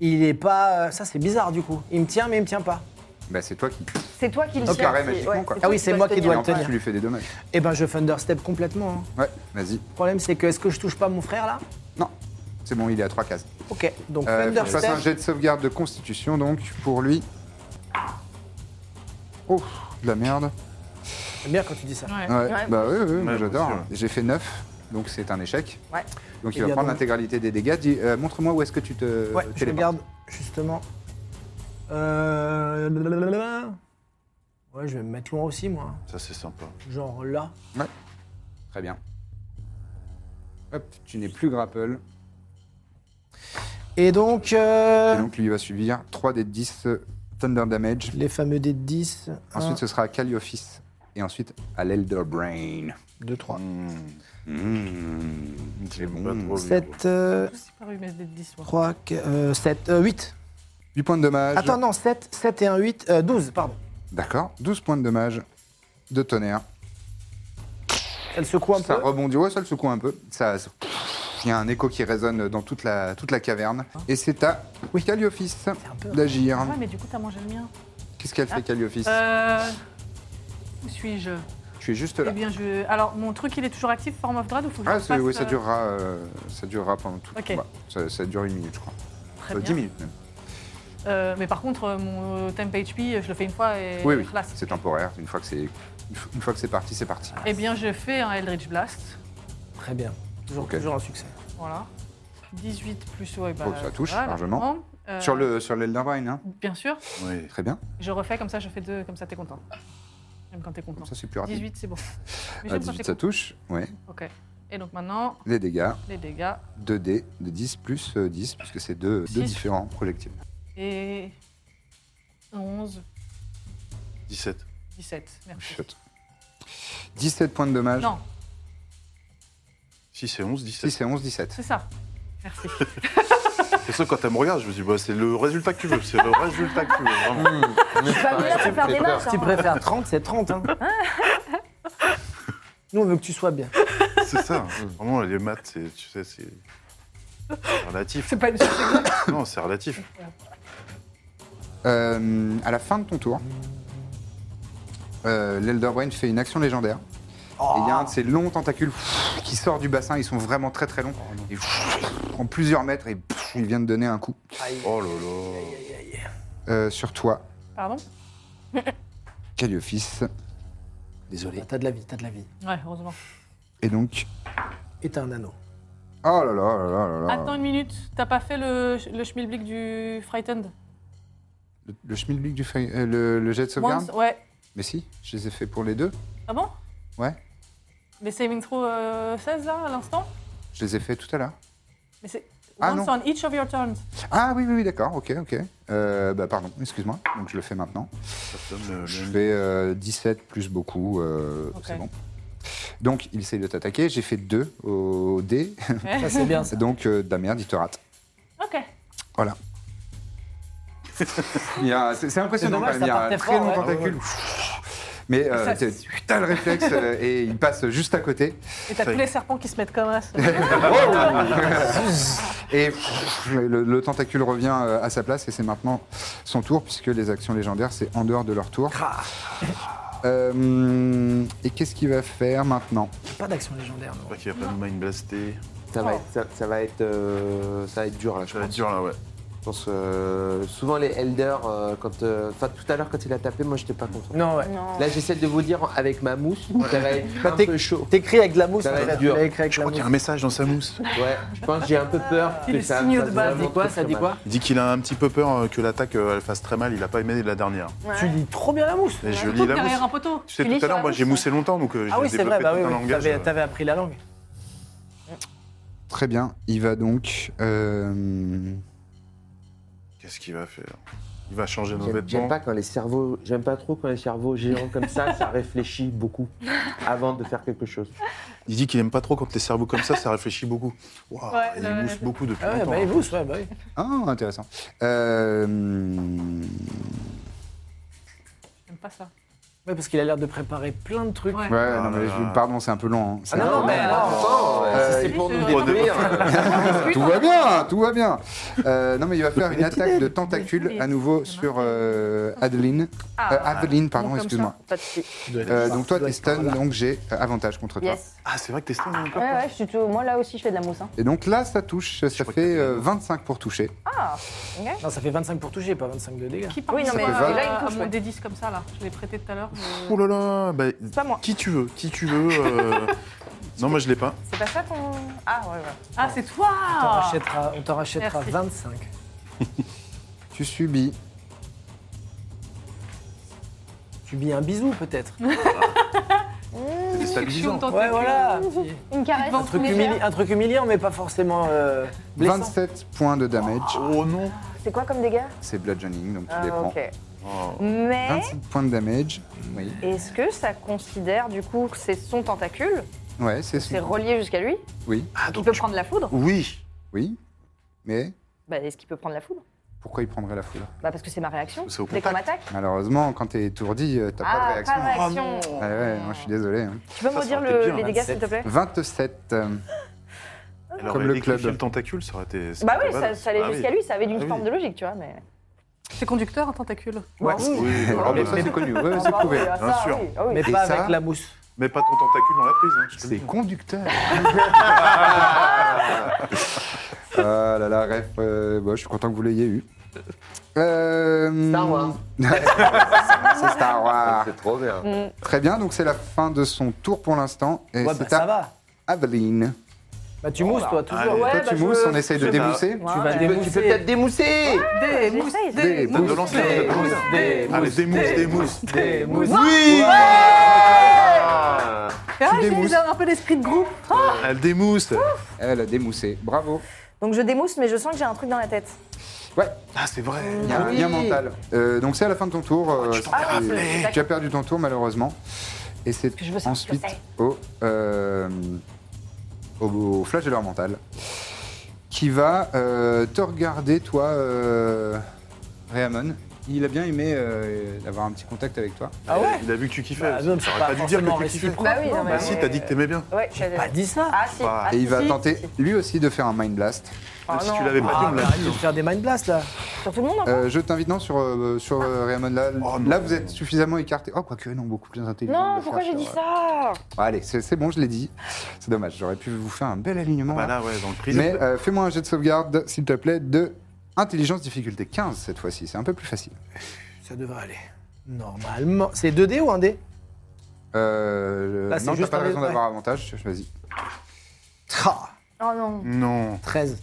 E: Il est pas. euh, Ça, c'est bizarre du coup. Il me tient, mais il me tient pas.
A: Bah, c'est toi qui.
D: C'est toi qui le
A: Ok.
D: tiens.
A: Pareil,
D: c'est-
A: magiquement,
D: ouais,
A: quoi.
D: toi
E: Ah oui,
D: qui
E: c'est
D: dois
E: moi
D: le
E: qui
A: Et
E: dois
D: tenir.
A: en plus,
E: tenir.
A: tu lui fais des dommages.
E: Eh ben, je thunderstep complètement. hein.
A: Ouais, vas-y.
E: Le problème, c'est que est-ce que je touche pas mon frère là
A: Non, c'est bon, il est à trois cases.
E: Ok. Donc,
A: Euh, faut que je fasse un
E: thunderstep.
A: jet de sauvegarde de constitution, donc, pour lui. Oh, de la merde.
E: J'aime bien quand tu dis ça.
F: Ouais.
A: Ouais,
D: Ouais.
A: bah ouais, ouais, moi,
B: moi
A: j'adore.
B: aussi, ouais.
A: J'ai fait 9, donc c'est un échec.
D: Ouais.
A: Donc
E: Eh
A: il va
E: bien,
A: prendre euh,
E: donc-
A: l'intégralité des dégâts. Dis, euh, montre-moi où est-ce que tu te
E: Ouais, je
A: téléportes.
E: regarde justement. Euh... blablabla. Ouais, je vais me mettre loin aussi, moi.
B: Ça, c'est sympa.
E: Genre là.
A: Très bien. Hop, tu n'es plus grapple.
E: Et donc, euh,
A: Et donc lui il va subir 3 des 10 Thunder Damage.
E: les fameux dés de 10.
A: Ensuite, ce sera à Calliophis. Et ensuite, à l'Elder Brain.
E: 2, 3.
A: Mmh, c'est
B: Hmm. Pas trop
A: bon.
B: bien.
E: 7,
F: Tous, c'est paru, mais des 10 ouais.
E: 3, 7, 8.
A: 8 points de dommage.
E: euh, Attends, non, 7, 7 et 1, 8,
G: euh,
E: 12, pardon.
A: D'accord. 12 points de dommage de tonnerre.
E: Elle secoue un
A: Ça
E: peu.
A: rebondit. Ouais, ça le secoue un peu. Ça, ça- Il y a un écho qui résonne dans toute la, toute la caverne. Et c'est à oui. Calliophis
E: un peu-
A: d'agir.
F: Ouais, mais du coup, t'as mangé le mien.
A: Qu'est-ce qu'elle fait, Calliophis
F: Euh. Où suis-je
A: Tu es juste
F: Eh
A: là.
F: bien, je. Alors, mon truc, il est toujours actif, form of dread, ou faut que
A: Ah,
F: je
A: c'est-
F: fasse,
A: oui, ça
F: euh,
A: durera, euh, ça durera pendant tout le
F: Ok.
A: combat. Ça, ça dure une minute, je crois.
F: Très
A: Euh,
F: bien.
A: 10 minutes même.
F: Euh, mais par contre, euh, mon temp HP, je le fais une fois et
A: Oui, oui.
F: classe.
A: C'est temporaire. Une fois que c'est une fois que c'est parti, c'est parti.
F: Eh bien, je fais un Eldritch Blast.
E: Très bien. Toujours,
A: Ok.
E: toujours un succès.
F: Voilà. 18 plus ouais, bah,
A: Oh, ça touche,
F: voilà,
A: largement.
F: largement. Euh,
A: Sur le sur l'Elder Brain, hein
F: Bien sûr.
B: Oui.
A: Très bien.
F: Je refais comme ça, je fais deux, comme ça, t'es content. Même quand t'es content.
A: Comme ça, c'est plus rapide.
F: 18, c'est bon. Mais
A: Ah,
F: j'aime quand
A: 18,
F: t'es
A: ça
F: content.
A: touche. Ouais.
F: Ok. Et donc maintenant,
A: Les dégâts.
F: les dégâts.
A: 2D de 10 plus euh, 10, puisque c'est deux, deux
F: Six.
A: différents projectiles.
F: Et. 11,
B: 17.
F: 17. Merci.
A: Chut. 17 points de dommage.
F: Non,
B: Si c'est 11, 17.
A: 6 et 11, 17.
F: C'est ça. Merci.
B: C'est ça, quand elle me regarde, je me dis, bah, c'est le résultat que tu veux. C'est le résultat que tu veux. vraiment.
A: Hmm.
D: Je suis pas venue là pour faire des hein. notes.
G: Si tu préfères 30, c'est 30. Hein. Nous, on veut que tu sois bien.
B: C'est ça. Vraiment, les maths, c'est- tu sais, c'est c'est relatif.
F: C'est pas une chose exacte.
B: Non, c'est relatif.
A: Euh, à la fin de ton tour, euh, l'Elder Brain fait une action légendaire. Et il y a un de ses longs tentacules qui sort du bassin. Ils sont vraiment très très longs. Ils prend plusieurs mètres et il vient de donner un coup
B: Oh là là.
A: euh, sur toi,
F: Pardon
A: Calliophis. Désolé.
G: Ah, T'as de la vie, t'as de la vie.
F: Ouais, heureusement.
A: Et donc.
G: Et t'as un anneau.
A: Oh là là là là là là.
F: Attends une minute, t'as pas fait le, le schmilblick du Frightened
A: Le, le schmilblick du feuille- euh, le, le jet de sauvegarde
F: Once- Ouais.
A: Mais si, je les ai fait pour les deux.
F: Ah bon
A: Ouais.
F: Les saving throw euh, 16 là, à l'instant
A: Je les ai fait tout à l'heure.
F: Mais c'est.
A: Ah,
F: Once on each of your turns.
A: Ah oui, oui, oui, d'accord, ok, ok. Euh, bah, pardon, excuse-moi. Donc je le fais maintenant.
B: Ça te donne le-
A: Je
B: le-
A: fais euh, 17 plus beaucoup, euh, c'est bon. Donc il essaye de t'attaquer, j'ai fait 2 au dé,
E: Ça, c'est bien.
A: c'est donc euh, de la merde, il te rate.
F: Ok.
A: Voilà. Il y a- c'est c'est impressionnant
E: C'est dommage,
A: quand même, il y
E: ça
A: a un
E: partait
A: très
E: fort, hein.
A: long
E: ouais.
A: tentacule. Mais euh,
F: Ça,
A: t'as t'as le réflexe euh, et il passe juste à côté.
F: Et t'as tous les serpents qui se mettent comme ça.
A: Et le, le tentacule revient euh, à sa place et c'est maintenant son tour puisque les actions légendaires c'est en dehors de leur tour. Euh, et qu'est-ce qu'il va faire maintenant
E: Pas d'action légendaire, non.
B: J'espère qu'il n'y a pas de mind blasté.
C: Ça va être, ça, ça va être, euh, ça va être dur là, je
B: Ça va être
C: pense.
B: dur là, ouais.
C: Je pense, euh, souvent les elders, euh, quand, euh, enfin tout à l'heure quand il a tapé, moi j'étais pas content.
E: Non, ouais.
D: Non.
C: Là j'essaie de vous dire avec ma mousse, ça va être un
G: t'es-
C: peu chaud.
G: T'écris avec de la mousse.
C: Ça va
G: en
C: être
G: fait.
C: dur.
G: Tu l'as écrit avec
B: Je
G: la
B: crois qu'il y a un
G: mousse.
B: message dans sa mousse.
C: Ouais, je pense que j'ai un peu peur.
F: Il
C: que
F: est
C: ça-
F: signaux
C: ça
F: de
C: se
F: base.
G: Ça dit
C: vraiment
G: quoi
C: touche
G: Ça
C: le
G: dit
C: mal.
G: quoi
B: Il dit qu'il a un petit peu peur euh, que l'attaque euh, elle fasse très mal. Il a pas aimé la dernière.
G: Tu lis trop bien la mousse.
B: Et je lis
F: Surtout
B: la
F: derrière
B: mousse.
F: un poteau.
B: Tu sais,
D: Tu lis
B: tout à
D: sur la
B: l'heure, moi, j'ai
D: mousse,
B: moussé longtemps, donc euh,
G: Ah
B: j'ai
G: oui, c'est vrai.
B: développé
G: Bah oui,
B: tout un
G: oui.
B: langage.
G: T'avais,
B: euh,
G: t'avais appris la langue.
A: Très bien, il va donc... euh,
B: Qu'est-ce qu'il va faire Il va changer nos
C: J'aime- J'aime
B: vêtements.
C: pas quand les cerveaux, j'aime pas trop quand les cerveaux géants comme ça, ça réfléchit beaucoup avant de faire quelque chose.
B: Il dit qu'il aime pas trop quand les cerveaux comme ça, ça réfléchit beaucoup. Waouh,
F: Ouais,
B: Ah, il
F: ouais,
B: mousse
F: ouais.
B: beaucoup hein. depuis
G: Ah ouais,
B: longtemps.
G: bah, il mousse, ouais, bah oui.
A: Ah, intéressant. Euh,
F: J'aime pas ça.
G: Ouais, parce qu'il a l'air de préparer plein de trucs.
F: Ouais.
A: Ouais,
B: Ah
A: non, mais je- pardon, c'est un peu long. hein. C'est un
G: non,
A: peu
G: mais
A: long.
G: alors,
C: Ah attends,
A: euh,
C: si c'est
F: il-
C: pour nous
F: il-
C: détruire.
A: Tout va bien, tout va bien. Euh, non, mais il va faire une attaque de tentacule à nouveau sur euh, Adeline.
D: Ah.
A: Euh, Aveline, pardon,
F: comme ça.
A: excuse-moi.
D: Pas de soucis.
A: Euh, donc toi, t'es stun, donc j'ai euh, avantage contre toi.
D: Yes.
B: Ah, c'est vrai que t'es stun encore
D: Ouais, ouais, je suis tout- Moi là aussi, je fais de la mousse. hein.
A: Et donc là, ça touche, ça fait euh, 25 pour toucher.
D: Ah,
F: Euh,
G: Non, ça fait 25 pour toucher, pas 25 de dégâts.
F: Qui parle
D: Oui, non,
F: de
D: mais
F: moi,
A: ça peut
F: euh,
D: valoir.
F: à mon D10 comme ça là Je l'ai prêté tout à l'heure.
C: Euh,
F: mais-
B: Oh là là bah,
D: c'est pas moi.
B: Qui tu veux Qui tu veux euh, Non, moi, je l'ai pas.
D: C'est pas ça ton. Ah, ouais, ouais.
F: Ah, c'est
G: On t'en
F: toi
G: rachètera, on t'en rachètera
F: Merci.
G: 25.
A: Tu subis.
G: Tu bis un bisou peut-être.
F: Mmh,
B: C'est déstabilisant.
F: Chou,
G: Ouais, voilà.
D: Une caresse.
G: Un truc, humili- un truc humiliant, mais pas forcément euh, blessant.
A: 27 points de damage.
B: Oh non
D: C'est quoi comme dégâts
A: C'est bludgeoning, donc tu
D: Ah,
A: les prends.
D: ok.
B: Oh.
D: Mais
A: 27 points de damage. Oui.
D: est-ce que ça considère du coup que c'est son tentacule
A: Ouais, c'est
D: C'est
A: ça.
D: relié jusqu'à lui
A: Oui,
B: Ah,
D: Il
B: donc
D: peut
B: tu-
D: prendre la foudre
B: Oui
A: oui. Mais
D: Bah, est-ce qu'il peut prendre la foudre
A: pourquoi il prendrait la foudre
D: Bah, parce que c'est ma réaction.
B: C'est au
D: Dès qu'on
B: contact.
D: m'attaque.
A: Malheureusement, quand t'es étourdi, euh, t'as pas de
D: Ah,
A: réaction. Ah
D: pas de réaction.
A: Ouais, ouais, moi je suis désolé. hein.
D: Tu peux
B: Ça,
D: me
B: ça
D: redire
B: aurait
D: le-
B: été bien,
D: les dégâts, s'il te
G: 27.
D: plaît
A: 27. euh,
B: Elle
A: Comme
B: aurait
A: le
B: déclenché
A: club.
B: le tentacule, ça aurait été.
D: Bah oui,
B: aurait été
D: ça,
B: mal.
D: ça allait
B: Ah oui.
D: jusqu'à lui, ça avait une
B: Ah
D: forme
B: oui.
D: de logique, tu vois, mais...
F: C'est conducteur, un tentacule.
G: Ouais.
B: Oui, voilà,
A: ah,
B: mais,
A: bah, ça c'est connu, ouais, c'est
D: Ah, bah,
A: prouvé.
D: oui, ah,
B: bien
D: ça,
B: sûr.
D: oui, ah oui.
G: Mais
A: Et
G: pas
A: ça
G: avec la mousse.
B: mais pas ton tentacule dans la prise. hein, je te le
A: C'est
B: dis.
A: conducteur. ah là là, ref, euh, bon, je suis content que vous l'ayez eu. Euh,
C: Star Wars.
A: c'est Star Wars.
C: C'est trop bien.
A: Très bien, donc c'est la fin de son tour pour l'instant. Et
G: Ouais, bah,
A: c'est
G: ça
A: à
G: va.
A: Aveline.
G: Bah, tu mousses, toi, toujours.
B: Allez.
D: Ouais,
A: Toi,
D: bah,
A: tu
D: je-
A: mousses, on essaye de
B: je-
A: démousser.
D: Ouais,
G: Tu vas
D: ouais.
C: Tu peux, tu peux peut-être démousser
F: Des
D: J'essaye,
F: mousses,
D: j'essaye.
A: Des
B: T'as de
A: mousses.
B: lancer, t'as de lancer.
G: des
B: Allez, démousse, démousse.
G: des mousses.
B: Oui
F: Ah, j'ai
A: démousses.
F: un peu l'esprit de groupe.
B: Elle démousse.
A: Elle a démoussé, bravo.
D: Ah Donc je démousse, mais je sens que j'ai un truc dans la tête.
B: Ah, c'est vrai.
D: Mm.
A: Il y a un lien mental. Euh, donc c'est à la fin de ton tour.
B: Oh,
A: euh, tu, tu as perdu ton tour malheureusement. Et c'est
D: que je veux savoir ce que
A: ensuite au, euh, au, au flash de leur mental, qui va euh, te regarder, toi, euh, Réamon. Il a bien aimé euh, avoir un petit contact avec toi.
E: Ah ouais
B: Il a vu que tu kiffais.
E: Bah,
B: ça
E: non, c'est
B: aurait
E: pas
B: pas dû dire
E: forcément
B: que tu kiffais.
E: réciproque.
D: Bah oui, non, mais-
B: Bah si, t'as dit que t'aimais bien.
D: Ouais, j'ai
E: Pas dit ça
D: Ah si.
B: Bah,
D: ah,
A: Et il
D: si,
A: va
D: si,
A: tenter
D: si.
A: lui aussi de faire un mind blast.
D: Ah,
B: si
D: non.
B: tu l'avais pas dit,
E: Ah,
B: on
E: mais
B: l'a
E: arrête
B: dit.
E: de
B: hein.
E: faire des mind blasts là.
D: Sur tout le monde. hein. encore
A: Euh, je t'invite non sur, euh, sur euh, Raymond. Là,
B: Oh non.
A: là, vous êtes suffisamment écarté. Oh, quoique, non, beaucoup plus intelligent. de
D: Non,
A: le
D: pourquoi
A: faire
D: j'ai dit
A: sur,
D: ça
A: euh, Allez, c'est c'est bon, je l'ai dit. C'est dommage, j'aurais pu vous faire un bel alignement.
B: Bah
A: là.
B: là, ouais, dans le prison.
A: Mais euh, fais-moi un jet de sauvegarde, s'il te plaît, de intelligence difficulté 15 cette fois-ci. C'est un peu plus facile.
E: Ça devrait aller. Normalement. C'est 2D ou 1D
A: Euh,
E: Là, c'est
A: non, t'as
E: juste
A: pas
E: un
A: raison
E: des-
A: d'avoir avantage. Vas-y.
D: Oh non.
B: Non.
E: 13.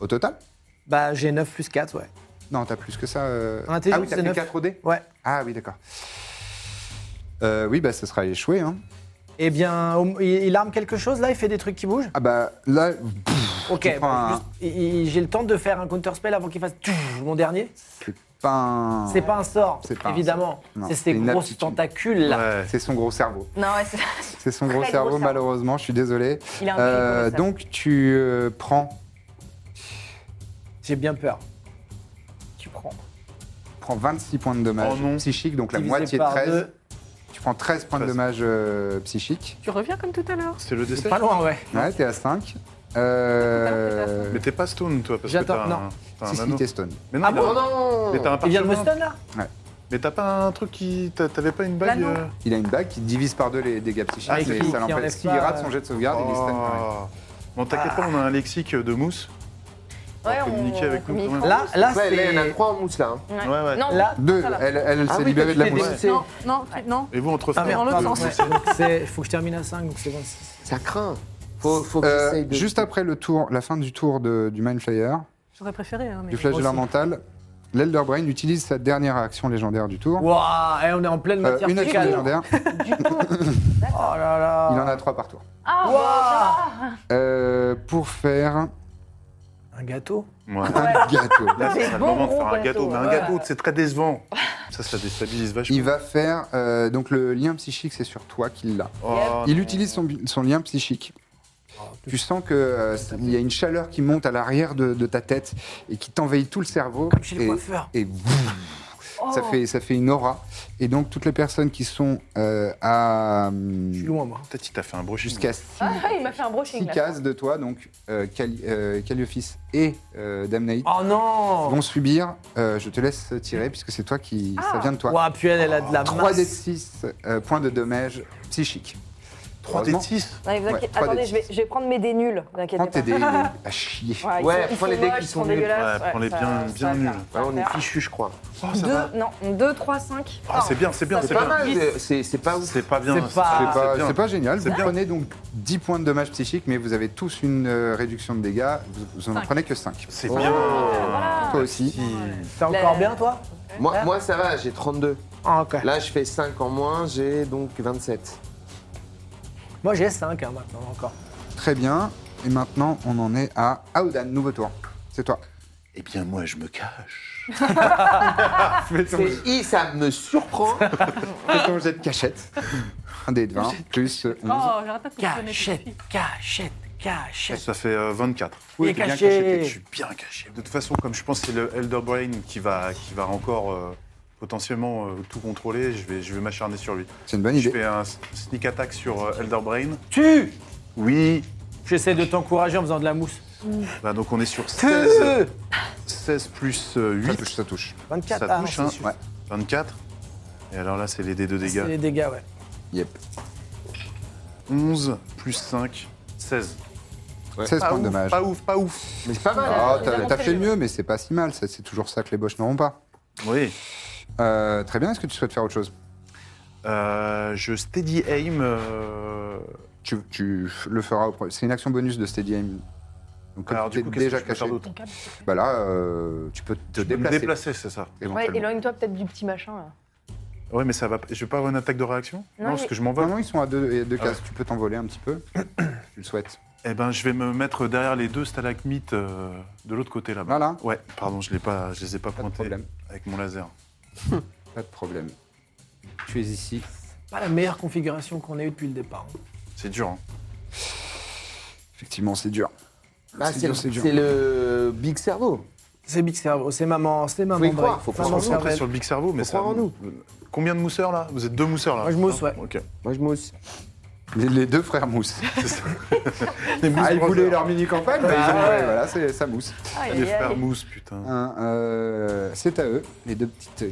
A: Au total
E: Bah j'ai 9 plus 4, ouais.
A: Non, t'as plus que ça. euh.
E: En intelligence,
A: ah oui, t'as
E: c'est
A: plus
E: neuf.
A: 4 dés
E: Ouais.
A: Ah oui, d'accord. Euh, oui, bah ça sera échoué. Hein.
E: Eh bien, au- il il arme quelque chose là, il fait des trucs qui bougent
A: Ah bah là, pff,
E: Ok,
A: prends
E: bah,
A: un-
E: juste- il- il- j'ai le temps de faire un counter spell avant qu'il fasse tchouf mon dernier.
A: c'est pas un-
E: C'est pas un sort,
A: C'est pas un
E: évidemment.
A: Non,
E: C'est
A: c'est
E: ces
A: une
E: grosses
A: aptitude.
E: tentacules là.
B: Ouais.
A: C'est son gros cerveau.
D: Non, ouais, c'est-
A: C'est son gros
D: Très gros
A: cerveau,
D: cerveau.
A: malheureusement, je suis désolé.
D: il a un
A: Euh,
D: truc, ouais, ça.
A: donc tu euh, prends,
E: J'ai bien peur. Tu prends.
A: prends 26 points de dommages
B: Oh non.
A: psychiques, donc la
E: Divisé
A: moitié de
E: par
A: 13.
E: deux.
A: Tu prends 13 points de
B: 13.
A: dommages euh, psychiques.
F: Tu reviens comme tout à l'heure.
B: C'est le
E: C'est
B: décès.
E: pas loin, ouais.
A: Ouais, t'es à Euh, 5.
B: Mais t'es pas stone, toi, parce que
E: J'attends,
B: t'as
E: non.
B: un, t'as un
A: si, si,
B: anneau.
A: t'es stone.
B: Mais non,
E: Ah
B: il a-
E: bon
C: non
B: mais t'as un
E: Il vient de
B: parchemin.
E: Boston là
B: Mais t'as pas un truc qui. t'a- T'avais pas une bague
F: L'anneau.
B: euh,
A: Il a une bague qui divise par deux les dégâts psychiques.
B: Ah, c'est
A: mais
B: tout,
A: ça
E: qui
A: l'empêche.
E: enlève
A: S'il
E: pas,
A: rate
E: euh,
A: son jet de sauvegarde, il est stun. quand même.
B: Oh. Bon, t'inquiète
E: Ah.
B: pas, on a un lexique de mousse.
D: Ouais, on-
B: communiquer avec nous,
D: on communique
B: quand même.
D: en
E: Là,
D: mousse.
E: là
C: Ouais, là, il y en a
E: c'est.
C: trois en mousse, là. hein.
D: Ouais.
B: Ouais, ouais.
D: Non,
E: Là,
A: Deux,
D: Voilà.
A: elle, elle
C: Ah
A: s'est
C: oui,
A: libérée de la
C: t'as
A: mousse.
C: fait des- c'est-
F: Non, non, tu- non.
B: Et vous, entre
E: Ah
B: stone
F: merde. dans
E: merde,
F: l'autre
E: pardon,
F: sens.
E: ouais, donc c'est- faut que je termine à 5, donc c'est bon.
C: Ça craint. Faut, faut que
A: Euh,
C: j'essaye de...
A: juste après le tour, la fin du tour de- du Mind Flayer,
F: J'aurais préféré. hein, mais-
A: du flash de l'air
E: aussi.
A: mental, l'Elder Brain utilise sa dernière action légendaire du tour.
E: Waouh, eh, on est en pleine
A: Euh,
E: matière
A: une action
E: fiscale.
A: légendaire,
E: Oh là là.
A: il en a trois par tour.
D: Ah,
E: Wow.
D: bah,
A: Euh, pour faire
E: Un gâteau
B: Ouais.
A: un gâteau.
B: Là,
D: Des
B: c'est le
D: bons
B: moment de
D: gros
B: faire un
D: gâteaux,
B: gâteau.
E: hein.
B: Mais un
D: ouais.
B: gâteau, c'est très décevant. Ça, ça déstabilise vachement.
A: Il va faire. euh, donc le lien psychique, c'est sur toi qu'il l'a.
B: Oh,
A: Il
B: non.
A: utilise son, son lien psychique.
E: Oh,
A: Tu sens que euh, c'est- il y a une chaleur qui monte à l'arrière de, de ta tête et qui t'envahit tout le cerveau.
E: Comme chez le
A: et,
E: coiffeur.
A: et boum,
E: Oh.
A: ça, fait, ça fait une aura. Et donc toutes les personnes qui sont euh, à
E: Je suis loin, moi.
B: Peut-être il t'a fait un brochus.
A: jusqu'à 6
D: Ah, ouais, il m'a fait un broching. là.
A: cases de toi, donc euh, Cal- euh, Calliophis et euh, Damnaï,
E: Oh non
A: vont subir. euh, je te laisse tirer puisque c'est toi qui. ça vient de toi.
E: Ah. Ouah, puis elle, elle a de la
A: 3
E: masse.
A: d 6 euh, points de dommages psychiques.
B: 3
A: Heureusement.
B: d 6
D: Non, mais vous inquiétez-
A: Ouais, trois
D: Attendez,
A: des
D: je vais,
A: six.
D: je vais prendre mes dés nuls,
A: Prends tes
D: n'inquiétez
A: dés
D: pas.
A: à chier.
D: ils
C: Ouais,
D: sont- ils
C: prends
D: sont
C: les dés
D: moches,
C: qui
D: ils
C: sont
D: sont
C: nuls.
D: dégueulasses.
B: Ouais, prends les
D: ça-
B: bien-
D: ça
B: bien
D: va
B: nuls.
D: faire.
C: Ouais, on est
D: Ça va
C: fichu, je crois.
B: Oh, ça va.
D: faire. Deux, non, 2, 3, 5.
B: Ah, c'est bien, c'est bien,
D: Ça
B: c'est
C: C'est
D: fait
C: pas
B: bien.
C: mal, de- c'est c'est pas ouf.
B: C'est pas bien.
E: C'est pas-
A: C'est
E: Ah,
A: pas,
B: c'est bien.
A: c'est pas génial. Vous
B: C'est bien.
A: prenez donc 10 points de dommages psychiques, mais vous avez tous une euh, réduction de dégâts. Vous, vous en
F: Cinq.
A: prenez que 5.
B: C'est
C: Oh.
B: bien.
A: Toi aussi.
E: T'es encore
D: La-
E: bien, toi
C: Moi, moi, ça va, j'ai 32.
E: Ah, ok.
C: Là, je fais 5 en moins, j'ai donc 27.
E: Moi, j'ai 5 hein, maintenant, encore.
A: Très bien. Et maintenant, on en est à Aoudan, nouveau tour. C'est toi.
B: Eh bien, moi, je me cache.
C: C'est I, ça me surprend.
A: Fais ton jet de cachette. Un dé de 20, plus 11.
F: Oh, j'arrête pas de questionner tout de
E: Cachette,
F: suite.
E: cachette, cachette.
B: Ça fait euh, 24.
E: Il est
A: t'es bien
B: Je
E: caché.
B: suis bien caché. De toute façon, comme je pense que c'est le Elder Brain qui va, qui va encore euh, potentiellement euh, tout contrôler, je vais, je vais m'acharner sur lui.
A: C'est une bonne
B: Je
A: idée.
B: fais un s- sneak attack sur euh, Elder Brain.
E: Tu
B: Oui.
E: J'essaie de t'encourager en faisant de la mousse.
B: Bah, donc, on est sur 16,
E: Tu
B: 16 plus euh,
A: Ça touche,
B: 8.
A: ça touche.
E: 24,
B: Ça
E: ah,
B: touche,
E: non,
B: hein.
E: c'est
B: Ouais. 24. Et alors là, c'est les dés de
E: C'est les
B: dégâts.
E: dégâts, ouais.
A: Yep.
B: 11 plus 5, 16.
A: 16
B: Pas
A: points
B: ouf,
A: de dommages.
B: pas ouf, pas ouf.
C: Mais c'est pas mal.
A: Ah,
D: les
A: t'as
D: avons
A: t'as
D: fait
A: fait
D: les
A: mieux, mais c'est pas si mal. Ça, C'est toujours ça que les boches n'auront pas.
B: Oui.
A: Euh, très bien. Est-ce que tu souhaites faire autre chose
B: Euh, je steady aim. euh,
A: tu, tu f- le feras au premier. C'est une action bonus de Steady Aim. Donc, comme
B: Alors,
A: tu
B: du
A: t'es
B: coup, qu'est-ce
A: déjà
B: que je peux
A: caché,
B: faire d'autre
F: Ton câble.
A: bah là, euh, tu peux te
B: Je peux me
A: déplacer.
B: déplacer, c'est ça.
D: Ouais,
A: éventuellement.
D: éloigne-toi peut-être du petit machin. là.
B: Ouais, mais ça va. pas- Je vais pas avoir une attaque de réaction
D: Non,
B: Non, parce
D: il-
B: que je m'envole.
A: Non, non, ils sont à deux, et deux
B: Ah
A: cases. Tu peux t'envoler un petit peu. tu le souhaites.
B: Eh ben, je vais me mettre derrière les deux stalagmites euh, de l'autre côté là-bas.
A: Voilà.
B: Ouais, pardon, je l'ai pas, je les ai pas,
A: Pas de
B: pointés
A: problème.
B: avec mon laser.
A: Pas de problème. Tu es ici.
E: Pas la meilleure configuration qu'on ait eue depuis le départ. hein.
B: C'est dur. hein.
A: Effectivement, c'est dur.
C: Bah,
A: C'est
C: c'est
A: dur,
C: le,
A: c'est dur.
C: c'est le big cerveau.
E: C'est Big Cerveau, c'est maman, c'est maman.
C: Faut y
E: Brel.
C: croire, faut
E: Maman
B: On se
C: croire en
E: Brel.
B: concentrer sur le big cerveau, mais
C: Faut
B: ça.
C: croire en nous.
B: Combien de mousseurs là Vous êtes deux mousseurs là Ah,
E: Moi, je mousse, ouais.
B: Ok.
C: Moi, je mousse.
A: Les, les deux frères moussent.
B: Les mousse
A: Ah, ils voulaient
B: brothers.
A: leur mini-campagne, bah, ils ont- ouais, voilà, c'est- ça mousse.
D: Aïe, aïe,
B: Les
D: aïe.
B: frères mousse, putain.
A: Un, euh, c'est à eux, les deux petites. euh,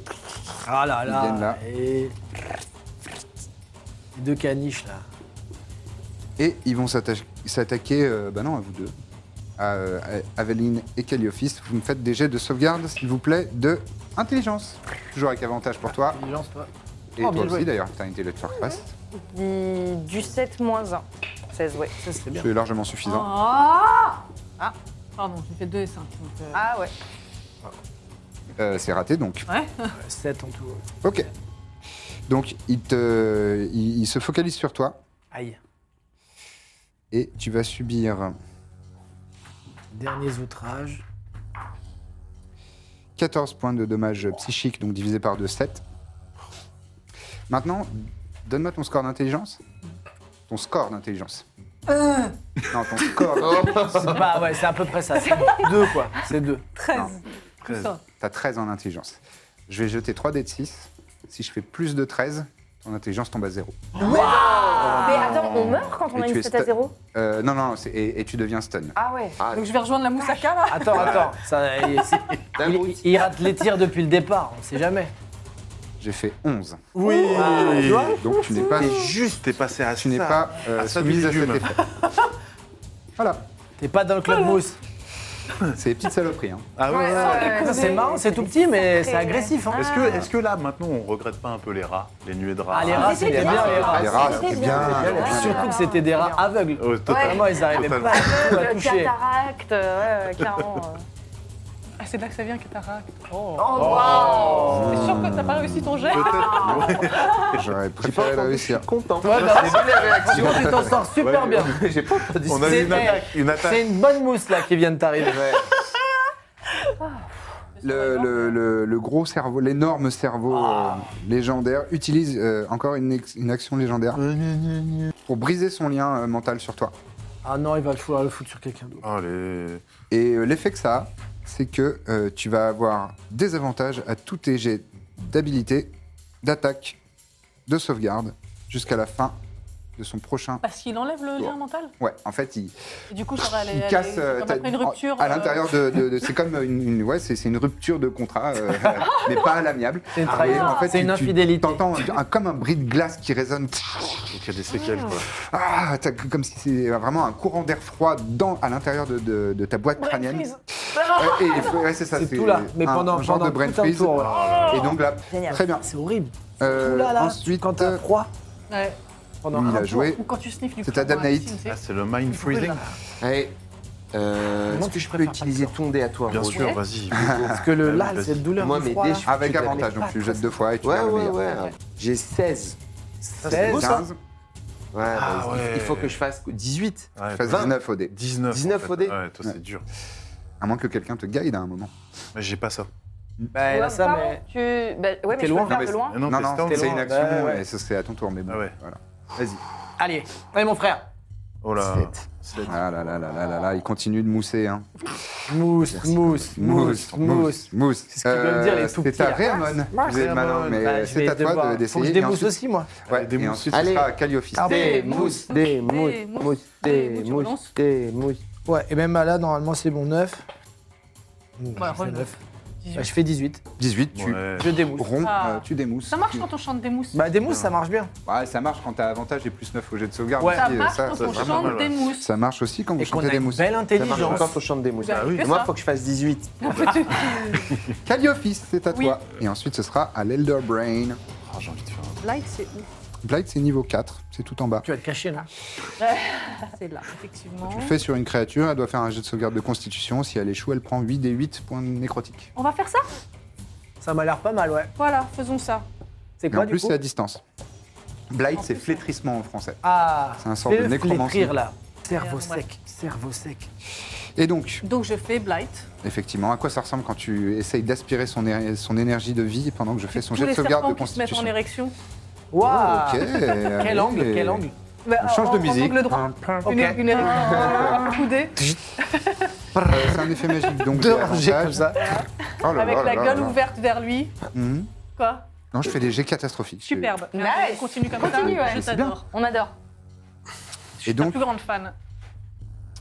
E: Ah là
A: Ils viennent là.
E: là. Et... Les deux caniches là.
A: Et ils vont s'attache- s'attaquer, euh, bah non, à vous deux. À, euh, à Aveline et Calliophis. Vous me faites des jets de sauvegarde, s'il vous plaît, de intelligence. Toujours avec avantage pour toi.
E: Intelligence, toi. Oh,
A: Et toi
E: bien
A: aussi,
E: joué.
A: d'ailleurs, t'as une télé de Fortress.
D: Du, du 7 moins 1. 16, ouais.
E: Ça, c'est bien.
A: C'est largement suffisant.
F: Ah Ah Pardon, j'ai fait hein, 2 et 5.
D: Ah ouais. Oh.
A: Euh, c'est raté, donc.
E: 7 en tout.
A: Ok. Donc, il, te, il- il se focalise sur toi.
E: Aïe.
A: Et tu vas subir
E: Derniers outrages.
A: 14 points de dommages psychiques, donc divisé par 2, 7. Maintenant, donne-moi ton score d'intelligence. Ton score d'intelligence.
E: Euh.
A: Non, ton score.
E: Bah ouais, c'est à peu près ça. C'est deux quoi. C'est deux.
F: 13.
A: T'as 13 en intelligence. Je vais jeter 3 dés de 6. Si je fais plus de 13, ton intelligence tombe à 0.
D: Mais attends, on meurt quand on
A: Et
D: a
A: tu es
D: une 7 à
A: sta-
D: 0
A: Euh, non, non, c'est- et, et tu deviens stun.
D: Ah ouais.
F: Donc je vais rejoindre la moussaka là
E: Attends, attends. Ça, il, c'est- il- il rate les tirs depuis le départ, on sait jamais.
A: J'ai fait 11.
B: Oui
A: Donc tu n'es pas,
B: T'es juste, t'es passé à
A: tu n'es
B: ça.
A: pas euh,
B: Ah, ça,
A: soumise à cet
B: légume.
A: effet. Voilà,
E: T'es pas dans le club mousse.
A: c'est des petites saloperies. hein.
B: Ah ouais, ouais, ouais.
E: Ça, c'est marrant, c'est tout petit, mais c'est agressif. Hein.
B: Est-ce que, est que là, maintenant, on regrette pas un peu les rats Les nuées de rats
E: Ah, les rats,
D: c'était
E: c'était
D: bien,
E: bien,
D: les
E: les
D: rats.
E: rats.
A: Les
D: c'est
A: rats, c'était
D: bien,
A: bien.
D: c'est bien.
A: bien.
E: Surtout que c'était des rats aveugles.
B: Ouais, total.
E: Vraiment, ils arrivaient
B: Totalement.
E: pas du tout à
D: Le
E: toucher.
D: Euh, cataracte, euh, ouais, clairement. euh.
F: Ah, c'est de là que ça vient, Katara. Oh,
D: Oh,
F: T'es sûr que t'as pas réussi ton jet
B: Peut-être. Ouais.
A: J'aurais
C: J'ai pas
A: préféré la
C: entendu, je
A: réussir.
C: suis content.
E: Ouais, bah, tu vois, tu t'en sors super
B: Ouais,
E: bien.
C: J'ai pas entendu
B: On a eu une
E: C'est-
B: attaque. Une
E: C'est
B: attaque.
E: une bonne mousse là qui vient de t'arriver.
A: Le, le- le- le gros cerveau, l'énorme cerveau euh, légendaire utilise euh, encore une, ex- une action légendaire
E: Euh,
A: pour briser son lien euh, mental sur toi.
E: Ah non, il va falloir le foutre sur quelqu'un d'autre.
B: Allez.
A: Et euh, l'effet que ça a, c'est que euh, tu vas avoir des avantages à tous tes jets d'habilité, d'attaque, de sauvegarde jusqu'à la fin de son prochain.
F: Parce qu'il enlève le lien mental.
A: Ouais, en fait, il,
F: Et du coup, j'aurais
A: il
F: allé.
A: casse. euh,
F: Comme
A: t'as-
F: après une rupture.
A: à
F: euh,
A: l'intérieur de. de- de- c'est comme une, une- ouais, c'est c'est une rupture de contrat, euh, mais pas à l'amiable.
E: C'est une
A: Ah,
E: trahison.
A: en fait,
E: C'est
A: tu-
E: une
A: tu-
E: infidélité.
A: T'entends un- comme un bris de glace qui résonne.
B: Donc il y a des séquelles, quoi.
A: Ah, t'as- comme si c'est vraiment un courant d'air froid dans, à l'intérieur de, de- de ta boîte
F: Brain
A: crânienne.
F: freeze.
A: Ouais, et- ouais, c'est ça.
E: C'est tout là, mais
A: un-
E: pendant-
A: un genre
E: pendant
A: de brain
E: tout un
A: freeze.
E: tour, ouais.
F: Oh
A: Et donc là,
D: Génial.
A: très bien.
E: C'est horrible.
A: Euh,
E: tout là, là,
A: ensuite,
E: quand t'as froid
F: Ouais.
E: pendant
A: lui, il
E: un
A: a joué.
F: Ou quand tu sniffes du
A: C'est
F: coup,
A: Adam
F: dans la
A: Knight.
F: piscine, tu sais.
B: Là, Ah, c'est le mind freezing.
C: Allez. Euh,
E: hein. Comment
C: Est-ce que
E: tu
C: je peux
E: préfères pas
C: utiliser
E: ça
C: ton dé à toi,
B: Bien
C: Rose
B: sûr, vas-y.
E: Parce que le, là,
B: Vas-y.
E: cette douleur
C: Moi,
E: du
C: mes
E: froid,
C: dés,
E: là.
C: je-
A: Avec
C: tu l'avais
A: avantage, donc
E: pas,
A: tu le
E: toi,
A: jettes deux fois et tu
C: Ouais,
A: gardes le
C: ouais,
A: meilleur.
C: ouais. J'ai 16.
E: c'est beau, ça.
A: 15,
C: Ouais,
B: Ah
C: bah, il-
B: ouais.
C: Il faut que je fasse 18.
B: Ouais,
A: je fais 19 au dé.
B: 19.
C: 19
B: en fait.
C: au dé.
B: Ouais, toi,
A: Ouais.
B: c'est dur.
A: À moins que quelqu'un te guide à un moment.
B: Mais j'ai pas ça.
E: Bah, là,
D: Ouais,
E: ça,
D: pardon,
E: mais.
D: tu... bah, ouais, mais je peux
E: T'es loin.
D: le faire de loin.
B: Mais
A: Non,
B: t'es
A: non,
B: stand.
A: c'est une
E: loin.
A: action
E: Ouais, ouais.
A: et ce serait à ton tour, mais bon.
B: Ah ouais.
A: Voilà. Vas-y.
E: Allez, allez, mon frère.
B: Oh là.
A: Sept.
B: Sept.
A: Ah là là là là là là, il continue de mousser. Hein.
E: Mousse, mousse, mousse, mousse.
A: mousse. Euh,
E: C'est ce qu'ils veulent dire, les tout
A: C'est à
E: petits, là.
A: Raymond,
B: Mars.
A: vous êtes malin, mais
E: Bah, je
A: c'est
E: vais
A: à toi
E: devoir- Faut
A: de-
E: que je
A: d'essayer. et
E: débousse
A: ensuite,
E: aussi, moi.
A: ouais,
B: Des
A: et
B: mousses.
A: ensuite ce
C: Allez.
A: sera à Calliophis.
C: Des mousses, des mousses,
F: Des mousses.
C: mousses,
F: Allez,
C: des
F: mousses, on
C: mousses,
F: lance.
C: des mousses.
E: Ouais, et même bah, là, normalement, c'est bon 9.
F: Ouais, re- 18.
E: je fais 18.
A: 18, tu
B: Ouais.
E: Je débousse.
A: romps,
F: Ah.
A: euh, tu démousses.
F: Ça marche
A: Tu-
F: quand on chante des mousses.
E: Bah, des mousses, ça marche bien.
A: Ouais, ça marche quand t'as avantage et plus 9 au jet de sauvegarde.
E: Ouais.
F: ça
A: aussi, euh,
F: marche quand
A: ça,
F: on
A: ça-
B: marche
F: chante
B: pas mal,
F: des
B: ouais.
F: mousses.
A: ça marche aussi quand vous
E: Et qu'on
A: chantez
E: a
A: des
E: une
A: mousses.
E: belle
C: Ça marche
E: intelligence.
C: encore au chant des mousses.
F: Vous avez
B: oui.
F: que
C: Moi,
F: Bah ça.
C: faut que je fasse 18.
A: Calliophis, c'est à
F: Oui.
A: toi. Et ensuite, ce sera à l'Elder Brain.
B: Ah, j'ai envie de faire un.
D: Light, c'est où
A: Blight, c'est niveau 4, c'est tout en bas.
E: Tu vas te cacher là.
F: C'est là, effectivement.
A: Tu le fais sur une créature, elle doit faire un jet de sauvegarde de constitution. Si elle échoue, elle prend 8 des 8 points nécrotiques.
F: On va faire ça
E: Ça m'a l'air pas mal, ouais.
F: Voilà, faisons ça.
E: C'est
A: Et
E: quoi
A: en
E: du
A: plus,
E: coup
A: c'est à distance. Blight, c'est flétrissement en français.
E: Ah,
A: C'est un sort de
E: fais-le
A: nécromancie.
E: flétrir, là. Cerveau
F: Merde, ouais.
E: sec, cerveau sec.
A: Et donc,
F: Donc je fais Blight.
A: effectivement, à quoi ça ressemble quand tu essayes d'aspirer son, é- son énergie de vie pendant que je fais son
F: Tous
A: jet de
F: les
A: sauvegarde de
F: serpents qui se mettent en
A: constitution
F: érection.
E: Waouh
A: Ok.
E: Quel angle, quel angle
F: Bah,
A: On change de
F: en- en
A: musique.
F: angle droit.
A: Pim,
F: Une,
A: pim,
F: une Eric coudée
A: pim. C'est un effet magique. Donc,
C: Deux
A: j'ai
C: rangées
A: avantage.
C: comme ça.
A: Oh là
F: avec
A: là
F: la
A: là
F: gueule
A: là.
F: ouverte vers lui.
A: Mhm.
F: Quoi
A: Non, je fais des jets catastrophiques.
F: Superbe.
D: Nice.
F: Allez, on Continue comme
D: Continue,
F: ça.
D: ouais.
F: Je
D: C'est
F: t'adore.
D: On adore.
A: Et
F: La
A: donc,
F: plus grande fan.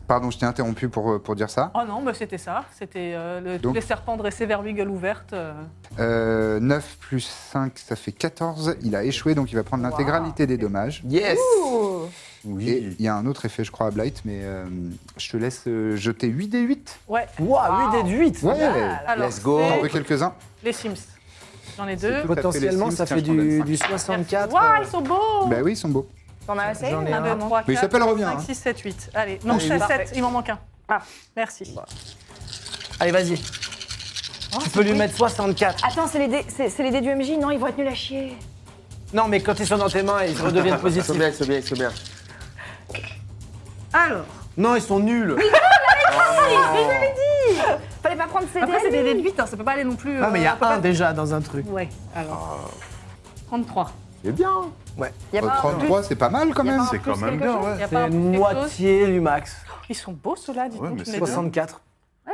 A: pardon, je t'ai interrompu pour, euh, pour dire ça.
F: Oh non, bah c'était ça. C'était euh, le- tous
A: Donc-
F: les serpents dressés vers lui, gueule ouverte. euh.
A: Euh, 9 plus 5, ça fait 14. Il a échoué, donc il va prendre l'intégralité des dommages.
C: Yes
A: Et il y a un autre effet, je crois, à Blight, mais euh, je te laisse euh, jeter 8 des 8.
F: Ouais.
G: Waouh, 8 et 8
F: Alors,
C: Let's go.
A: T'en
F: c'est
A: veux quelques-uns
F: Les Sims. J'en ai deux.
A: tout.
E: Potentiellement,
A: Sims,
E: ça
A: tiens,
E: fait
A: je t'en donne
E: du,
A: cinq.
E: du
F: Merci.
E: 64.
F: Waouh,
E: euh,
F: ils sont beaux
A: Bah oui, ils sont beaux.
D: T'en as assez
E: J'en ai
F: Un,
E: un.
F: deux, trois,
A: Mais il
F: quatre,
A: s'appelle revient,
F: cinq,
A: hein.
F: 6, 7, 8. Allez, non,
E: Allez,
F: 7,
E: parfait.
F: il m'en manque un. Ah, merci.
E: Allez, vas-y. tu peux lui mettre 64.
D: Attends, c'est les, dés, c'est, c'est les dés du MJ Non, ils vont être nuls à chier.
E: Non, mais quand ils sont dans tes mains, ils redeviennent
C: Ils sont
E: positifs.
C: bien, ils sont bien, ils sont bien.
F: Alors,
E: Non, ils sont nuls.
D: Ah, Fallait pas prendre ces
F: après, c'est des
D: dés.
F: déduites, hein, ça peut pas aller non plus.
E: Non, mais il y
F: euh,
E: a
F: on peut
E: un
F: pas-
E: déjà dans un truc.
F: Ouais, alors. Ah. 33.
C: C'est bien.
D: Il y a
A: Euh,
D: pas un-
A: 33, c'est pas mal quand même.
B: C'est quand même bien, ouais.
F: Il y a pas
E: C'est
F: un petit quelque chose.
E: moitié du max.
F: Ils sont beaux ceux-là, dis
B: Ouais,
F: donc.
B: mais
F: tous
B: c'est
F: les deux.
E: 64.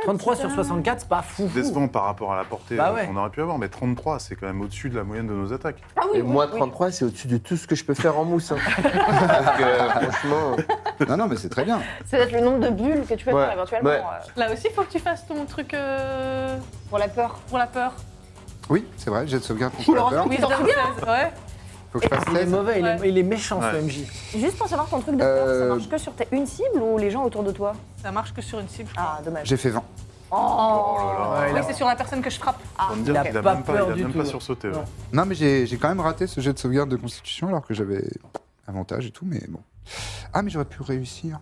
E: 33 sur 64, c'est pas fou.
B: Décevant par rapport à la portée
E: Bah
B: euh,
E: ouais.
B: qu'on aurait pu avoir, mais 33, c'est quand même au-dessus de la moyenne de nos attaques.
D: Ah oui,
C: Et
D: oui,
C: moi,
D: oui.
C: 33, c'est au-dessus de tout ce que je peux faire en mousse. hein. Parce que, franchement, euh,
A: Non, non, mais c'est très bien.
D: C'est peut-être le nombre de bulles que tu peux
C: Ouais.
D: faire éventuellement
C: Ouais.
D: euh,
F: Là aussi, faut que tu fasses ton truc euh,
D: pour la peur.
F: pour la peur.
A: Oui, c'est vrai, jet de sauvegarde contre la peur.
F: Oui, bien. Ouais.
A: Faut que je fasse
E: Il est
A: 16.
E: mauvais, il,
F: Ouais.
E: est, il est méchant
B: Ouais.
E: ce MJ.
D: Juste pour savoir ton truc de peur, ça
A: Euh,
D: marche que sur tes- une cible ou les gens autour de toi
F: Ça marche que sur une cible, je crois.
D: Ah, dommage.
A: J'ai fait 20.
B: Oh là là.
E: Ouais,
F: oui,
E: il a-
F: c'est sur la personne que je frappe. Ah,
B: Faut me dire
E: Ah, il a
B: qu'il a
E: pas
B: même
E: peur
B: pas, il a
E: du
B: même
E: tout,
B: pas
E: là.
B: sursauté.
E: Non.
B: ouais.
A: Non, mais j'ai j'ai quand même raté ce jet de sauvegarde de constitution alors que j'avais avantage et tout, mais bon. Ah, mais j'aurais pu réussir.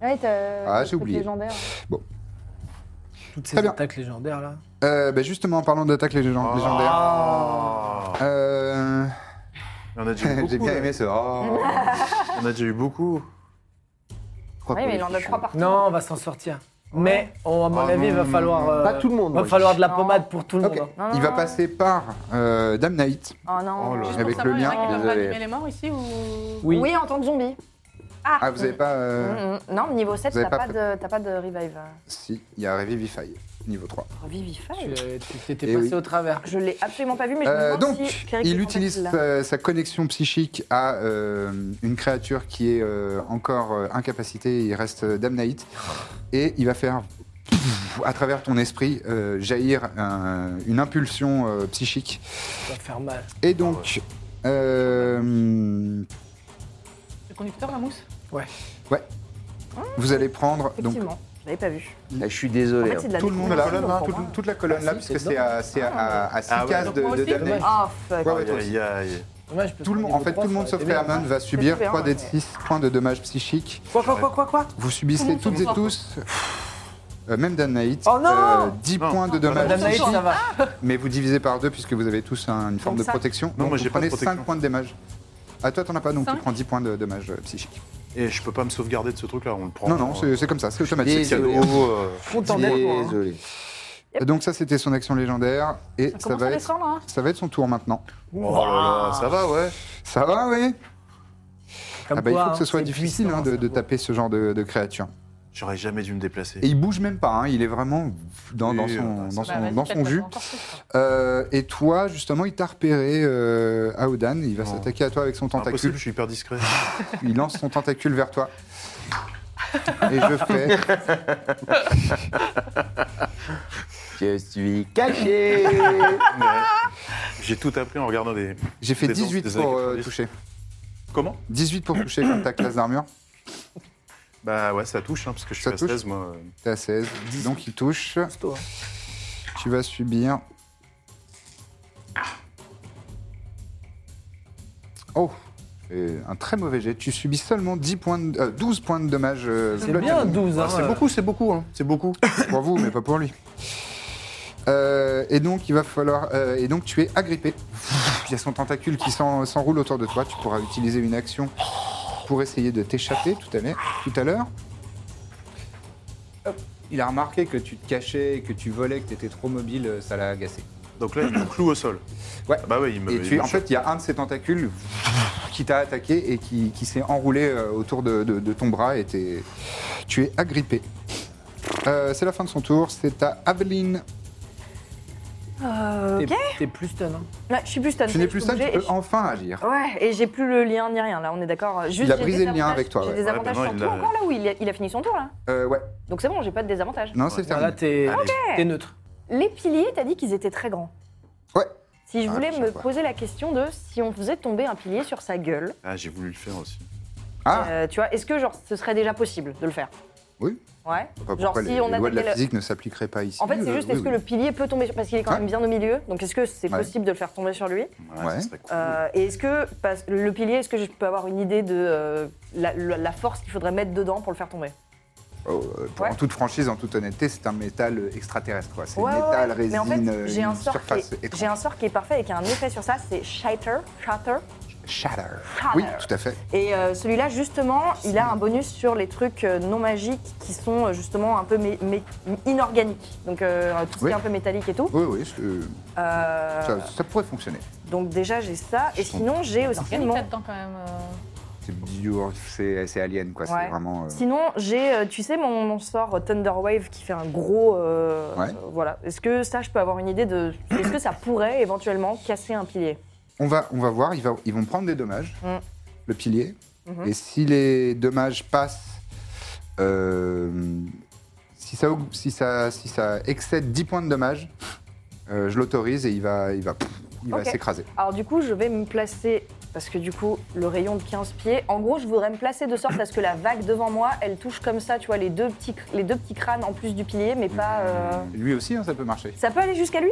D: Ouais, t'as-
A: Ah,
D: t'as
A: j'ai
D: le truc
A: oublié.
D: légendaire.
E: Toutes ces
A: Très bien.
E: attaques légendaires là.
A: Euh, bah justement, en parlant d'attaque
C: Oh.
A: légen- légendaire.
B: Ah.
A: Euh,
B: Il y en a déjà eu
A: j'ai
B: beaucoup.
A: bien
B: là.
A: aimé ce. Oh.
B: Il y en a déjà eu beaucoup.
A: Trois
D: Oui, mais il
A: pour
D: en
A: les
D: a
A: fichus.
D: trois partout.
E: Non, on va s'en sortir. Mais on- à mon
B: Ah
E: avis, il va
A: hmm.
B: non,
E: falloir. euh,
C: pas tout le monde.
E: Va
C: moi.
E: falloir de la
D: Non.
E: pommade pour tout le
A: Ok.
E: monde. hein.
D: Non, non,
A: Il va
D: non.
A: passer par euh, Damnite
D: Oh non.
A: Oh là
F: Juste
A: Avec
F: pour
A: le
F: savoir, il y en a
A: lien,
F: qui peuvent
A: désolé.
F: animer les morts ici ou.
E: Oui.
D: Oui, en tant que zombie.
A: Ah, vous avez pas.
D: Mm,
A: euh,
D: mm. Non, mais niveau 7,
A: Vous avez
D: t'as
A: pas
D: pas, de- t'as pas de revive.
A: Si, il y a Revivify, niveau 3.
D: Revivify
E: Tu euh, tu t'étais
A: Eh
E: passé
A: oui.
E: au travers.
D: Je l'ai absolument pas vu, mais je
A: Euh,
D: me demande
A: donc,
D: si Cleric
A: il
D: Contact
A: utilise
D: l'a.
A: sa, sa connexion psychique à euh, une créature qui est euh, encore euh, incapacitée, il reste euh, Damnite, et il va faire pff, à travers ton esprit euh, jaillir un- une impulsion euh, psychique.
E: Ça va faire mal.
A: Et donc, euh,
F: Le conducteur, la mousse
A: vous allez prendre donc,
D: Effectivement, je l'avais pas vu.
C: Là, Ah, je suis
D: En
C: désolé. hein.
D: fait, c'est de la
A: tout le monde
D: découverte,
A: là,
D: donc,
A: tout-
D: pour moi.
A: toute la colonne
E: Ah,
A: là,
E: si,
A: parce
E: c'est
A: que c'est à 6
B: Ah ouais.
A: cases de,
F: Donc, moi
A: de
F: aussi,
A: Damnite.
D: Oh fuck.
A: Ouais, ouais, toi
B: Aïe,
A: aussi.
B: aïe.
E: Dommage, parce
A: Tout le
E: qu'au
A: monde, en
E: niveau
A: fait,
E: trois,
A: tout le
E: ça
A: monde,
E: aurait
A: sauf
E: été bien.
A: Herman, va subir
D: super,
A: 3 des
D: ouais.
A: 6 points de dommages psychiques. Euh,
E: Quoi, quoi, quoi, quoi, quoi
A: Vous subissez
F: Tout le
A: toutes
F: monde
A: et
F: s'en
A: tous, euh, même Danaït,
E: Oh non
A: 10
B: Non.
A: points de dommages
E: Madame Naïs,
A: psychiques,
E: ça va.
A: mais vous divisez par deux puisque vous avez tous un- une forme
F: Donc
A: de
F: ça-
A: protection.
B: Non,
A: donc
B: moi,
A: vous
B: j'ai pas de
A: prenez 5
B: protection.
A: points de dommages. À toi, t'en as pas, donc
F: Cinq
A: tu prends 10 points de dommages euh, psychiques.
B: Et je peux pas me sauvegarder de ce truc-là, on le prend. euh,
A: Non, non, c'est c'est comme ça, c'est automatique.
B: cadeau.
C: Désolé.
B: euh,
E: Content d'être moi, hein.
C: Désolé.
A: Donc ça, c'était son action légendaire, et ça,
F: Comment ça
A: va être,
F: descend là hein Ah.
A: ça va être son tour maintenant.
B: Oh là là, ça va, ouais.
A: Ça va, oui
E: Comme
A: Ah bah, Il
E: quoi,
A: faut que ce
E: hein,
A: soit
E: c'est
A: difficile
E: puissant,
A: hein, de,
E: ça
A: de
E: vaut.
A: taper ce genre de, de créature.
B: J'aurais jamais dû me déplacer.
A: Et il bouge même pas, hein, il est vraiment dans, dans
B: Oui,
A: son,
B: ouais,
A: dans
B: ça
A: son-
F: Bah, vas-y,
A: dans son
F: peut-être
A: jus.
F: pas encore plus, quoi.
A: Euh, et toi, justement, il t'a repéré, euh, Aodan. Il va
B: Oh.
A: s'attaquer à toi avec son
B: Impossible,
A: tentacule.
B: je suis hyper discret.
A: Il lance son tentacule vers toi. Et je fais.
C: Je suis caché.
B: J'ai tout appris en regardant des.
A: J'ai fait
B: Des danses
A: 18
B: des
A: pour
B: années
A: euh,
B: 90.
A: toucher.
B: Comment
A: 18 pour toucher contre ta classe d'armure.
B: Bah ouais, ça touche, hein, parce que je suis
A: Ça
B: à
A: touche
B: 16, moi.
A: T'es à 16. Donc il touche.
B: hein.
A: Tu vas subir. Oh Et Un très mauvais jet. Tu subis seulement 10 points de- euh, 12 points de dommages. euh,
E: C'est bien 12, hein.
B: Ah, c'est beaucoup, c'est beaucoup, hein. C'est beaucoup.
A: Pour vous, mais pas pour lui. Euh, et donc, il va falloir. euh, et donc, tu es agrippé. Il y a son tentacule qui s'en- s'enroule autour de toi. Tu pourras utiliser une action pour essayer de t'échapper tout à l'heure- tout à l'heure. Hop. Il a remarqué que tu te cachais, que tu volais, que tu étais trop mobile, euh, ça l'a agacé.
B: Donc là, il me cloue au sol.
A: Ouais.
B: Ah Bah ouais, il me.
A: Et
B: il
A: tu,
B: me
A: en
B: chope.
A: fait, il y a un de ces tentacules qui t'a attaqué et qui, qui s'est enroulé euh, autour de, de- de ton bras et t'es- tu es agrippé. Euh, c'est la fin de son tour, c'est à Aveline.
D: Euh,
E: Euh, T'es-
D: ok.
E: T'es plus stun. hein.
D: Ouais, je suis plus stun.
A: Tu n'es plus stable, tu peux enfin agir.
D: Ouais, et j'ai plus le lien ni rien, là, on est d'accord. Juste,
A: Il a
D: j'ai
A: brisé
D: des
A: le lien
D: avantages-
A: avec toi, ouais.
D: J'ai des
B: Ouais,
D: avantages
B: maintenant,
D: sur
B: il
D: toi
B: l'a-
D: encore, là, où il a, il a fini son tour, là.
A: Euh, ouais,
D: Donc c'est bon, j'ai pas de désavantage.
A: non, c'est
E: Là,
A: terminé.
E: t'es
B: Allez.
E: t'es neutre.
D: Les piliers, t'as dit qu'ils étaient très grands.
A: Ouais.
D: Si je
A: Ah,
D: voulais
A: je
D: me
A: sais pas.
D: poser la question de si on faisait tomber un pilier sur sa gueule,
B: Ah, j'ai voulu le faire aussi.
A: Ah,
D: euh, tu vois, est-ce que genre ce serait déjà possible de le faire
A: Oui.
D: Ouais.
A: Enfin,
D: Genre
A: pourquoi
D: si
A: les,
D: on
A: les lois de la
D: attaquait le-
A: physique ne s'appliqueraient pas ici
D: En fait, c'est
A: euh,
D: juste
A: oui,
D: est-ce que
A: oui.
D: le pilier peut tomber sur... parce qu'il est quand
A: Ouais.
D: même bien au milieu. Donc est-ce que c'est
A: Ouais.
D: possible de le faire tomber sur lui
B: Ouais, ça
A: Ouais.
B: serait cool.
D: Euh, Et est-ce que parce- le pilier, est-ce que je peux avoir une idée de euh, la, la- la force qu'il faudrait mettre dedans pour le faire tomber
A: Oh, euh, pour-
D: Ouais.
A: En toute franchise, en toute honnêté, c'est un métal euh, extraterrestre. quoi. C'est
D: Ouais, ouais,
A: métal,
D: ouais.
A: résine,
D: Mais en
A: euh,
D: fait, j'ai un
A: une
D: sort qui
A: surface
D: est,
A: étrange.
D: j'ai un sort qui est parfait et qui a un effet sur ça, c'est shatter, shatter.
A: Shatter. Oui, tout à fait.
D: Et euh, celui-là, justement, il a un bonus sur les trucs euh, non magiques qui sont euh, justement un peu mé- mé- inorganiques. Donc euh, tout ce
A: Oui.
D: qui est un peu métallique et tout.
A: Oui, oui, je- euh,
D: Euh,
A: ça, ça pourrait fonctionner.
D: donc déjà, j'ai ça. Et sinon, j'ai aussi
F: Organique
D: mon...
F: là-dedans quand même. euh.
A: C'est bio, c'est c'est alien, quoi. C'est
D: Ouais.
A: vraiment. euh,
D: Sinon, j'ai, euh, tu sais, mon, mon sort Thunder Wave qui fait un gros. euh,
A: Ouais.
D: euh, voilà. Est-ce que ça, je peux avoir une idée de. Est-ce que ça pourrait éventuellement casser un pilier
A: On va, on va voir, il va- ils vont prendre des dommages,
D: Mm.
A: le pilier.
D: Mhm.
A: Et si les dommages passent, euh, si, ça, aug- si, ça, si ça excède 10 points de dommages, euh, je l'autorise et il va il va, il va
D: Ok.
A: s'écraser.
D: Alors, du coup, je vais me placer. Parce que du coup, le rayon de 15 pieds. En gros, je voudrais me placer de sorte à ce que la vague devant moi, elle touche comme ça, tu vois, les deux petits, les deux petits crânes en plus du pilier, mais
A: Mmh.
D: pas. euh,
A: Lui aussi, hein, ça peut marcher.
D: Ça peut aller jusqu'à lui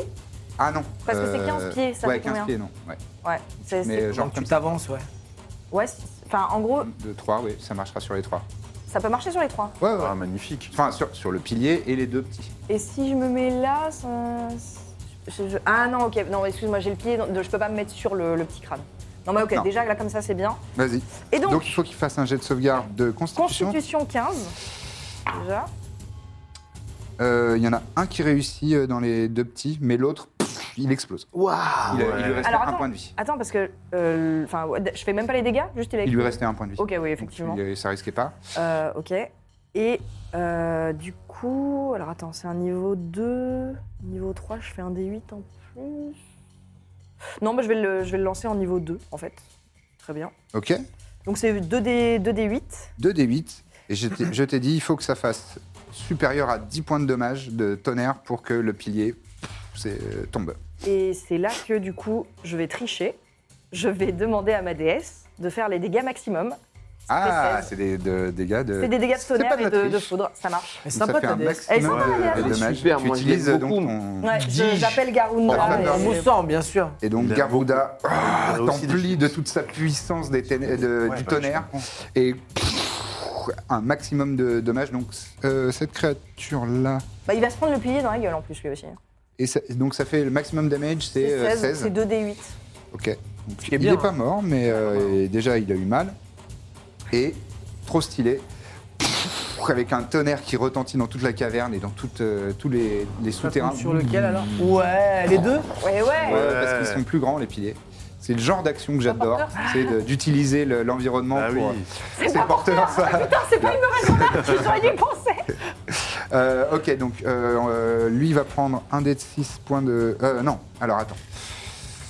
A: Ah non
D: Parce que c'est 15 pieds, ça
A: ouais,
D: fait
A: 15
D: combien
A: pieds, non. Ouais.
D: Ouais. C'est, c'est-
A: Mais euh, genre Mmh.
E: Donc, tu
A: comme ça.
E: t'avances, ouais.
D: ouais, c'est- Enfin, en gros,
A: 2, 3, oui, ça marchera sur les trois.
D: ça peut marcher sur les trois.
A: Ouais, ouais.
B: Ah, magnifique.
A: Enfin, sur, sur le pilier et les deux petits.
D: Et si je me mets là, ça... je- je- Ah non, ok, non, excuse-moi, j'ai le pied, non, je peux pas me mettre sur le, le petit crâne. Non, mais ok,
A: Non.
D: déjà, là, comme ça, c'est bien.
A: Vas-y.
D: Et donc,
A: Donc il faut qu'il fasse un jet de sauvegarde de constitution.
D: Constitution 15, déjà.
A: Euh, Il y en a un qui réussit euh, dans les deux petits, mais l'autre, pff, il explose. il, a- il lui restait
D: Alors,
A: un
D: attends.
A: point de vie.
D: Attends, parce que... euh, Enfin, ouais, je fais même pas les dégâts, juste il a...
A: Il lui restait un point de vie.
D: Ok, oui,
A: Donc, tu-
D: effectivement.
A: euh, ça risquait pas.
D: Euh, ok. Et euh, du coup... Alors, attends, c'est un niveau 2... Niveau 3, je fais un D8 en plus... Non, bah, je, vais le, je vais le lancer en niveau 2, en fait. Très bien.
A: Ok.
D: Donc, c'est 2D, 2D8.
A: 2d8. Et je t'ai je t'ai dit, il faut que ça fasse supérieur à 10 points de dommage de tonnerre pour que le pilier pff, c'est- euh, tombe.
D: Et c'est là que du coup, je vais tricher. Je vais demander à ma déesse de faire les dégâts maximum.
A: Ah,
D: 16.
A: c'est des de- dégâts de.
D: C'est des dégâts de
A: Euh, C'est pas
D: tonnerre
A: de la
D: et de,
A: triche.
D: de foudre. Ça marche.
E: Mais
A: Donc, ça
E: sympa,
A: fait
E: ta
A: un
D: Elle
E: DS.
D: est
A: maximum
D: sympa, la
A: de, de
D: déesse.
A: dommages.
C: Super,
A: tu
C: moi, je l'aime
A: utilises donc
C: beaucoup.
A: ton.
D: Ouais, je-
A: Dis.
D: j'appelle
A: Oh,
D: Garunda.
A: Ah,
E: En
A: Thunder
D: et-
E: moussant, bien sûr.
A: Et donc
B: Il a
A: Garuda ah,
B: Il a aussi des
A: t'emplit de toute sa puissance des téné- de-
B: Ouais,
A: du
B: bah,
A: tonnerre et pff, un maximum de dommages. Donc euh, cette créature là.
D: Bah, il va se prendre le pilier dans la gueule en plus, lui aussi.
A: Et ça- donc ça fait le maximum damage, c'est euh, 16.
D: C'est 2D8.
A: Ok. Donc,
E: qui est
A: il
E: bien, hein.
A: n'est pas mort, mais euh, déjà il a eu mal. Et trop stylé. Pff, Avec un tonnerre qui retentit dans toute la caverne et dans toutes, euh, tous les, les souterrains.
E: Sur lequel alors Ouais, les deux
D: Ouais, ouais.
A: Mmh. Ouais, Parce qu'ils sont plus grands, les piliers. C'est le genre d'action que j'adore, c'est de- d'utiliser le- l'environnement
B: Ah oui.
A: pour. euh,
D: C'est
A: c'est
D: pas
A: porteur, ça.
D: Putain, c'est pas une mauvaise remarque, j'aurais dû y penser.
A: Euh, ok, donc euh, euh, lui va prendre un dé de 6 points de. euh, non, alors attends.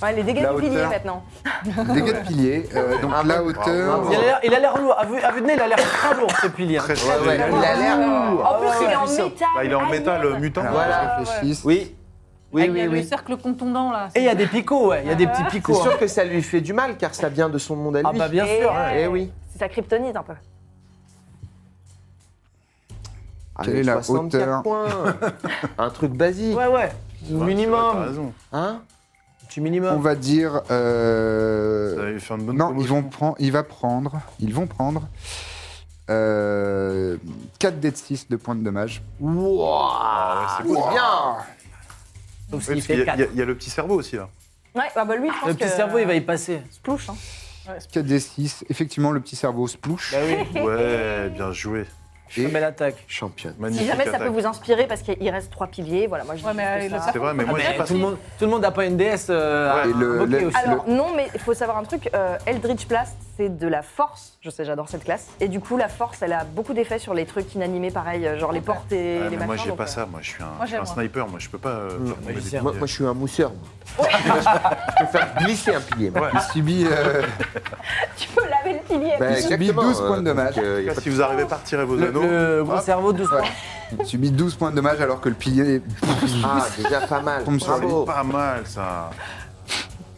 D: Ouais, les dégâts
A: La
D: du pilier
A: hauteur.
D: maintenant.
A: Dégâts de pilier, euh,
B: Ah,
A: donc la hauteur.
E: Ah Il a l'air- il a l'air lourd. Ah, À vue, à vue de nez, il a l'air très lourd ce pilier. hein.
B: Très
A: Ouais, ouais,
B: solide.
A: il a l'air-
D: En plus,
E: ouais,
D: il est en
E: puissant.
D: métal.
B: Bah, il est en métal euh,
D: alien.
B: mutant.
A: Alors,
C: Voilà.
A: Ah, je réfléchis.
C: Oui, oui,
F: Avec
C: oui,
F: le
C: oui.
F: cercle contondant là.
E: Et il y a des picots, ouais. Il y a des petits
C: C'est
E: picots. hein.
C: sûr que ça lui fait du mal car ça vient de son monde à lui.
E: Ah bah bien
D: Et
E: sûr.
D: ouais.
C: Eh oui.
D: C'est sa kryptonite un peu.
A: Quelle est la
C: 64
A: hauteur
C: points. Un truc basique.
E: Ouais, ouais.
B: Ouais, c'est vrai, Bah, t'as
E: Minimum.
B: raison.
C: Hein
E: Petit
A: On
E: minimum.
A: va dire. euh,
B: Ça va faire une bonne
A: Non, ils
B: promotion.
A: vont prendre, il va prendre, ils vont prendre euh, 4 dés de 6 de points de dommage.
B: Ah, ouais, c'est cool.
A: Ouah
B: Ouais,
E: Sauf s'il
B: parce qu'il y
E: fait
B: a- il y, a-
E: 4.
B: il y a le petit cerveau aussi là.
D: Ouais, bah, bah, lui, je pense
E: Le petit
D: que-
E: cerveau, il va y passer.
D: Splouche, hein.
A: 4 dés 6, effectivement le petit cerveau splouche.
E: Bah oui.
B: Ouais, bien joué.
A: Et
E: Belle attaque.
C: Championne.
D: Si
B: Magnifique
D: jamais ça peut
B: attaque.
D: vous inspirer, parce qu'il reste trois piliers, voilà, moi je dis
F: Ouais, mais
D: juste
F: le
D: ça.
F: parcours-
B: C'est vrai, mais
E: Ah,
B: moi, j'ai
E: mais
B: pas
E: tout, le monde, tout le monde n'a pas une DS euh,
A: Ouais,
E: à
A: et le-
E: invoquer
A: le-
E: aussi.
A: le-
D: Alors non, mais il faut savoir un truc, euh, Eldritch Blast, c'est de la force, je sais, j'adore cette classe, et du coup la force, elle a beaucoup d'effets sur les trucs inanimés, pareil, euh, genre les portes et
B: Ouais,
D: les
B: Ah, mais moi,
D: machins,
B: j'ai
D: donc,
B: pas
D: euh,
B: ça. Moi, je suis un,
F: Moi,
B: je suis un
F: j'aime, moi.
B: sniper. Moi, je peux pas. euh, faire tomber des
E: magicien.
C: Moi,
B: piliers.
C: moi, je suis un mousseur. moi.
A: Oh.
C: je peux faire glisser un pilier. moi.
A: il subit, euh,
D: Tu peux laver le pilier
B: Bah,
C: Ben,
A: Il subit
C: exactement,
A: 12 points de
C: donc,
A: dommages.
C: euh,
B: En tout
C: y a pas
B: cas, si vous arrivez pas à retirer vos
E: Le,
B: anneaux,
E: le gros
B: hop,
E: cerveau, 12 points.
A: il subit 12 points de dommages alors que le pilier.
C: de- Ah, déjà pas mal.
A: Tombe sur
B: c'est
C: Bravo.
B: pas mal ça.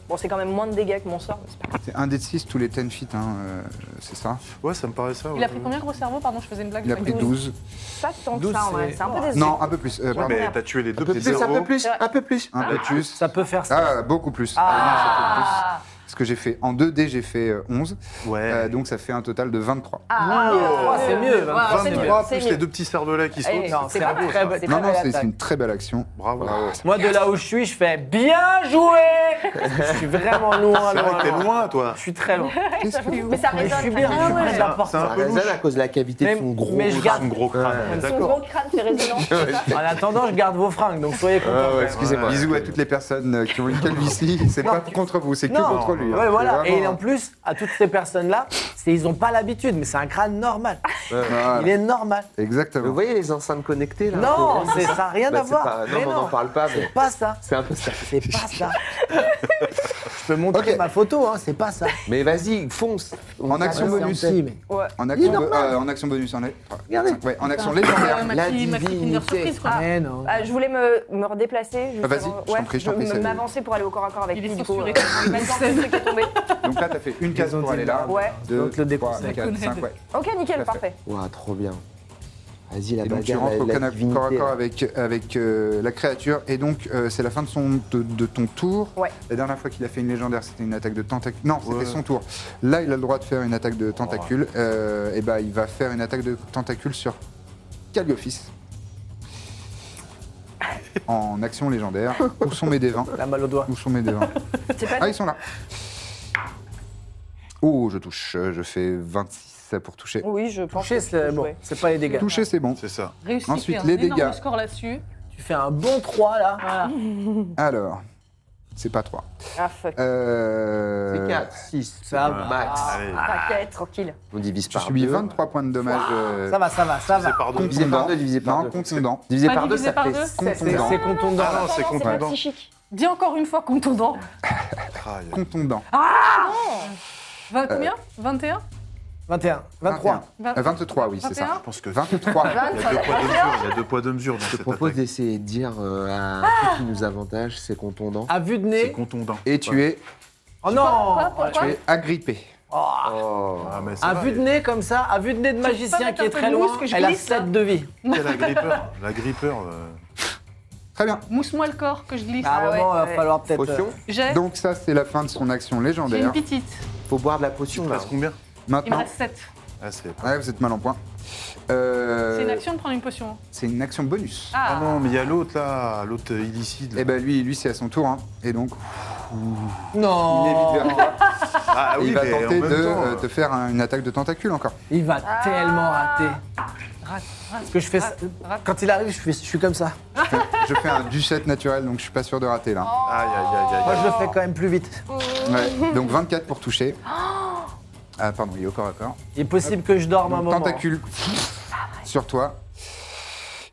D: Bon, c'est quand même moins de dégâts que mon sort, mais c'est pas grave.
A: C'est un dé de 6 tous les 10 feet, hein, euh, c'est ça
B: Ouais, ça me paraît ça.
F: Il a pris combien gros cerveau Pardon, je faisais une blague.
A: Il a pris 12.
D: pas tant que
E: 12,
D: ça en vrai,
E: c'est-
D: c'est un peu décevant.
A: Non, un peu plus. euh,
B: Ouais,
A: pardon.
B: mais t'as tué les deux
C: Un peu
B: petits
C: plus, un
B: zéros.
C: peu plus, un peu plus.
A: Un peu plus.
E: Ça peut faire ça.
A: Ah, beaucoup plus. Ah, non, ça fait plus. Ce que j'ai fait en 2 dés, j'ai fait euh, 11. Euh,
B: Ouais.
A: donc ça fait un total de 23.
D: Ah,
E: Ah, c'est mieux.
D: Ouais,
E: 23,
D: c'est
E: c'est
D: mieux.
E: mieux.
B: 23 plus les deux petits cervelets qui
D: Eh,
B: sautent.
E: Non,
D: c'est
E: c'est un
D: pas
E: beau,
D: très-
E: ça.
D: c'est
A: non,
D: pas
A: non,
D: mal
A: c'est
D: attaque.
A: c'est une très belle action.
B: Bravo.
E: Moi, de là où je suis, je fais bien joué. Parce que Je suis vraiment loin,
B: C'est vrai
E: loin,
B: que t'es
E: loin.
B: loin, toi.
E: Je suis très loin.
A: Qu'est-ce que-
D: Mais ça
E: Mais je suis
D: résonne.
E: bien, je suis
D: Ah ouais.
E: près de la porte.
B: C'est un
C: Ça
B: peu louche.
C: résonne à cause de la cavité
E: Mais-
C: de son gros.
E: mais je garde-
B: Son gros crâne.
C: Ouais.
D: Son
B: Ah, D'accord.
D: gros crâne, c'est résonnant.
E: En attendant, je garde vos fringues, donc soyez contents.
C: ouais, excusez-moi.
A: Ah, Bisous à toutes les personnes euh, qui ont une calvitie. C'est pas contre vous, c'est que
E: Non,
A: contre lui. hein.
E: ouais, voilà.
A: C'est vraiment-
E: Et en plus, à toutes ces personnes-là, c'est- ils n'ont pas l'habitude, mais c'est un crâne normal.
A: Voilà,
E: Il est normal.
C: Vous
A: Exactement.
C: voyez les enceintes connectées là
E: Non,
C: un peu
E: c'est- ça n'a rien
C: Bah,
E: à
C: c'est
E: voir.
C: pas- Non,
E: Mais
C: mais on n'en parle pas, mais
E: C'est pas ça.
C: c'est un peu ça.
E: C'est pas ça. je peux montrer
A: Ok.
E: ma photo, hein, c'est pas ça.
C: Mais vas-y, fonce. On
A: En action
C: avance.
E: Ouais,
A: bonus.
E: Ah, bah, c'est un petit, mais-
A: En action, bo- euh, en action bonus, en,
C: Regardez.
A: ouais, en action
F: Ah,
A: légendaire.
F: ma
C: La
F: petite- ma petite Kinder
C: divinité.
F: surprise, quoi.
E: Mais Eh non.
D: Ah, je voulais me, me redéplacer. Juste
A: Ah, vas-y,
D: avant-
A: je t'en
D: ouais,
A: prie, je
D: je
A: t'en prie,
D: me-
A: c'est-
D: m'avancer pour aller au corps à corps avec
F: Il
D: lui.
F: est
D: du coup,
F: censuré.
D: euh, il m'a dit que le truc est tombé.
A: Donc là, t'as fait une case pour aller là.
D: Ouais.
A: Deux,
E: Donc, le dépense,
A: trois,
E: la
A: quatre,
F: connaît.
A: cinq, ouais.
D: Ok, nickel,
A: fait.
D: parfait.
C: Ouah, trop bien. Vas-y, la
A: Et donc tu
C: bagarre,
A: rentres
C: Bah, la,
A: au
C: la
A: canapé
C: divinité,
A: corps à corps
C: là.
A: avec, avec euh, la créature et donc euh, c'est la fin de, son, de, de ton tour.
D: Ouais.
A: La dernière fois qu'il a fait une légendaire c'était une attaque de tentacule. Non c'était
B: Ouais.
A: son tour. Là il a le droit de faire une attaque de tentacule.
E: Oh.
A: Euh, et bah il va faire une attaque de tentacule sur Calgophis. en action légendaire. Où sont mes dévins
E: La mal au doigt.
A: Où sont mes dévins
D: C'est pas
A: Ah ils sont là. Oh je touche, Euh, je fais 26 pour toucher.
D: Oui, je pense.
E: Toucher,
D: que
E: c'est
D: je
E: bon,
D: jouais.
E: c'est pas les dégâts.
A: Toucher c'est bon.
B: C'est ça.
F: Réussi,
A: Ensuite,
F: fait un
A: les
F: énorme
A: dégâts.
F: score là-dessus.
E: Tu fais un bon 3 là.
F: Voilà.
A: Alors c'est pas 3.
D: Ah, fuck.
A: Euh,
C: C'est 4, 6,
E: Ça va.
C: max.
B: Ah, Allez,
D: T'inquiète, Ah, tranquille.
C: On divise
A: Tu
C: par
A: subis
C: 2.
A: 23 points de dommages. euh,
E: Ça va, ça va, ça va.
B: c'est par deux.
C: Divisé par
A: contondants.
C: deux, divisé par
A: Non,
C: deux.
A: contondant.
C: Divisé
F: Pas
C: par 2,
F: divisé
C: ça
F: par
C: fait
F: deux
E: C'est
A: Contondant.
E: c'est contondant.
B: Ah non, c'est
D: Non, pas
B: contondant.
D: psychique.
F: Dis encore une fois contondant. Ah
B: Aïe.
A: Contondant.
D: Ah
F: Vingt- combien 21
E: 21, 23.
A: 21. Euh, 23, oui, c'est ça.
B: Je pense que.
A: Vingt-trois.
B: Il y a deux poids, deux mesures. Il y a deux poids, deux mesures dans
C: Je
B: cette
C: te propose
B: attaque.
C: d'essayer de dire euh, un
F: Ah
C: truc qui nous avantage, c'est contondant.
E: À vue de
B: C'est
E: nez.
B: contondant.
A: Et tu es,
E: Oh non Oh.
F: Pourquoi
A: tu es agrippé.
B: Ah, mais ça
E: À
B: va,
E: vue de nez comme ça, à vue de nez de magicien
F: mettre
E: qui est
F: un peu
E: très
F: de
E: loin,
F: mousse que je
E: elle a
F: glisse,
D: hein.
E: 7 de vie.
B: quel agrippeur. L'agrippeur. euh,
A: Très bien. Ah
F: Mousse-moi le corps que je
C: Ah,
F: glisse.
E: À un
D: Ah ouais,
E: moment, il
D: ouais.
E: va falloir peut-être.
C: Potion
E: euh,
F: Ah, J'ai
A: Donc ça, c'est la fin de son action
F: j'ai une
A: légendaire.
F: petite.
C: Faut boire de la
B: Tu
C: potion
B: te
C: là.
B: passes combien
F: Il me
A: Maintenant,
F: reste 7.
B: Ah, c'est.
A: ouais, vous êtes mal en point. Euh,
F: C'est une action de prendre une potion.
A: c'est une action bonus.
B: Ah
F: Ah,
B: non, mais il y a l'autre là, l'autre euh, illicide. là.
A: Et ben lui, lui c'est à son tour. hein. Et donc, il
E: Non
A: évite vers toi.
B: Ah
A: Et il va
B: mais en
A: tenter de
B: même temps,
A: euh, te faire un- une attaque de tentacule encore.
E: Il va tellement rater.
F: Ah. rate, rate.
E: Parce que je fais. ça- Quand il arrive, je, fais- je suis comme ça.
A: Je fais un duchette naturel, donc je suis pas sûr de rater là.
B: Aïe, aïe, aïe, aïe,
E: Moi,
B: aïe.
E: je le fais quand même plus vite.
A: Ouais, donc 24 pour toucher. Ah pardon, il est au corps à corps.
E: Il est possible que je dorme un
A: Donc,
E: moment. hein.
A: tentacule sur toi.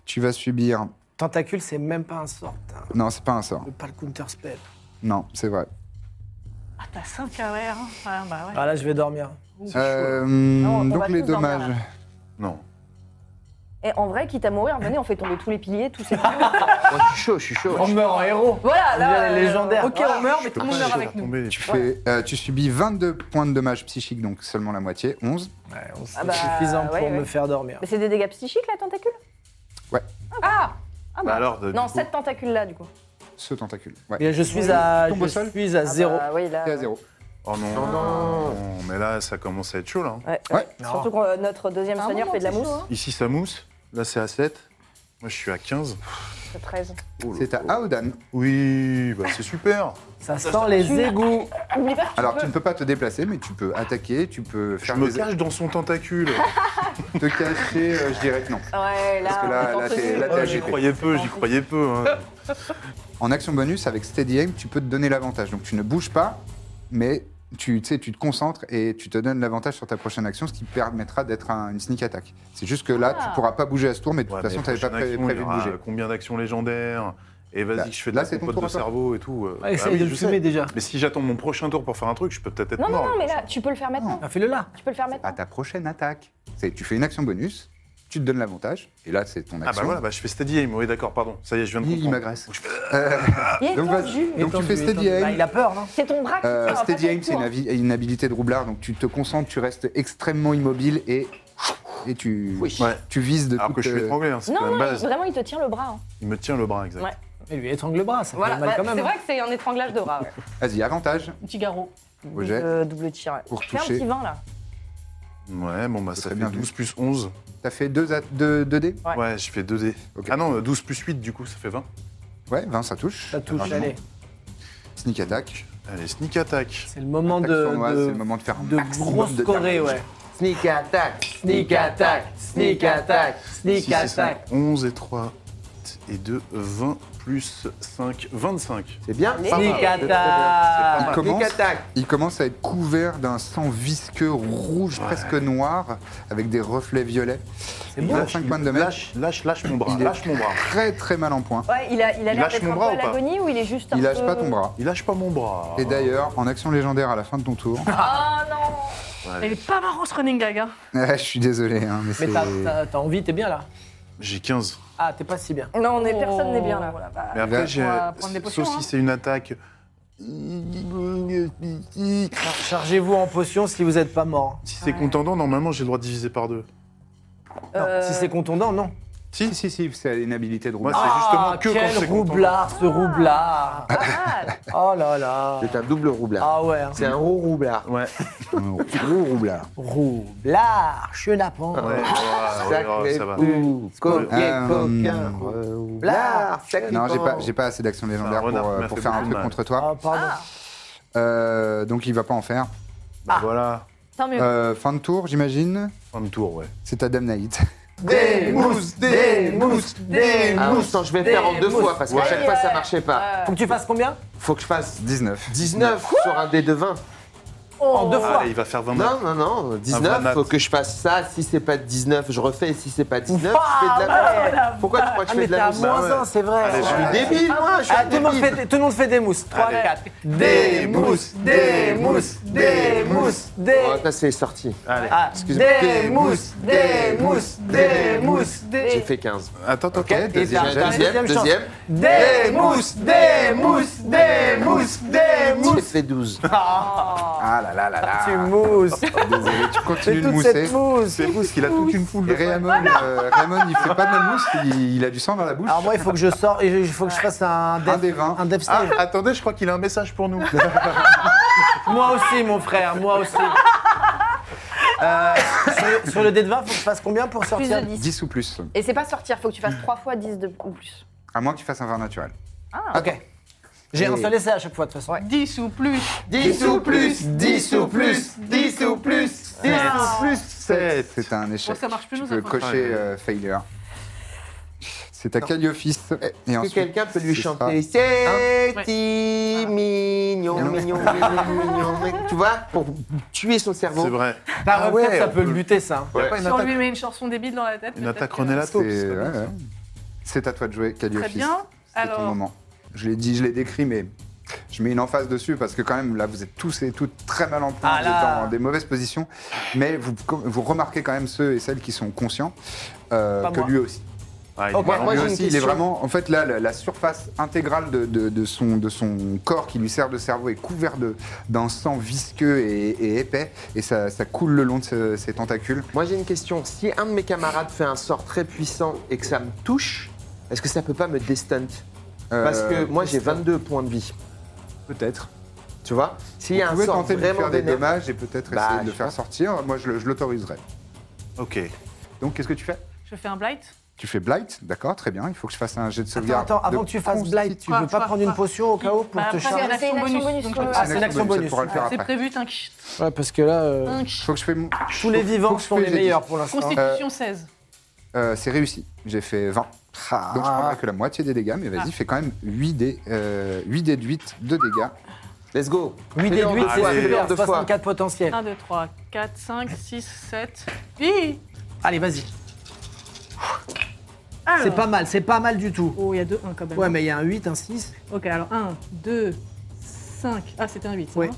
A: Tu vas subir.
E: Tentacule, c'est même pas un sort. hein. putain.
A: Non, c'est pas un sort.
E: On peut Pas le counter spell.
A: Non, c'est vrai.
F: Ah, t'as 5 AR. Hein. Ah, bah ouais.
E: Ah là, je vais dormir.
A: Euh,
D: on va
A: donc
D: tous
A: les
D: dormir, là.
A: dommages.
B: Non.
D: Et en vrai, quitte à mourir, venez, on fait tomber tous les piliers, tous
A: Ah.
D: ces.
C: Moi, je suis chaud, je suis chaud.
E: On meurt en héros.
D: voilà, là.
E: dirait les légendaires.
D: Ok, on meurt, mais tout le monde meurt
B: Je vais
D: avec
B: faire
D: nous.
B: tomber les-
A: Tu, fais, euh, tu subis 22 points de dommages psychiques, donc seulement la moitié, 11.
E: Ouais, on- C'est
D: Ah bah,
E: suffisant pour
D: ouais,
E: me
D: ouais.
E: faire dormir.
D: Mais c'est des dégâts psychiques, la tentacule
A: Ouais.
D: Ah Ah
B: Bah
D: bah.
B: alors, de-
D: Non,
B: du coup,
D: cette tentacule-là, du coup.
A: Ce tentacule. Ouais.
E: Et je suis à,
A: Tombe au sol
E: je suis à
D: Ah
E: zéro.
D: bah, oui, là.
A: T'es à zéro.
B: Oh non. non. Mais là, ça commence à être chaud là. hein.
D: Ouais,
A: Ouais.
D: ouais. Surtout que euh, notre deuxième
F: Ah,
D: seigneur
F: non,
D: fait de la
F: c'est
D: mousse.
F: chaud, hein.
B: Ici, ça mousse. Là, c'est à 7. Moi, je suis à 15.
D: le 13.
A: C'est à Aodan.
B: Oui, bah, c'est super.
E: Ça sent les égouts.
D: Oublie pas que tu
A: Alors,
D: peux-
A: tu ne peux pas te déplacer, mais tu peux attaquer, tu peux
B: Je
A: faire
B: me
A: des-
B: cache dans son tentacule.
A: te cacher. euh, je dirais que non.
D: Ouais, là,
A: Parce que là,
D: on
A: là,
D: Ah, t'en
A: t'es-
D: peut
A: là,
D: plus.
A: t'es
B: j'y
A: agité.
B: croyais peu, j'y croyais peu. hein.
A: En action bonus, avec Steady Aim, tu peux te donner l'avantage. Donc, tu ne bouges pas, mais tu, tu sais, tu te concentres et tu te donnes l'avantage sur ta prochaine action, ce qui permettra d'être un- une sneak attack. C'est juste que là,
E: Ah.
A: tu pourras pas bouger à ce tour, mais de toute
B: Ouais,
A: façon,
B: mais
A: tu n'avais pas
B: prochaine
A: pré-
B: action,
A: prévu
B: il y
A: de
B: aura
A: bouger.
B: Combien d'actions légendaires Et vas-y,
A: Là-
B: que je fais de
A: là,
B: la
A: c'est ton
B: compote
A: tour
B: de
A: à toi.
B: cerveau et tout. euh.
E: Ouais, essaye
B: Ah oui,
E: de
B: je
E: le
B: sais.
E: fumer déjà.
B: Mais si j'attends mon prochain tour pour faire un truc, je peux peut-être être
D: Non, non,
B: mort.
D: non, mais là, tu peux le faire maintenant.
E: Ah, Fais-le là.
D: Tu peux le faire maintenant.
A: À ta prochaine attaque. C'est- Tu fais une action bonus, tu te donnes l'avantage, et là, c'est ton action.
B: Ah bah voilà, bah, je fais steady aim, oui d'accord, pardon. Ça y est, je viens de
A: Il, il
B: comprendre.
A: m'agresse.
D: Il est
A: Ah, Donc, vas-y.
D: tendu.
A: Donc, tu
E: Étendu,
A: fais Steady
E: étendu.
A: Aim.
E: Bah, il a peur, non
D: C'est ton bras qui
A: Euh,
D: tient,
A: steady
D: pas ton
A: aim, c'est une,
D: tour.
A: avi- une habilité de roublard, donc tu te concentres, tu restes extrêmement immobile et, et tu,
B: Ouais.
A: tu vises de
B: Alors que
A: toute,
B: je suis
A: euh,
B: étranglé, hein, c'est
D: Non,
B: la
D: non,
B: base.
D: il- vraiment, il te tient le bras. hein.
B: Il me tient le bras, exact.
D: Ouais.
E: Il lui étrangle le bras, ça fait
D: Voilà,
E: mal
D: bah,
E: quand même.
D: c'est vrai que c'est un étranglage de bras. ouais.
A: Vas-y, avantage
F: Petit garrot.
A: au jet.
D: Euh, double tir. ouais.
A: Pour
D: Fais un
A: toucher.
D: petit 20 là.
B: Ouais, bon bah
A: C'est
B: ça
A: très
B: fait
A: bien
B: 12 plus 11.
A: T'as fait 2 deux, deux dés
D: Ouais.
B: Ouais, je fais 2 d
A: Ok.
B: Ah non, 12 plus 8 du coup, ça fait 20.
A: Ouais, 20, ça touche.
E: Ça touche,
B: Franchement.
E: allez.
A: Sneak attack.
B: Allez, sneak attack.
E: C'est le moment
A: Attaque
E: de,
A: sournoise,
E: de-
A: c'est le moment de faire un
E: de
A: maximum
E: grosse
A: de
E: corée,
A: damage.
E: ouais.
C: Sneak attack, sneak attack, sneak attack.
E: sneak
B: Six et
E: attack.
B: cinq, 11 et 3 et 2, 20 plus 5, 25.
C: C'est bien
D: Allez.
C: ça
E: Sneak
D: mal.
E: attack.
A: Il
C: Sneak
A: commence,
C: attack.
A: il commence à être couvert d'un sang visqueux rouge, presque noir, avec des reflets violets.
E: C'est
A: Il
E: bon.
A: a 5 points de dommage.
B: Lâche, lâche, lâche mon bras,
A: Il est-
B: lâche mon bras.
A: Très très mal en point.
D: Ouais, il a, il a
B: Il
D: l'air
B: lâche
D: d'être
B: mon
D: un peu
B: bras
D: à
B: ou pas
D: l'agonie ou il est juste un
A: Il lâche
D: peu-
A: pas ton bras.
B: Il lâche pas mon bras.
A: Et d'ailleurs, en action légendaire à la fin de ton tour,
D: Ah non
F: Il est pas marrant ce running gag. hein.
A: je suis désolé, hein, mais
E: Mais
A: c'est.
E: t'as- t'as t'as envie, t'es bien là.
B: J'ai 15.
E: Ah, t'es pas si bien.
D: Non, on est, personne
F: Oh.
D: n'est bien là. voilà, bah.
B: Mais
A: va-
B: après, j'ai.
F: On va prendre des potions,
B: Sauf
F: hein.
B: si c'est une attaque.
D: hein.
E: Char- Chargez-vous en potions si vous n'êtes pas mort.
B: Si c'est contendant, normalement, j'ai le droit de diviser par deux.
E: Non,
D: Euh,
E: si c'est contondant, non.
A: Si, si, si, c'est une habilité de
B: Moi,
A: roublard.
B: c'est justement
E: Ah,
B: que quand
E: quel
B: c'est contendant.
E: roublard,
A: Ah.
E: ce roublard.
D: pas mal.
E: Oh là là.
C: C'est un double roublard.
E: Ah ouais. hein.
C: C'est un roux roublard.
B: Ouais.
A: Gros roublard.
E: Roublard, chenapan.
B: Ouais, ouais, ouais, ouais,
C: Sacré
B: ça va.
C: pou, coquin,
A: Euh,
C: coquin, roublard, sacré
A: Non, j'ai
C: pan.
A: pas, j'ai pas assez d'actions légendaires
B: C'est un
A: pour,
B: renard qui
A: euh,
B: m'a
A: pour
B: fait
A: faire un
B: beaucoup
A: truc
B: de mal.
A: contre toi.
E: Ah, pardon.
A: Euh, donc il va pas en faire.
B: Bah, Voilà,
E: Ah,
D: Tant mieux.
A: Euh, fin de tour, j'imagine.
B: fin de tour, ouais.
A: C'est à Damnaït.
C: Des mousses, des mousses, des
E: Ah,
C: mousses. Attends, je vais le faire en
E: Des
C: deux
E: mousses.
C: fois parce qu'à
D: Ouais.
C: chaque fois ça
D: Ouais.
C: marchait pas.
E: Faut que tu fasses combien
C: Faut que je fasse
A: 19.
C: 19 sur un dé de 20.
E: En deux fois.
B: Allez, il va faire 20
C: Non, non, non, 19,
B: nat.
C: faut que je fasse ça. Si c'est pas 19, je refais. Si c'est pas 19, je fais de
E: Ah,
C: la
E: ouais, la
C: mousse. Pourquoi tu crois que je
E: Ah,
C: fais
E: mais
C: de
E: t'es
C: la
E: à
C: mousse
B: Ah, ouais.
E: moins 1, c'est vrai.
B: Allez,
C: Je suis débile, moi, je suis
E: Ah,
C: un
E: tout, le monde
C: débile.
E: fait, tout le monde fait des mousses. 3,
B: Allez.
E: 4.
C: Des mousses, des mousses, des mousses,
E: des.
C: Oh, ça c'est sorti.
B: Allez,
E: Ah,
C: Excuse-moi.
E: Des mousses, des mousses, des mousses, des.
C: J'ai fait 15.
B: attends, attends.
A: Ok, deuxième
E: t'as-
A: jet.
C: Deuxième,
E: deuxième chance.
C: deuxième.
E: Des mousses, des mousses, des mousses, des
C: J'ai
E: mousses.
C: fait 12.
A: Ah là là là
E: Tu
A: là.
E: mousses.
A: Désolé, tu
E: C'est
A: continues de
E: toute
A: mousser.
E: cette mousse.
B: C'est mousse, qu'il a toute une foule
A: Et
B: de
A: Raymond, euh, Raymond, il fait pas de la mousse, il, il a du sang dans la bouche.
E: Alors moi, il faut que je sorte, il faut que je fasse un
A: Un
E: dev,
A: des 20.
E: un dev
B: Ah,
E: save.
B: attendez, je crois qu'il a un message pour nous.
E: Moi aussi, mon frère, moi aussi. Euh, sur, sur le dé de 20, faut que je fasse combien pour
D: Plus de
E: sortir
D: 10.
A: 10 ou plus.
D: Et c'est pas sortir, faut que tu fasses 3 fois 10 de... ou plus.
A: À moins que tu fasses un vin naturel.
E: Ah. Ok. J'ai un seul essai à chaque fois, de toute façon.
F: 10 ou plus.
C: 10 ou plus, 10 ou plus, 10 ou plus.
B: 10
A: Ah,
B: plus 7.
A: C'est un échec.
F: Bon, ça marche plus,
A: tu
F: nous,
A: peux
F: ça marche.
A: cocher euh, failure. C'est à Calliophis. Et, et
C: Est-ce que
A: ensuite,
C: quelqu'un peut lui
A: ce sera-
C: chanter C'est mignon,
A: Non.
C: mignon, mignon, mignon, mignon. Tu vois, pour tuer son cerveau.
B: C'est vrai.
E: Ta
C: Ah
E: retraite,
C: ouais,
E: Bah, ça
C: on
E: peut
C: peut-
E: le buter, ça.
B: Y a pas une
F: Si on lui
B: attaque,
F: met une chanson débile dans la tête.
B: une
F: peut-être
B: attaque
F: que-
B: René
A: C'est
B: Lato.
A: ouais, ouais. C'est à toi de jouer, Calliophis.
F: Très bien.
A: C'est ton
F: Alors,
A: moment. Je l'ai dit, je l'ai décrit, mais je mets une emphase dessus parce que quand même, là, vous êtes tous et toutes très mal en point,
E: Ah
A: vous êtes
E: là.
A: dans des mauvaises positions. Mais vous, vous remarquez quand même ceux et celles qui sont conscients euh,
E: Pas
A: que
E: moi.
A: lui aussi.
B: Ah, il est
C: Ok.
B: marrant.
C: Moi,
A: lui
C: j'ai une
A: aussi, il est
C: question.
A: vraiment. En fait, là, la, la surface intégrale de, de- de son, de son corps qui lui sert de cerveau est couverte de- d'un sang visqueux et, et épais, et ça, ça coule le long de ce- ses tentacules.
C: Moi j'ai une question. Si un de mes camarades fait un sort très puissant et que ça me touche, est-ce que ça peut pas me destunt
A: Euh,
C: Parce que moi j'ai 22 points de vie.
A: peut-être.
C: Tu vois S'il
A: Vous
C: y a un
A: pouvez
C: sort
A: tenter de lui
C: vraiment
A: faire des
C: vénère,
A: dommages et peut-être
C: Bah,
A: essayer
C: je
A: de le
C: sais
A: faire
C: pas.
A: sortir. Moi, je, le- je l'autoriserai.
B: Ok.
A: Donc, qu'est-ce que tu fais
F: je fais un blight.
A: Tu fais Blight, d'accord, très bien. Il faut que je fasse un jet de
E: Attends,
A: sauvegarde.
E: attends, avant
A: de
E: que tu fasses Blight, tu
F: Ah,
E: veux
F: tu
E: pas
F: vois,
E: prendre une
F: ah.
E: potion au cas où Oh, pour
F: Bah,
E: te
F: après,
D: charger.
E: charger
F: c'est une action
D: C'est une action
F: bonus.
D: bonus,
F: donc
D: ouais.
F: je-
E: Ah, c'est une action bonus.
A: pour le faire
F: C'est
A: après.
F: prévu, t'inquiète.
E: Ouais, parce que là, euh,
A: Faut que je fais mon-
E: tous les
A: faut- faut
E: vivants
A: que je
E: sont
A: fais
E: les
A: les-
E: meilleurs pour l'instant.
F: Constitution 16.
A: Euh, c'est réussi. J'ai fait 20. Donc je prendrai que la moitié des dégâts, mais vas-y, fais quand même 8 dés, euh, 8 dés de 8 de dégâts.
C: Let's go.
E: 8 des 8,
B: fois,
E: c'est super,
C: deux fois.
E: 64 potentiels.
F: 1, 2, 3, 4, 5, 6, 7. Hi
E: Allez, vas-y.
F: Alors.
E: C'est pas mal, c'est pas mal du tout.
F: Ah. Oh, il y a 2, 1 quand même.
E: Ouais, mais il y a un 8, un 6.
F: Ok, alors 1, 2, 5. Ah, c'était un 8.
E: Ouais.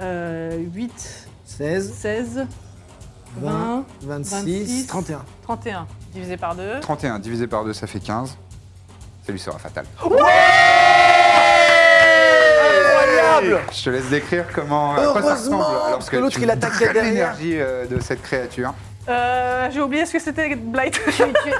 F: Euh, 8,
E: 16,
F: 16,
E: 20,
F: 20,
E: 26, 31.
F: 31. Divisé par 2.
A: 31 divisé par 2, ça fait 15. Ça lui sera fatal. Je te laisse décrire comment. à quoi ça
E: Heureusement
A: ressemble. Alors, parce
E: que l'autre,
A: tu
E: il attaquait
A: draines
E: derrière.
A: l'énergie euh, de cette créature.
F: Euh, J'ai oublié ce que c'était Blight.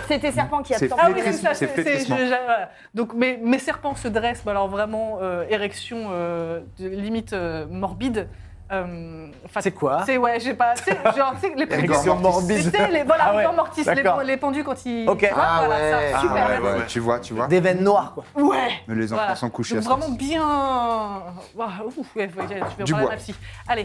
D: C'était Serpent qui
A: C'est
D: absorbe
F: Ah oui,
A: Flétrissement,
F: c'est ça,
A: c'est
F: c'est c'est-
A: flétrissement.
F: je- je- voilà. Donc mes, mes serpents se dressent, bah, alors vraiment euh, érection euh, de- limite euh, morbide. Euh, enfin,
E: C'est quoi
F: C'est ouais, j'ai pas. C'est genre c'est les
A: Rigor
F: pendus.
A: mortis.
F: Tu sais, les voilà,
E: Ah ouais,
F: rigor mortis, les,
E: d'accord.
F: les pendus quand ils.
E: Ok.
F: tu vois,
C: Ah
F: voilà, ça,
C: ouais. Ah
F: super.
A: Ouais, ouais, Tu vois, tu vois.
E: Des veines noires, quoi.
F: Ouais.
A: Mais Les enfants
F: Voilà.
A: sont couchés
F: Donc
A: à
F: vraiment bien. Ouah, ouf, ouais, ouais, tu
A: Du
F: vas parler à
A: bois.
F: ma psy. Allez.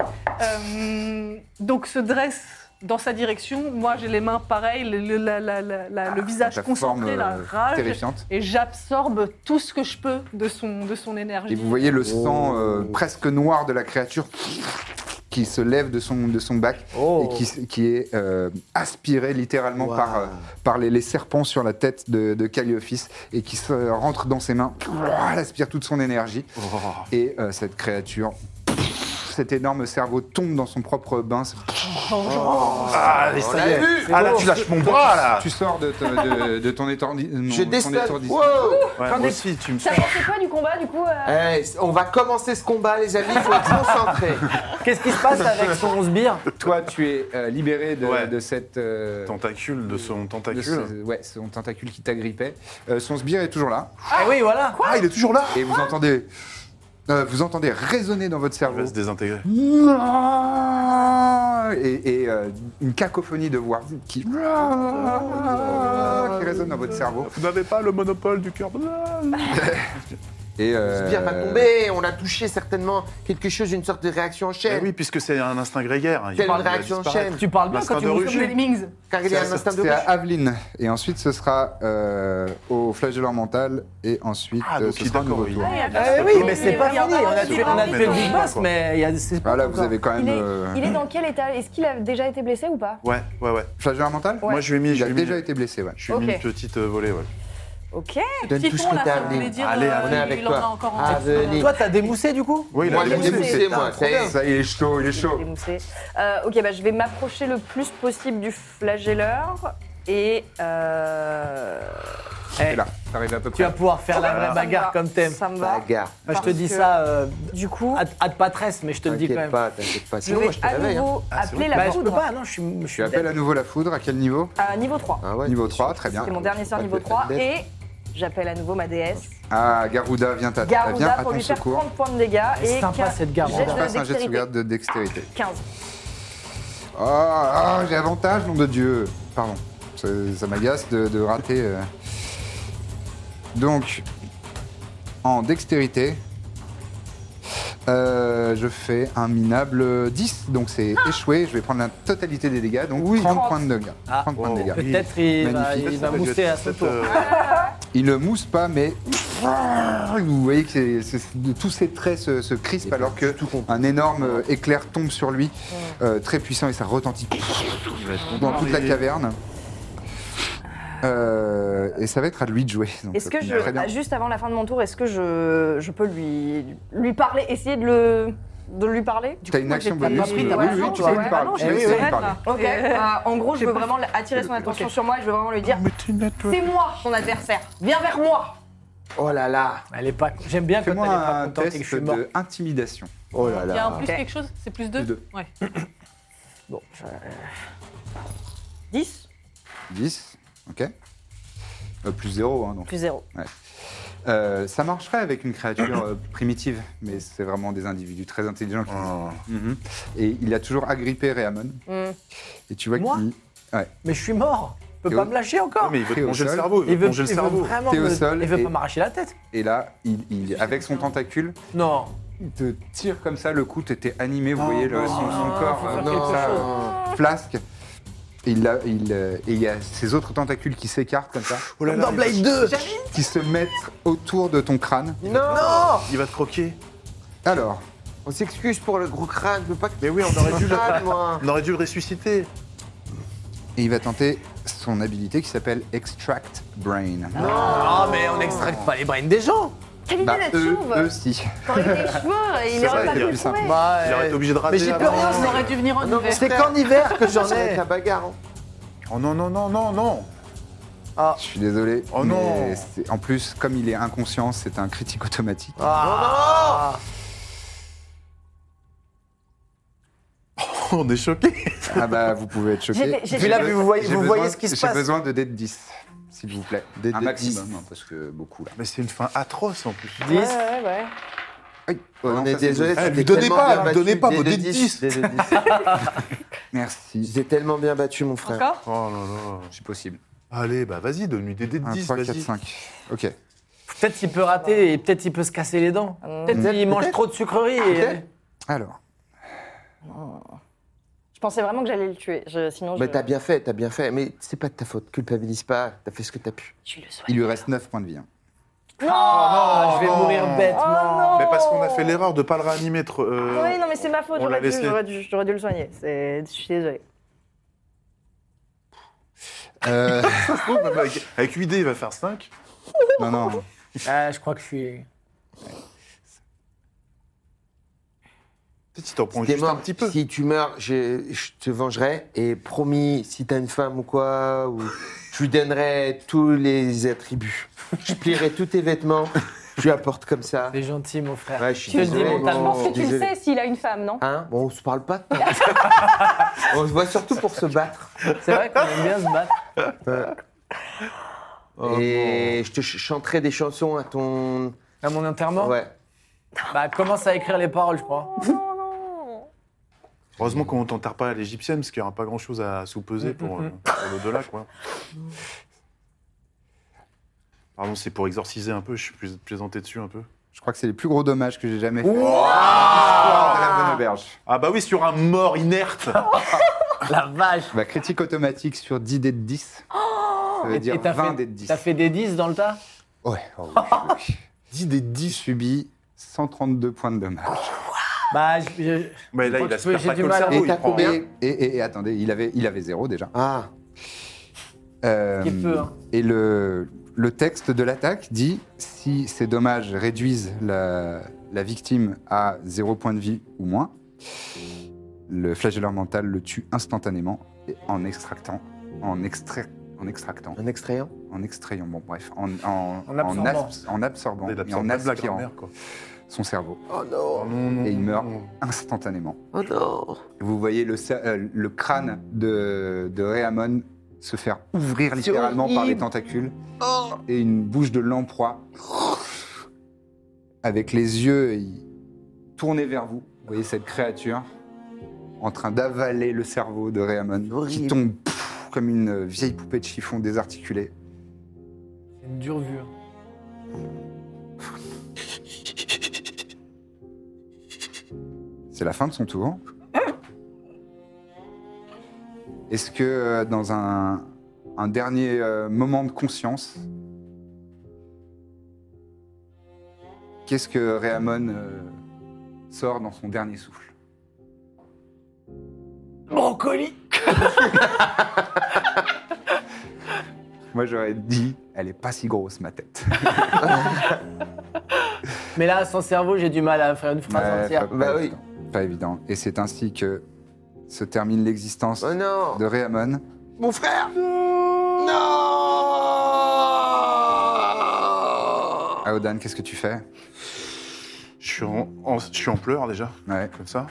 F: euh, donc se dresse dans sa direction. Moi, j'ai les mains pareilles, le, le- la- la- la- la- le visage
A: ta Ah, forme
F: concentré, la
A: euh,
F: rage
A: terrifiante.
F: et j'absorbe tout ce que je peux de son, de son énergie.
A: Et vous voyez le
E: Oh.
A: sang euh, presque noir de la créature qui se lève de son, de son bac
E: Oh.
A: et qui, qui est euh, aspiré littéralement
E: Wow.
A: par, euh, par les, les serpents sur la tête de, de Calliophis et qui se rentre dans ses mains. Elle aspire toute son énergie
E: Oh.
A: et euh, cette créature, cet énorme cerveau tombe dans son propre bain. Oh.
B: Ah, allez, ça y est.
C: vu
B: Ah là, tu lâches mon bras là.
A: Tu sors de, ta- de, de ton étourdi. non,
C: Je
A: ton
C: déstabilise.
A: étourdissement.
C: Wow
B: Ouais, moi aussi, tu me
D: Ça pensait quoi du combat, du coup euh,
C: Eh, on va commencer ce combat, les amis, il faut être concentré.
E: Qu'est-ce qui se passe avec son sbire
A: Toi, tu es euh, libéré de,
B: Ouais.
A: de cette. euh,
B: Tentacule de son
A: de
B: tentacule.
A: ce- ouais, son tentacule qui t'agrippait. Euh, son sbire est toujours là.
E: Ah oui, voilà.
B: Ah, il est toujours là
A: Et vous entendez. euh, vous entendez résonner dans votre
B: Il
A: cerveau.
B: va se désintégrer.
A: Non Et, et, euh, une cacophonie de voix qui, qui résonne dans votre cerveau.
B: Vous n'avez pas le monopole du cœur.
A: Et,
C: Le
A: euh,
C: sbire va tomber, on a touché certainement quelque chose, une sorte de réaction en
B: Eh
C: chaîne.
B: oui, puisque c'est un instinct grégaire. hein, il
C: Telle
B: parle,
C: une
B: il va
C: réaction en
B: disparaître.
C: chaîne.
E: Tu parles bien
B: L'instinct
E: quand tu
B: de
E: nous
B: rue.
E: sommes les Lemmings.
C: Car il y a un instinct de
A: C'est à
C: riche.
A: Aveline. Et ensuite, ce sera euh, au flagelleur mental. Et ensuite,
B: Ah,
A: euh,
B: donc
A: ce
B: il
A: sera nouveau
B: d'accord.
A: tour.
B: il-
E: Eh oui, mais c'est pas
D: Regarde,
E: fini. On a
D: il est
E: tué, on a
D: parti.
E: tué le
B: Mais
E: big
B: non.
E: boss, mais il y a- c'est pas
A: Ah, là, vous
E: encore.
A: avez quand même.
D: il est,
A: euh,
D: il est dans quel état Est-ce qu'il a déjà été blessé ou pas
B: Ouais, ouais, ouais.
A: Flagelleur mental
B: Moi, je lui ai mis,
A: Il
B: je
A: a
B: lui ai mis-
A: déjà été blessé, ouais.
B: je lui ai mis
D: Ok.
B: une petite euh, volée. Ouais.
D: Ok.
C: Donne
F: Petit
C: tout ce
F: con,
C: que
F: là,
C: t'as,
F: ça voulait
C: Aveline.
F: dire,
C: Allez,
F: euh,
C: Aveline,
F: il
C: avec
F: en a
C: toi.
F: encore en tête.
C: Aveline.
E: Toi, t'as démoussé du coup
B: Oui, il
C: Moi,
B: a
C: j'ai
B: démoussé.
C: démoussé. C'est moi, ça y est.
A: Ça, il est chaud, Oh, il est chaud.
E: Eh,
D: Démoussé. Euh, ok, bah, je vais m'approcher le plus possible du flagelleur et. Euh...
A: Et là, t'arrives à peu
E: Tu vas
A: près.
E: pouvoir faire
B: Ah,
E: la vraie
D: ça me
E: bagarre
D: va,
E: comme t'aimes.
D: Ça me va.
C: Bagarre.
E: Bah, je te
D: parce
E: dis
D: que-
E: ça euh,
D: Du coup,
E: à à de patresse, mais je te le dis quand
C: T'inquiète
E: même.
C: pas, t'inquiète pas.
D: je
C: Sinon,
D: vais
C: moi, je te
D: à
C: réveille. hein.
D: nouveau appeler
E: Bah,
D: la
E: je peux
D: foudre.
E: pas, non, je suis. je suis
A: Tu appelles à nouveau la foudre, à quel niveau
D: à niveau 3.
C: Ah ouais,
A: Niveau
C: t'es
A: 3,
C: sûr.
A: très bien.
D: C'est mon dernier sort
C: Pas
D: niveau
C: de tête
D: 3.
C: d'être.
D: Et j'appelle à nouveau ma déesse.
A: Ah, Garuda, viens à, viens
D: Garuda
A: à
D: pour
A: ton
D: lui faire
A: secours.
D: 30 points de dégâts.
E: Elle est
D: et
E: sympa,
D: quin-
E: cette Garuda.
D: jet de
A: Passe un jet de
D: dextérité.
A: sauvegarde de dextérité.
D: 15.
A: Ah, ah, j'ai avantage, nom de Dieu. Pardon, ça, ça m'agace de, de rater. euh. Donc, en dextérité, euh, je fais un minable 10, donc c'est
E: Ah
A: échoué. Je vais prendre la totalité des dégâts, donc 30, points de dégâts. 30 points de dégâts.
E: Ah. Oh, Peut-être il va,
A: Magnifique.
E: il va
B: Ça dû
E: mousser
B: être
E: à son
B: peut-être,
E: tour.
B: euh,
A: Il ne mousse pas, mais vous voyez que c'est- c'est- tous ses traits se, se crispent alors que un énorme euh, éclair tombe sur lui, euh, très puissant et ça retentit dans toute la caverne. Euh, et ça va être à lui de jouer. donc,
D: Est-ce que
A: euh, très
F: Ah,
A: bien.
D: je, bah, juste avant la fin de mon tour, est-ce que je, je peux lui, lui parler, essayer de, le, de lui parler
A: T'as une action bonus
E: pris
A: euh,
E: ta
A: Oui,
E: raison,
A: oui,
E: tu
A: tu
E: vois.
A: peux
D: Ah
A: lui
E: Ouais,
A: parler.
F: non,
A: tu
F: j'ai
A: peux
E: oui,
A: lui
E: oui.
A: parler.
D: Ok. euh, en gros, je veux vraiment attirer son attention sur moi et je veux vraiment lui dire C'est moi, ton adversaire. Viens vers moi.
C: Oh là là.
E: Elle est pas. J'aime bien quand elle est
A: Fais-moi
E: pas
A: un
E: contente et que je
A: test
E: suis mort.
A: de Euh, intimidation.
C: Oh là
F: Il y a un
C: là.
F: plus
D: Ok.
F: quelque chose C'est plus 2
A: Plus deux.
F: Ouais.
D: 10
A: 10, ok. Euh, plus 0, donc
D: plus 0.
A: Euh, ça marcherait avec une créature euh, primitive, mais c'est vraiment des individus très intelligents. qui- Mhm. Et il a toujours agrippé Réamon. Et tu vois
E: Moi
A: qu'il. Ouais.
E: Mais je suis mort peut pas me lâcher encore.
B: Non, mais il veut te
A: T'es au
B: manger le
A: sol.
B: cerveau. Il
E: il
B: veut
E: veut,
B: te manger le
E: il veut
B: cerveau.
E: vraiment.
A: T'es au
E: me-
A: sol
E: il veut
A: et-
E: pas m'arracher la tête.
A: Et là, il, il- avec son tentacule,
E: Non.
A: il te tire comme ça le cou, t'étais animé, vous voyez le, son, son corps euh,
E: faire
A: comme
E: quelque
A: ça, euh, flasque. Et il, a- il, euh, et il y a ses autres tentacules qui s'écartent comme ça,
B: Oh là là,
E: Dans
B: il-
E: Blade 2
A: qui se mettent autour de ton crâne.
C: Non
B: Il va te croquer.
A: Alors,
C: On s'excuse pour le gros crâne, je veux pas que
B: Mais oui, on aurait dû le,
C: crâne, moi.
B: on aurait dû le ressusciter.
A: et il va tenter son habilité qui s'appelle Extract Brain.
E: Ah, mais on n'extracte pas les brains des gens
D: Quelle idée
A: Bah,
D: la
A: eux,
D: chauve
A: eux, si.
D: T'aurais été chouard, il
B: C'est
D: aurait
B: vrai,
D: pas
B: il
D: pu
B: y a
D: le
A: plus simple.
D: trouver.
E: Bah,
B: Il aurait
E: euh,
B: été obligé de raser.
E: Mais j'y peux
B: avant.
E: rien,
F: On aurait dû venir en
C: non,
F: hiver.
C: mais-
E: c'est qu'en hiver que j'en
C: Ça va être
E: ai.
C: la bagarre. hein.
B: Oh non, non, non, non, non.
A: Je suis désolé.
B: Oh
A: mais
B: non.
A: c'est- En plus, comme il est inconscient, c'est un critique automatique. Oh
E: Ah. Oh
B: On est choqués.
A: Ah bah, vous pouvez être choqué.
D: J'étais- j'étais-
E: Puis là, vous voyez-
A: J'ai
E: vous
A: besoin-
E: voyez ce qui se passe.
A: J'ai besoin de dés de 10, s'il vous plaît. Des
B: Un
A: dés de
B: maximum,
C: hein,
A: 10, parce que beaucoup là.
B: Mais c'est une fin atroce en plus.
D: Ouais, ouais, ouais.
C: Oh, On est désolé.
B: Eh,
C: tu
B: lui
C: t'es
B: donnez
C: tellement
B: pas,
C: bien
B: lui donnez
C: battu,
B: pas vos
C: dés de
B: dés de 10.
C: dés de 10.
A: Merci.
C: J'ai tellement bien battu, mon frère.
F: Encore
B: Oh là là.
A: C'est possible.
B: Allez, bah vas-y, donne-lui des dés de
A: 1,
B: 10,
A: 3, 4,
B: vas-y.
A: 5. Ok.
E: Peut-être qu'il peut rater et peut-être il peut se casser les
D: Mm.
E: dents. Peut-être qu'il mange trop de sucreries. Et...
A: Alors,
D: Je pensais vraiment que j'allais le tuer. Je- sinon, je,
C: Mais t'as bien fait, t'as bien fait. Mais c'est pas de ta faute, culpabilise pas. T'as fait ce que t'as pu.
D: je le souhaite.
A: il lui reste 9 points de vie. hein. Oh,
E: Ah, je vais
B: non.
E: mourir bêtement.
B: Mais parce qu'on a fait l'erreur de pas le réanimer. trop- euh,
D: Ah Oui, non, mais c'est ma faute.
B: on l'a
D: J'aurais dû,
B: laissé.
D: j'aurais dû, j'aurais dû le soigner. C'est- Je suis désolée.
A: Euh,
B: avec, avec 8 dés, il va faire 5.
A: non, non.
E: Ah, je crois que je suis.
B: Peut-être si t'en prends
C: T'es
B: juste un
C: mort.
B: petit peu.
C: Si tu meurs, je, je te vengerai. Et promis, si t'as une femme ou quoi, ou, je lui donnerai tous les attributs. Je plierai tous tes vêtements. Je lui apporte comme ça.
E: C'est gentil, mon frère.
C: Ouais, je suis
E: Tu le dis
C: désolé.
E: mentalement.
C: bon,
E: Je
C: je suis désolé.
D: s'il a une femme, non
E: Ah.
C: Hein Bon, on se parle pas. on se voit surtout pour se battre.
E: C'est vrai qu'on aime bien se battre. Oh,
C: Et je te ch- chanterai des chansons à ton.
E: À mon enterrement
C: Ouais.
E: Bah, commence à écrire les paroles, je crois.
B: Heureusement qu'on t'enterre pas à l'égyptienne, parce qu'il n'y aura pas grand-chose à
E: Mm,
B: sous-peser pour, euh, pour l'au-delà, quoi. Pardon, c'est pour exorciser un peu, je suis plus plaisanté dessus un peu.
A: Je crois que c'est les plus gros dommages que j'ai jamais fait. Histoire de la bonne auberge.
B: Ah bah oui, sur un mort inerte
E: La vache Oh.
A: Bah, critique automatique sur 10 dés de 10. Ça veut dire
E: Et t'as
A: 20
E: fait-
A: dés de 10.
E: T'as fait des 10 dans le tas
A: Ouais. oh oui, oui. 10 des 10 subit 132 points de dommages.
E: Bah, je- je-
B: Mais là,
E: crois
B: il a
E: que
B: super
E: j'ai
B: pas
E: du
B: que le
E: mal à-
B: cerveau,
E: Et
B: il
C: t'as
B: prend
C: combien
B: rien.
A: Et, et- et attendez, il avait, il avait zéro déjà.
C: Ah,
A: Euh,
E: Il peut, hein.
A: Et le, le texte de l'attaque dit si ces dommages réduisent la, la victime à zéro point de vie ou moins, le flagelleur mental le tue instantanément et en extractant, en extrait, en extractant,
C: un extrayant
A: en extrayant, bon bref, en, en,
E: En absorbant.
A: en abs- en absorbant
B: Il
A: et
B: absorbe
A: en
B: pas de la
A: aspirant
B: grand-mère, quoi.
A: son cerveau.
C: Oh non
A: Et il meurt instantanément.
C: Oh non
A: Vous voyez le, cer- euh, le crâne de, de Réamon se faire ouvrir littéralement par les tentacules
C: Oh.
A: et une bouche de lamproie avec les yeux il- tournés vers vous. Vous voyez cette créature en train d'avaler le cerveau de Réamon qui
C: Horrible.
A: tombe pff, comme une vieille poupée de chiffon désarticulée.
E: c'est une dure vue. hein.
A: C'est la fin de son tour. Est-ce que euh, dans un, un dernier euh, moment de conscience, qu'est-ce que Réamon euh, sort dans son dernier souffle
E: Brocoli
A: Moi j'aurais dit, elle est pas si grosse ma tête.
E: Mais là, sans cerveau, j'ai du mal à faire une phrase
A: Ouais,
E: entière.
A: pas- pas
C: Bah oui.
A: évident. Pas évident. Et c'est ainsi que se termine l'existence
C: Oh non
A: de Réamon.
C: Mon frère Non
A: Aodan, Ah, qu'est-ce que tu fais
B: Je suis en, en- je suis en pleurs déjà,
A: Ouais.
B: comme ça.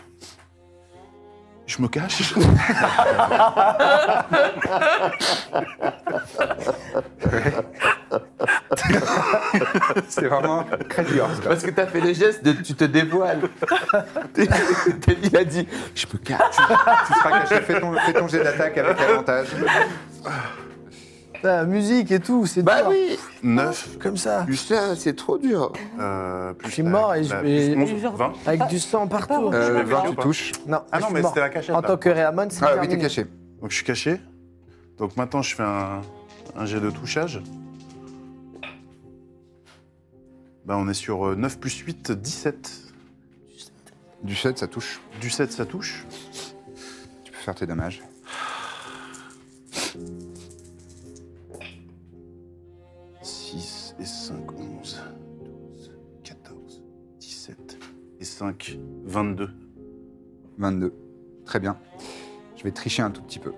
B: Je me cache.
A: C'est vraiment Crazy Horse, quoi.
C: Parce que t'as fait le geste de tu te dévoiles. Il a dit je me cache.
A: Tu seras caché, fais ton, fais ton jet d'attaque avec avantage.
H: La musique et tout, c'est
C: Bah
H: dur.
C: oui
B: Neuf,
H: Comme ça.
B: plus,
C: Putain, c'est trop dur.
B: euh, plus
H: Je suis mort et
B: la-
H: je
B: la-
H: vais-
B: plus onze,
F: Et genre-
B: vingt.
H: Avec du sang partout.
B: Je
A: Euh,
B: vais
A: 20,
B: faire
A: tu
B: ou pas
A: touches.
H: Non.
B: Ah
H: je
B: non,
H: suis
B: mais
H: mort.
B: c'était la cachette.
H: En
B: là.
H: tant que Réamon, c'est
A: Ah oui,
H: terminé.
A: t'es caché.
B: Donc je suis caché. Donc maintenant je fais un, un jet de touchage. Ben, on est sur euh, 9 plus 8, 17.
A: Du 7, ça touche.
B: Du 7, ça touche.
A: Tu peux faire tes dommages.
B: Six et 5, 11, 12, 14, 17 et 5, 22.
A: 22. Très bien. Je vais tricher un tout petit peu.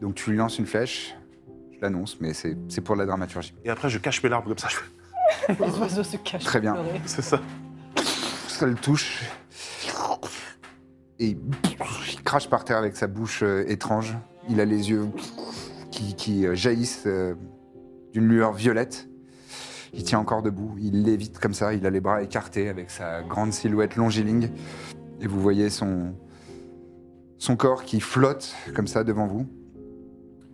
A: Donc tu lui lances une flèche. Je l'annonce, mais c'est c'est pour la dramaturgie.
B: Et après je cache mes larmes comme ça. je fais-
F: Les oiseaux se cachent.
A: Très bien.
F: pleurer.
B: C'est ça.
A: Ça le touche. Et il crache par terre avec sa bouche euh, étrange. Il a les yeux qui, qui, euh, jaillissent euh, d'une lueur violette. Il tient encore debout. Il lévite comme ça. Il a les bras écartés avec sa grande silhouette longiligne. Et vous voyez son, son corps qui flotte comme ça devant vous.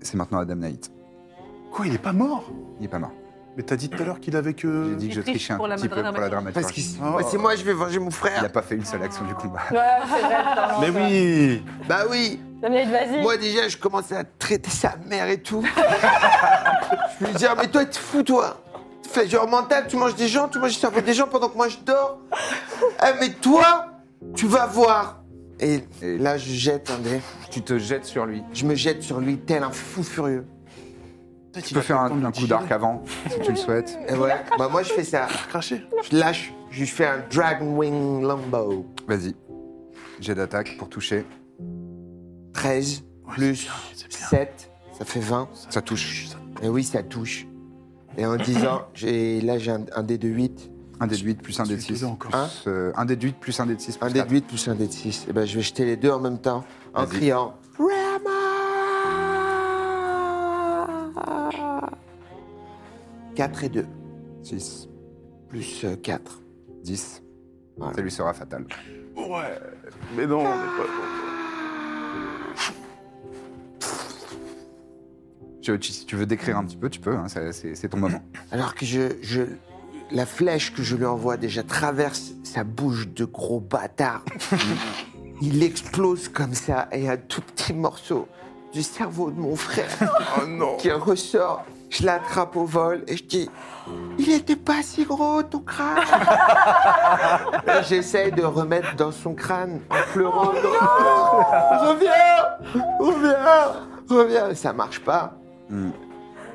A: C'est maintenant Adam Knight.
B: Quoi, il est pas mort
A: Il est pas mort.
B: Mais t'as dit tout à l'heure qu'il avait que.
A: J'ai dit que
F: Il
A: je
F: triche
A: trichais un
F: pour la
A: petit peu pour la dramaturgie. Ah.
C: Parce que
B: Oh.
C: c'est moi, je vais venger mon
A: Il
C: frère.
A: n'a pas fait une seule action du combat.
D: Ouais, c'est vrai, putain,
B: Mais
D: ouais.
B: oui
C: Bah oui.
D: Damien, vas-y.
C: Moi déjà, je commençais à traiter sa mère et tout. je lui disais, Ah, mais toi, t'es fou, toi. Flageur mental, tu manges des gens, tu manges le cerveau des gens pendant que moi je dors. Eh, mais toi, tu vas voir. Et,
A: Et-
C: là, je jette un dé.
A: Tu te jettes sur lui.
C: Je me jette sur lui tel un fou furieux.
A: Tu peux faire un, un coup d'arc avant, si tu le souhaites.
C: Et ouais, bah moi je fais ça.
B: Craché
C: Je lâche, je lui fais un Dragon Wing Longbow.
A: Vas-y. Jet d'attaque pour toucher.
C: 13 plus 7, ça fait 20.
A: Ça touche.
C: Et oui, ça touche. Et en disant, j'ai, là j'ai un, un dé de 8.
A: Un dé de 8 plus un dé de 6.
B: encore.
C: Hein
A: Euh, un dé de 8 plus un dé de 6.
C: Un dé de 8 plus un dé de 6. Et ben, je vais jeter les deux en même temps en
A: Vas-y.
C: criant
A: Ah.
C: Rama 4 et 2
A: 6,
C: plus
B: euh,
C: 4.
A: 10.
C: Voilà.
A: Ça lui sera fatal.
B: Ouais. Mais non, on est pas.
A: Je- tu- si tu veux décrire un petit peu, tu peux. hein, ça- c'est c'est ton moment.
C: Alors que je, je- la flèche que je lui envoie déjà traverse sa bouche de gros bâtard. Il explose comme ça et un tout petit morceau du cerveau de mon frère
B: Oh non
C: qui ressort. Je l'attrape au vol et je dis Il était pas si gros ton crâne Et J'essaye de remettre dans son crâne en
B: Oh
C: pleurant. reviens Reviens Reviens Ça marche pas.
A: Hmm.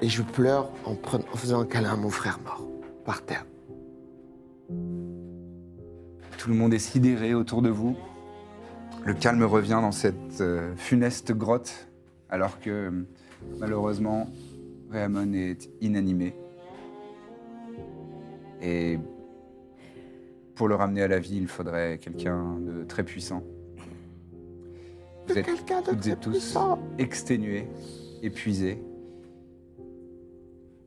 C: Et je pleure en, prenant- en faisant un câlin à mon frère mort, par terre.
A: Tout le monde est sidéré autour de vous. Le calme revient dans cette euh, funeste grotte, alors que malheureusement, Réamon est inanimé. Et pour le ramener à la vie, il faudrait quelqu'un de très puissant. Vous êtes
C: Quelqu'un de
A: toutes
C: très
A: et tous
C: puissant.
A: exténués, épuisés.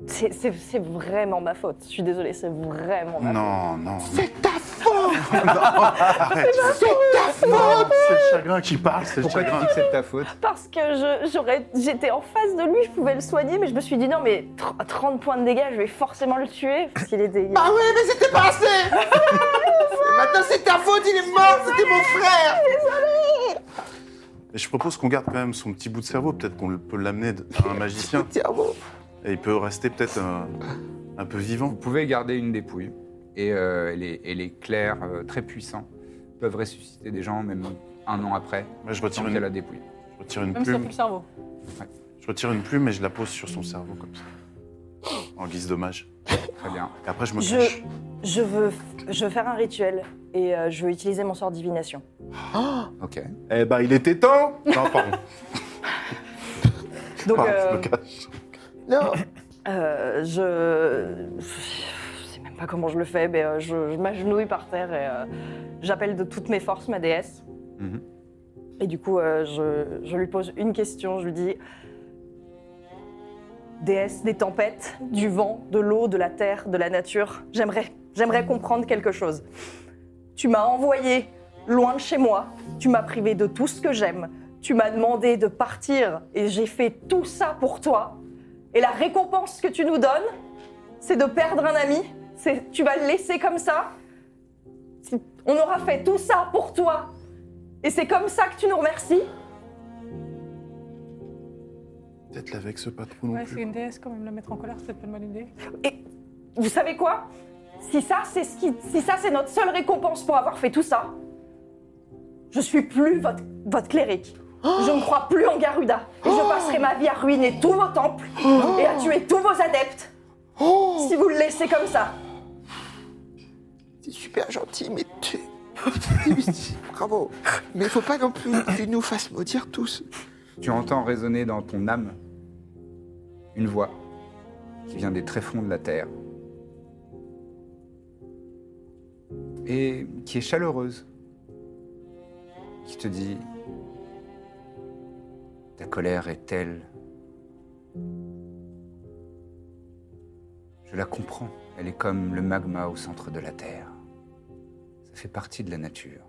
D: C'est- C'est c'est vraiment ma faute. Je suis désolée, c'est vraiment
H: Ah.
D: ma faute.
B: Non, non.
C: C'est ta faute
B: Arrête.
C: C'est ta faute
B: C'est le chagrin qui parle, c'est le
A: Oh, Pourquoi tu dis
B: chagrin.
A: que c'est de ta faute
D: Parce que je- j'aurais- j'étais en face de lui, je pouvais le soigner, mais je me suis dit non, mais tr- 30 points de dégâts, je vais forcément le tuer. Parce qu'il était.
C: Bah oui, mais c'était pas assez Maintenant c'est ta faute, il est mort, c'était mon frère
B: Et je propose qu'on garde quand même son petit bout de cerveau, peut-être qu'on le- peut l'amener d- à un magicien.
C: Tiens, bon.
B: Et il peut rester peut-être euh, un, peu vivant.
A: Vous pouvez garder une dépouille et, euh, les, et les clercs euh, très puissants peuvent ressusciter des gens même un an après,
B: Moi, je,
A: tant
B: retire
A: qu'il y a la
B: une,
A: dépouille.
B: je retire une
F: Même si t'as plus
B: plume.
F: le cerveau.
B: Je retire une plume et je la pose sur son cerveau comme ça. En guise d'hommage.
A: Très bien.
B: Et après, je me
D: Je,
B: cache.
D: je, veux, f- je veux faire un rituel et euh, je veux utiliser mon sort divination.
C: Oh!
A: Ok.
B: Eh ben, il était temps Non, pardon.
D: Donc,
B: Pardon, je
D: euh,
B: me cache.
C: Non
D: euh, je. Je sais même pas comment je le fais, mais euh, je, je m'agenouille par terre et euh, j'appelle de toutes mes forces ma déesse.
A: Mhm.
D: Et du coup, euh, je, je lui pose une question. Je lui dis Déesse des tempêtes, du vent, de l'eau, de la terre, de la nature, j'aimerais, j'aimerais comprendre quelque chose. Tu m'as envoyé loin de chez moi, tu m'as privé de tout ce que j'aime, tu m'as demandé de partir et j'ai fait tout ça pour toi. Et la récompense que tu nous donnes, c'est de perdre un ami. C'est- Tu vas le laisser comme ça. Si- On aura fait tout ça pour toi. Et c'est comme ça que tu nous remercies
B: Peut-être l'avec pas trop non
F: Ouais, c'est
B: plus.
F: une déesse quand même, la mettre en colère, c'est peut-être pas une bonne idée.
D: Vous savez quoi Si ça, c'est ce qui, si ça, c'est notre seule récompense pour avoir fait tout ça, je suis plus votre, votre cléric. Je ne crois plus en Garuda. Et je passerai ma vie à ruiner tous vos temples et à tuer tous vos adeptes si vous le laissez comme ça.
H: C'est super gentil, mais tu. Bravo. Mais faut pas non plus que tu nous fasses maudire tous.
A: Tu entends résonner dans ton âme une voix qui vient des tréfonds de la terre et qui est chaleureuse, qui te dit Ta colère est telle. Je la comprends, elle est comme le magma au centre de la terre. Ça fait partie de la nature.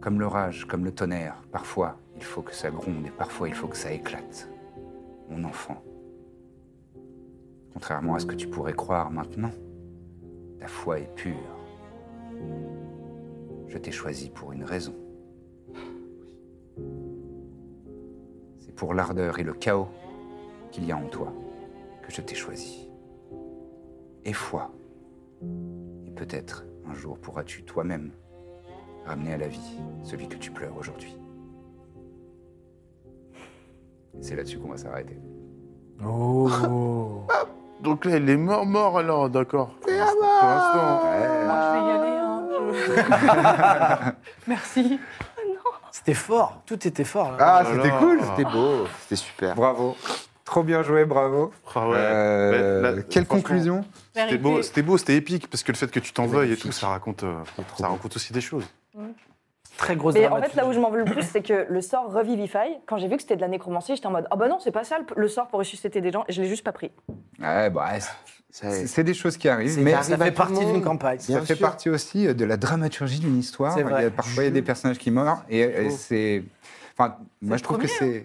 A: Comme l'orage, comme le tonnerre, parfois il faut que ça gronde et parfois il faut que ça éclate. Mon enfant. Contrairement à ce que tu pourrais croire maintenant, ta foi est pure. Je t'ai choisi pour une raison. C'est pour l'ardeur et le chaos qu'il y a en toi que je t'ai choisi. Et foi. Et peut-être un jour pourras-tu toi-même ramener à la vie celui que tu pleures aujourd'hui. C'est là-dessus qu'on va s'arrêter.
E: Oh
B: Donc là, il est mort, mort alors, d'accord. Pour l'instant.
F: Moi, je vais y aller. hein, je- Merci.
E: C'était fort, tout était fort. hein. Là.
A: Ah,
B: Oh là
A: c'était
B: là.
A: cool, c'était beau.
C: beau, c'était super.
A: Bravo. Trop bien joué, bravo.
B: Ah ouais. Mais
A: Euh,
B: là,
A: quelle
B: franchement,
A: conclusion
B: C'était beau, c'était beau, c'était épique, parce que le fait que tu t'en veuilles et tout,
A: Magnifique.
B: ça raconte, euh, ça raconte aussi des choses.
E: Très grosse
D: Mais en fait,
E: dramaturgie.
D: là où je m'en veux le plus, c'est que le sort Revivify, quand j'ai vu que c'était de la nécromancie, j'étais en mode Ah bah non, c'est pas ça le- le sort pour ressusciter des gens, et je l'ai juste pas pris.
A: Ouais, bah, c'est- c'est c'est des choses qui arrivent,
E: C'est-
A: mais
E: ça
C: arrive à
E: fait
C: tout le
E: partie
C: monde.
E: d'une campagne.
A: ça
C: bien
A: fait
C: sûr.
A: partie aussi euh, de la dramaturgie d'une histoire.
E: C'est
A: Il y a-
E: vrai.
A: parfois, il y a des personnages qui meurent, et, et c'est. Enfin, moi, je trouve que Oh. c'est. hein.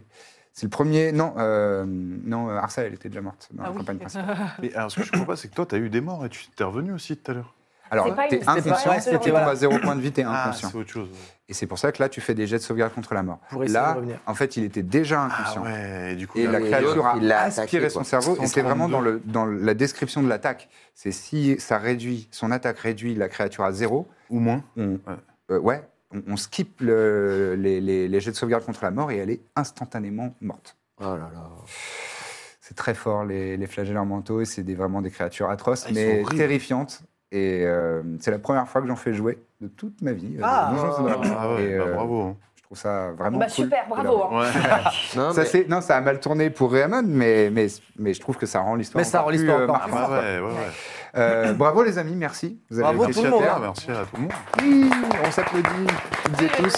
A: C'est le premier. Non, euh, non, euh, Arsa, elle était déjà morte dans
F: Ah
A: la
F: oui.
A: campagne principale.
B: Mais alors, ce que je comprends pas, c'est que toi, t'as eu des morts et tu t'es revenu aussi tout à l'heure.
D: C'est
A: Alors,
D: pas une-
A: t'es
D: c'est pas-
A: inconscient,
D: ouais, c'est-
A: tu tombes
E: voilà.
A: à zéro point de vie, t'es
B: Ah,
A: inconscient.
B: c'est autre chose.
A: Et c'est pour ça que là, tu fais des jets de sauvegarde contre la mort.
E: Pour essayer
A: là,
E: de revenir.
A: en fait, il était déjà
B: Ah
A: inconscient.
B: ouais, et du coup,
A: Et la
B: oui,
A: créature a
C: il l'a attaqué,
A: aspiré
C: quoi.
A: son cerveau, et c'est
B: 132.
A: vraiment dans, le, dans la description de l'attaque. C'est si ça réduit, son attaque réduit la créature à zéro,
B: ou moins.
A: on, euh, ouais, on, on skip le- les, les- les jets de sauvegarde contre la mort et elle est instantanément morte.
C: Oh là là.
A: C'est très fort, les, les flagellants mentaux, et c'est des- vraiment des créatures atroces,
B: Ah, ils sont
A: mais
B: horribles.
A: terrifiantes. Et euh, c'est la première fois que j'en fais jouer de toute ma vie. euh,
E: Ah.
A: Donjons et Dragons.
B: Ah ouais,
A: Et,
B: bah,
A: euh,
B: bravo.
A: Je trouve ça vraiment
D: bah
A: cool
D: super,
A: de
D: bravo.
A: l'avoir.
D: hein.
B: Ouais.
C: Non,
A: Ça,
C: mais-
A: c'est- non, ça a mal tourné pour Raymond, mais, mais, mais je trouve que ça rend l'histoire
E: Mais ça rend
A: encore plus,
E: l'histoire
A: euh,
E: encore
A: marquante.
B: Ah ouais, ouais, ouais.
A: Euh, bravo les amis, merci. Vous avez
E: Bravo
A: été
E: tout le
A: super.
E: monde, hein.
B: Merci à tout le monde.
A: Oui, on s'applaudit toutes et tous.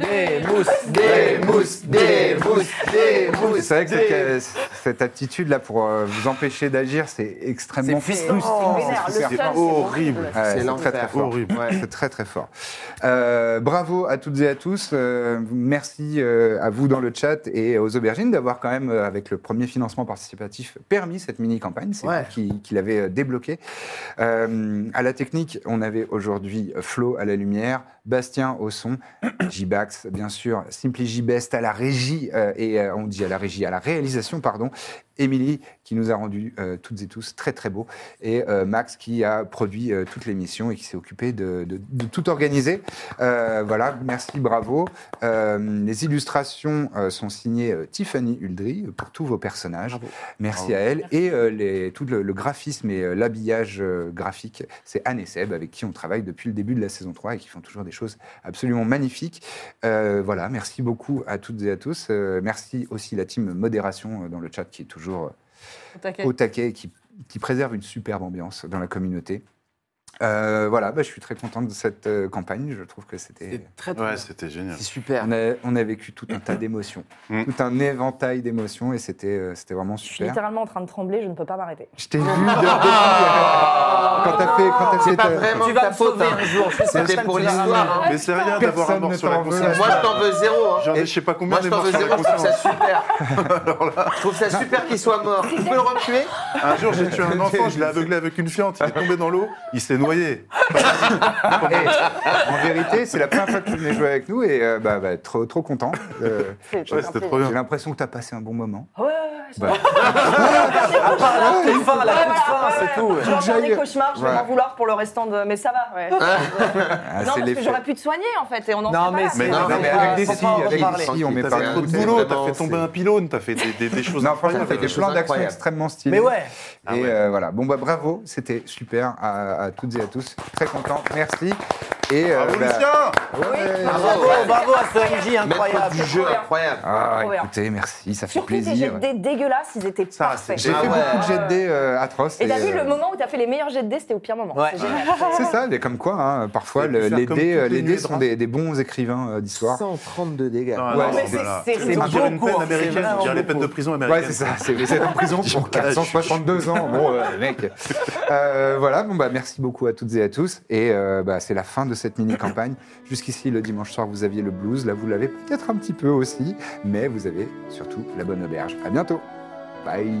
E: Des mousses,
A: Des mousses, des mousses, des mousses. C'est vrai que cette, euh, cette attitude-là pour euh, vous empêcher d'agir, c'est extrêmement
E: C'est
A: frustrant.
D: C'est vénère,
A: c'est
D: le
A: super
D: seul,
A: fort.
D: c'est bon.
B: horrible.
A: Ouais,
C: C'est
A: c'est très
C: l'enfer.
A: très fort.
B: Horrible.
A: Ouais, c'est très très fort. Euh, bravo à toutes et à tous. Euh, merci euh, à vous dans le chat et aux aubergines d'avoir quand même, euh, avec le premier financement participatif, permis cette mini campagne. C'est
E: Ouais.
A: vous qui, qui l'avez euh, débloqué. Euh, à la technique, on avait aujourd'hui Flo à la lumière, Bastien au son, J-Bax bien sûr, Simply J-Best à la régie euh, et euh, on dit à la régie, à la réalisation pardon. Émilie qui nous a rendu euh, toutes et tous très très beaux et euh, Max qui a produit euh, toute l'émission et qui s'est occupé de, de- de tout organiser. Euh, voilà, merci, bravo. Euh, les illustrations euh, sont signées euh, Tiffany Uldry euh, pour tous vos personnages. Merci à elle. Et euh, les- tout le, le graphisme et euh, l'habillage euh, graphique, c'est Anne et Seb avec qui on travaille depuis le début de la saison 3 et qui font toujours des choses absolument magnifiques. Euh, voilà, merci beaucoup à toutes et à tous. Euh, merci aussi la team modération euh, dans le chat qui est toujours euh,
F: T'inquiète.
A: au taquet et qui, qui préserve une superbe ambiance dans la communauté. Euh, voilà, bah, je suis très contente de cette euh, campagne. Je trouve que c'était.
E: Très, très
B: Ouais,
E: bien.
B: c'était génial.
C: C'est super.
A: On a, on a vécu tout un tas d'émotions,
B: Mm.
A: tout un éventail d'émotions, et c'était euh, c'était vraiment
D: Je suis
A: super.
D: littéralement en train de trembler, je ne peux pas m'arrêter.
A: Je t'ai vu de quand t'as fait quand t'as fait
C: C'est pas
A: ta-
C: vraiment
E: Tu vas
C: ta
E: me
C: faute.
E: sauver
C: hein.
E: un jour. je suis
C: C'était
E: certaine
C: pour
E: que tu vas
C: l'histoire,
E: ramener.
D: hein.
B: Mais c'est rien
A: Personne
B: d'avoir un mort
A: ne
B: sur la
A: t'en veut.
B: conscience.
C: Moi, je t'en veux zéro. hein.
B: J'en ai, je sais pas combien
C: Moi,
B: des
C: je t'en
B: morts
C: veux
B: sur
C: zéro,
B: la
C: je trouve ça
B: conscience.
C: super. Je trouve ça super qu'il soit mort. Tu peux le retuer
B: Un jour, j'ai tué un enfant, je l'ai aveuglé avec une fiente, il est tombé dans l'eau, il s'est noyé.
A: Eh, en vérité, c'est la première fois que tu venais jouer avec nous, et euh, bah, bah, trop trop content. Euh,
D: C'est
B: Ouais,
D: un
B: c'était
D: plaisir.
B: trop
A: J'ai
B: bien.
A: l'impression que t'as passé un bon moment.
D: Ouais, ouais, ouais.
A: Bah,
E: Ah, par la coup de fin, la coup de fin, c'est tout. ouais.
D: Je vais en faire des cauchemars, je vais
A: Ouais.
D: m'en vouloir pour le restant de. Mais ça va, ouais.
A: ah,
D: non,
A: c'est
D: parce que
A: l'effet.
D: j'aurais pu te soigner en fait, et on en
E: Non,
D: serait pas
E: mais
D: là.
E: c'est-
A: Non,
B: Non,
A: mais
B: mais
A: avec des
E: faut
A: si,
E: pas en
A: avec
E: reparler.
A: des si, on met
B: T'as
A: pas
B: fait trop de
A: rien.
B: boulot, t'as
C: vraiment,
B: fait tomber
C: c'est-
B: un pylône, t'as fait des, des- des choses
A: Non, franchement,
B: incroyables.
A: t'as fait des
C: choses
A: plans d'action
C: incroyables.
A: extrêmement stylés.
E: Mais ouais.
A: Et euh, voilà. Bon, bah bravo, c'était super à, à toutes et à tous. Très content, merci. Et
C: Ah,
A: euh,
B: Bravo,
A: bah,
B: Lucien
A: ouais.
E: Bravo, bravo à ce MJ
C: Maître
E: incroyable.
C: du jeu incroyable.
A: Ah,
D: Trop bien.
A: écoutez, merci, ça fait
D: Surtout tes jets
A: plaisir.
D: de dés dégueulasses, ils étaient
B: Ça,
D: parfaits.
A: J'ai
C: Ah
A: fait
C: ouais.
A: beaucoup de jets de dés euh, atroces.
D: Et t'as
A: et,
D: vu
A: euh,
D: le moment où t'as fait les meilleurs jets de dés, c'était au pire moment.
E: Ouais.
D: C'est génial.
A: C'est ça, mais comme quoi, hein, parfois,
B: Et
A: le-
B: puis faire
A: les
B: comme
A: dés,
B: toutes
A: euh,
B: les
A: les
B: nuits
A: dés sont
B: blanches.
A: des, des bons écrivains euh, d'histoire.
C: 132 dégâts.
B: Non,
A: Ouais,
B: non,
A: mais
B: non,
D: c'est-
B: voilà.
D: c'est
B: On dirait une
E: beaucoup,
B: peine
E: hein, c'est
B: américaine, on dirait les
E: vraiment
B: peines de prison
A: Ouais,
B: américaines.
A: c'est ça, c'est- vous êtes en prison pour 462 ans. Bon, euh, mec. Euh, voilà, bon, bah, merci beaucoup à toutes et à tous. Et euh, bah, c'est la fin de cette mini-campagne. Jusqu'ici, le dimanche soir, vous aviez le blues. Là, vous l'avez peut-être un petit peu aussi. Mais vous avez surtout la bonne auberge. À bientôt. Bye.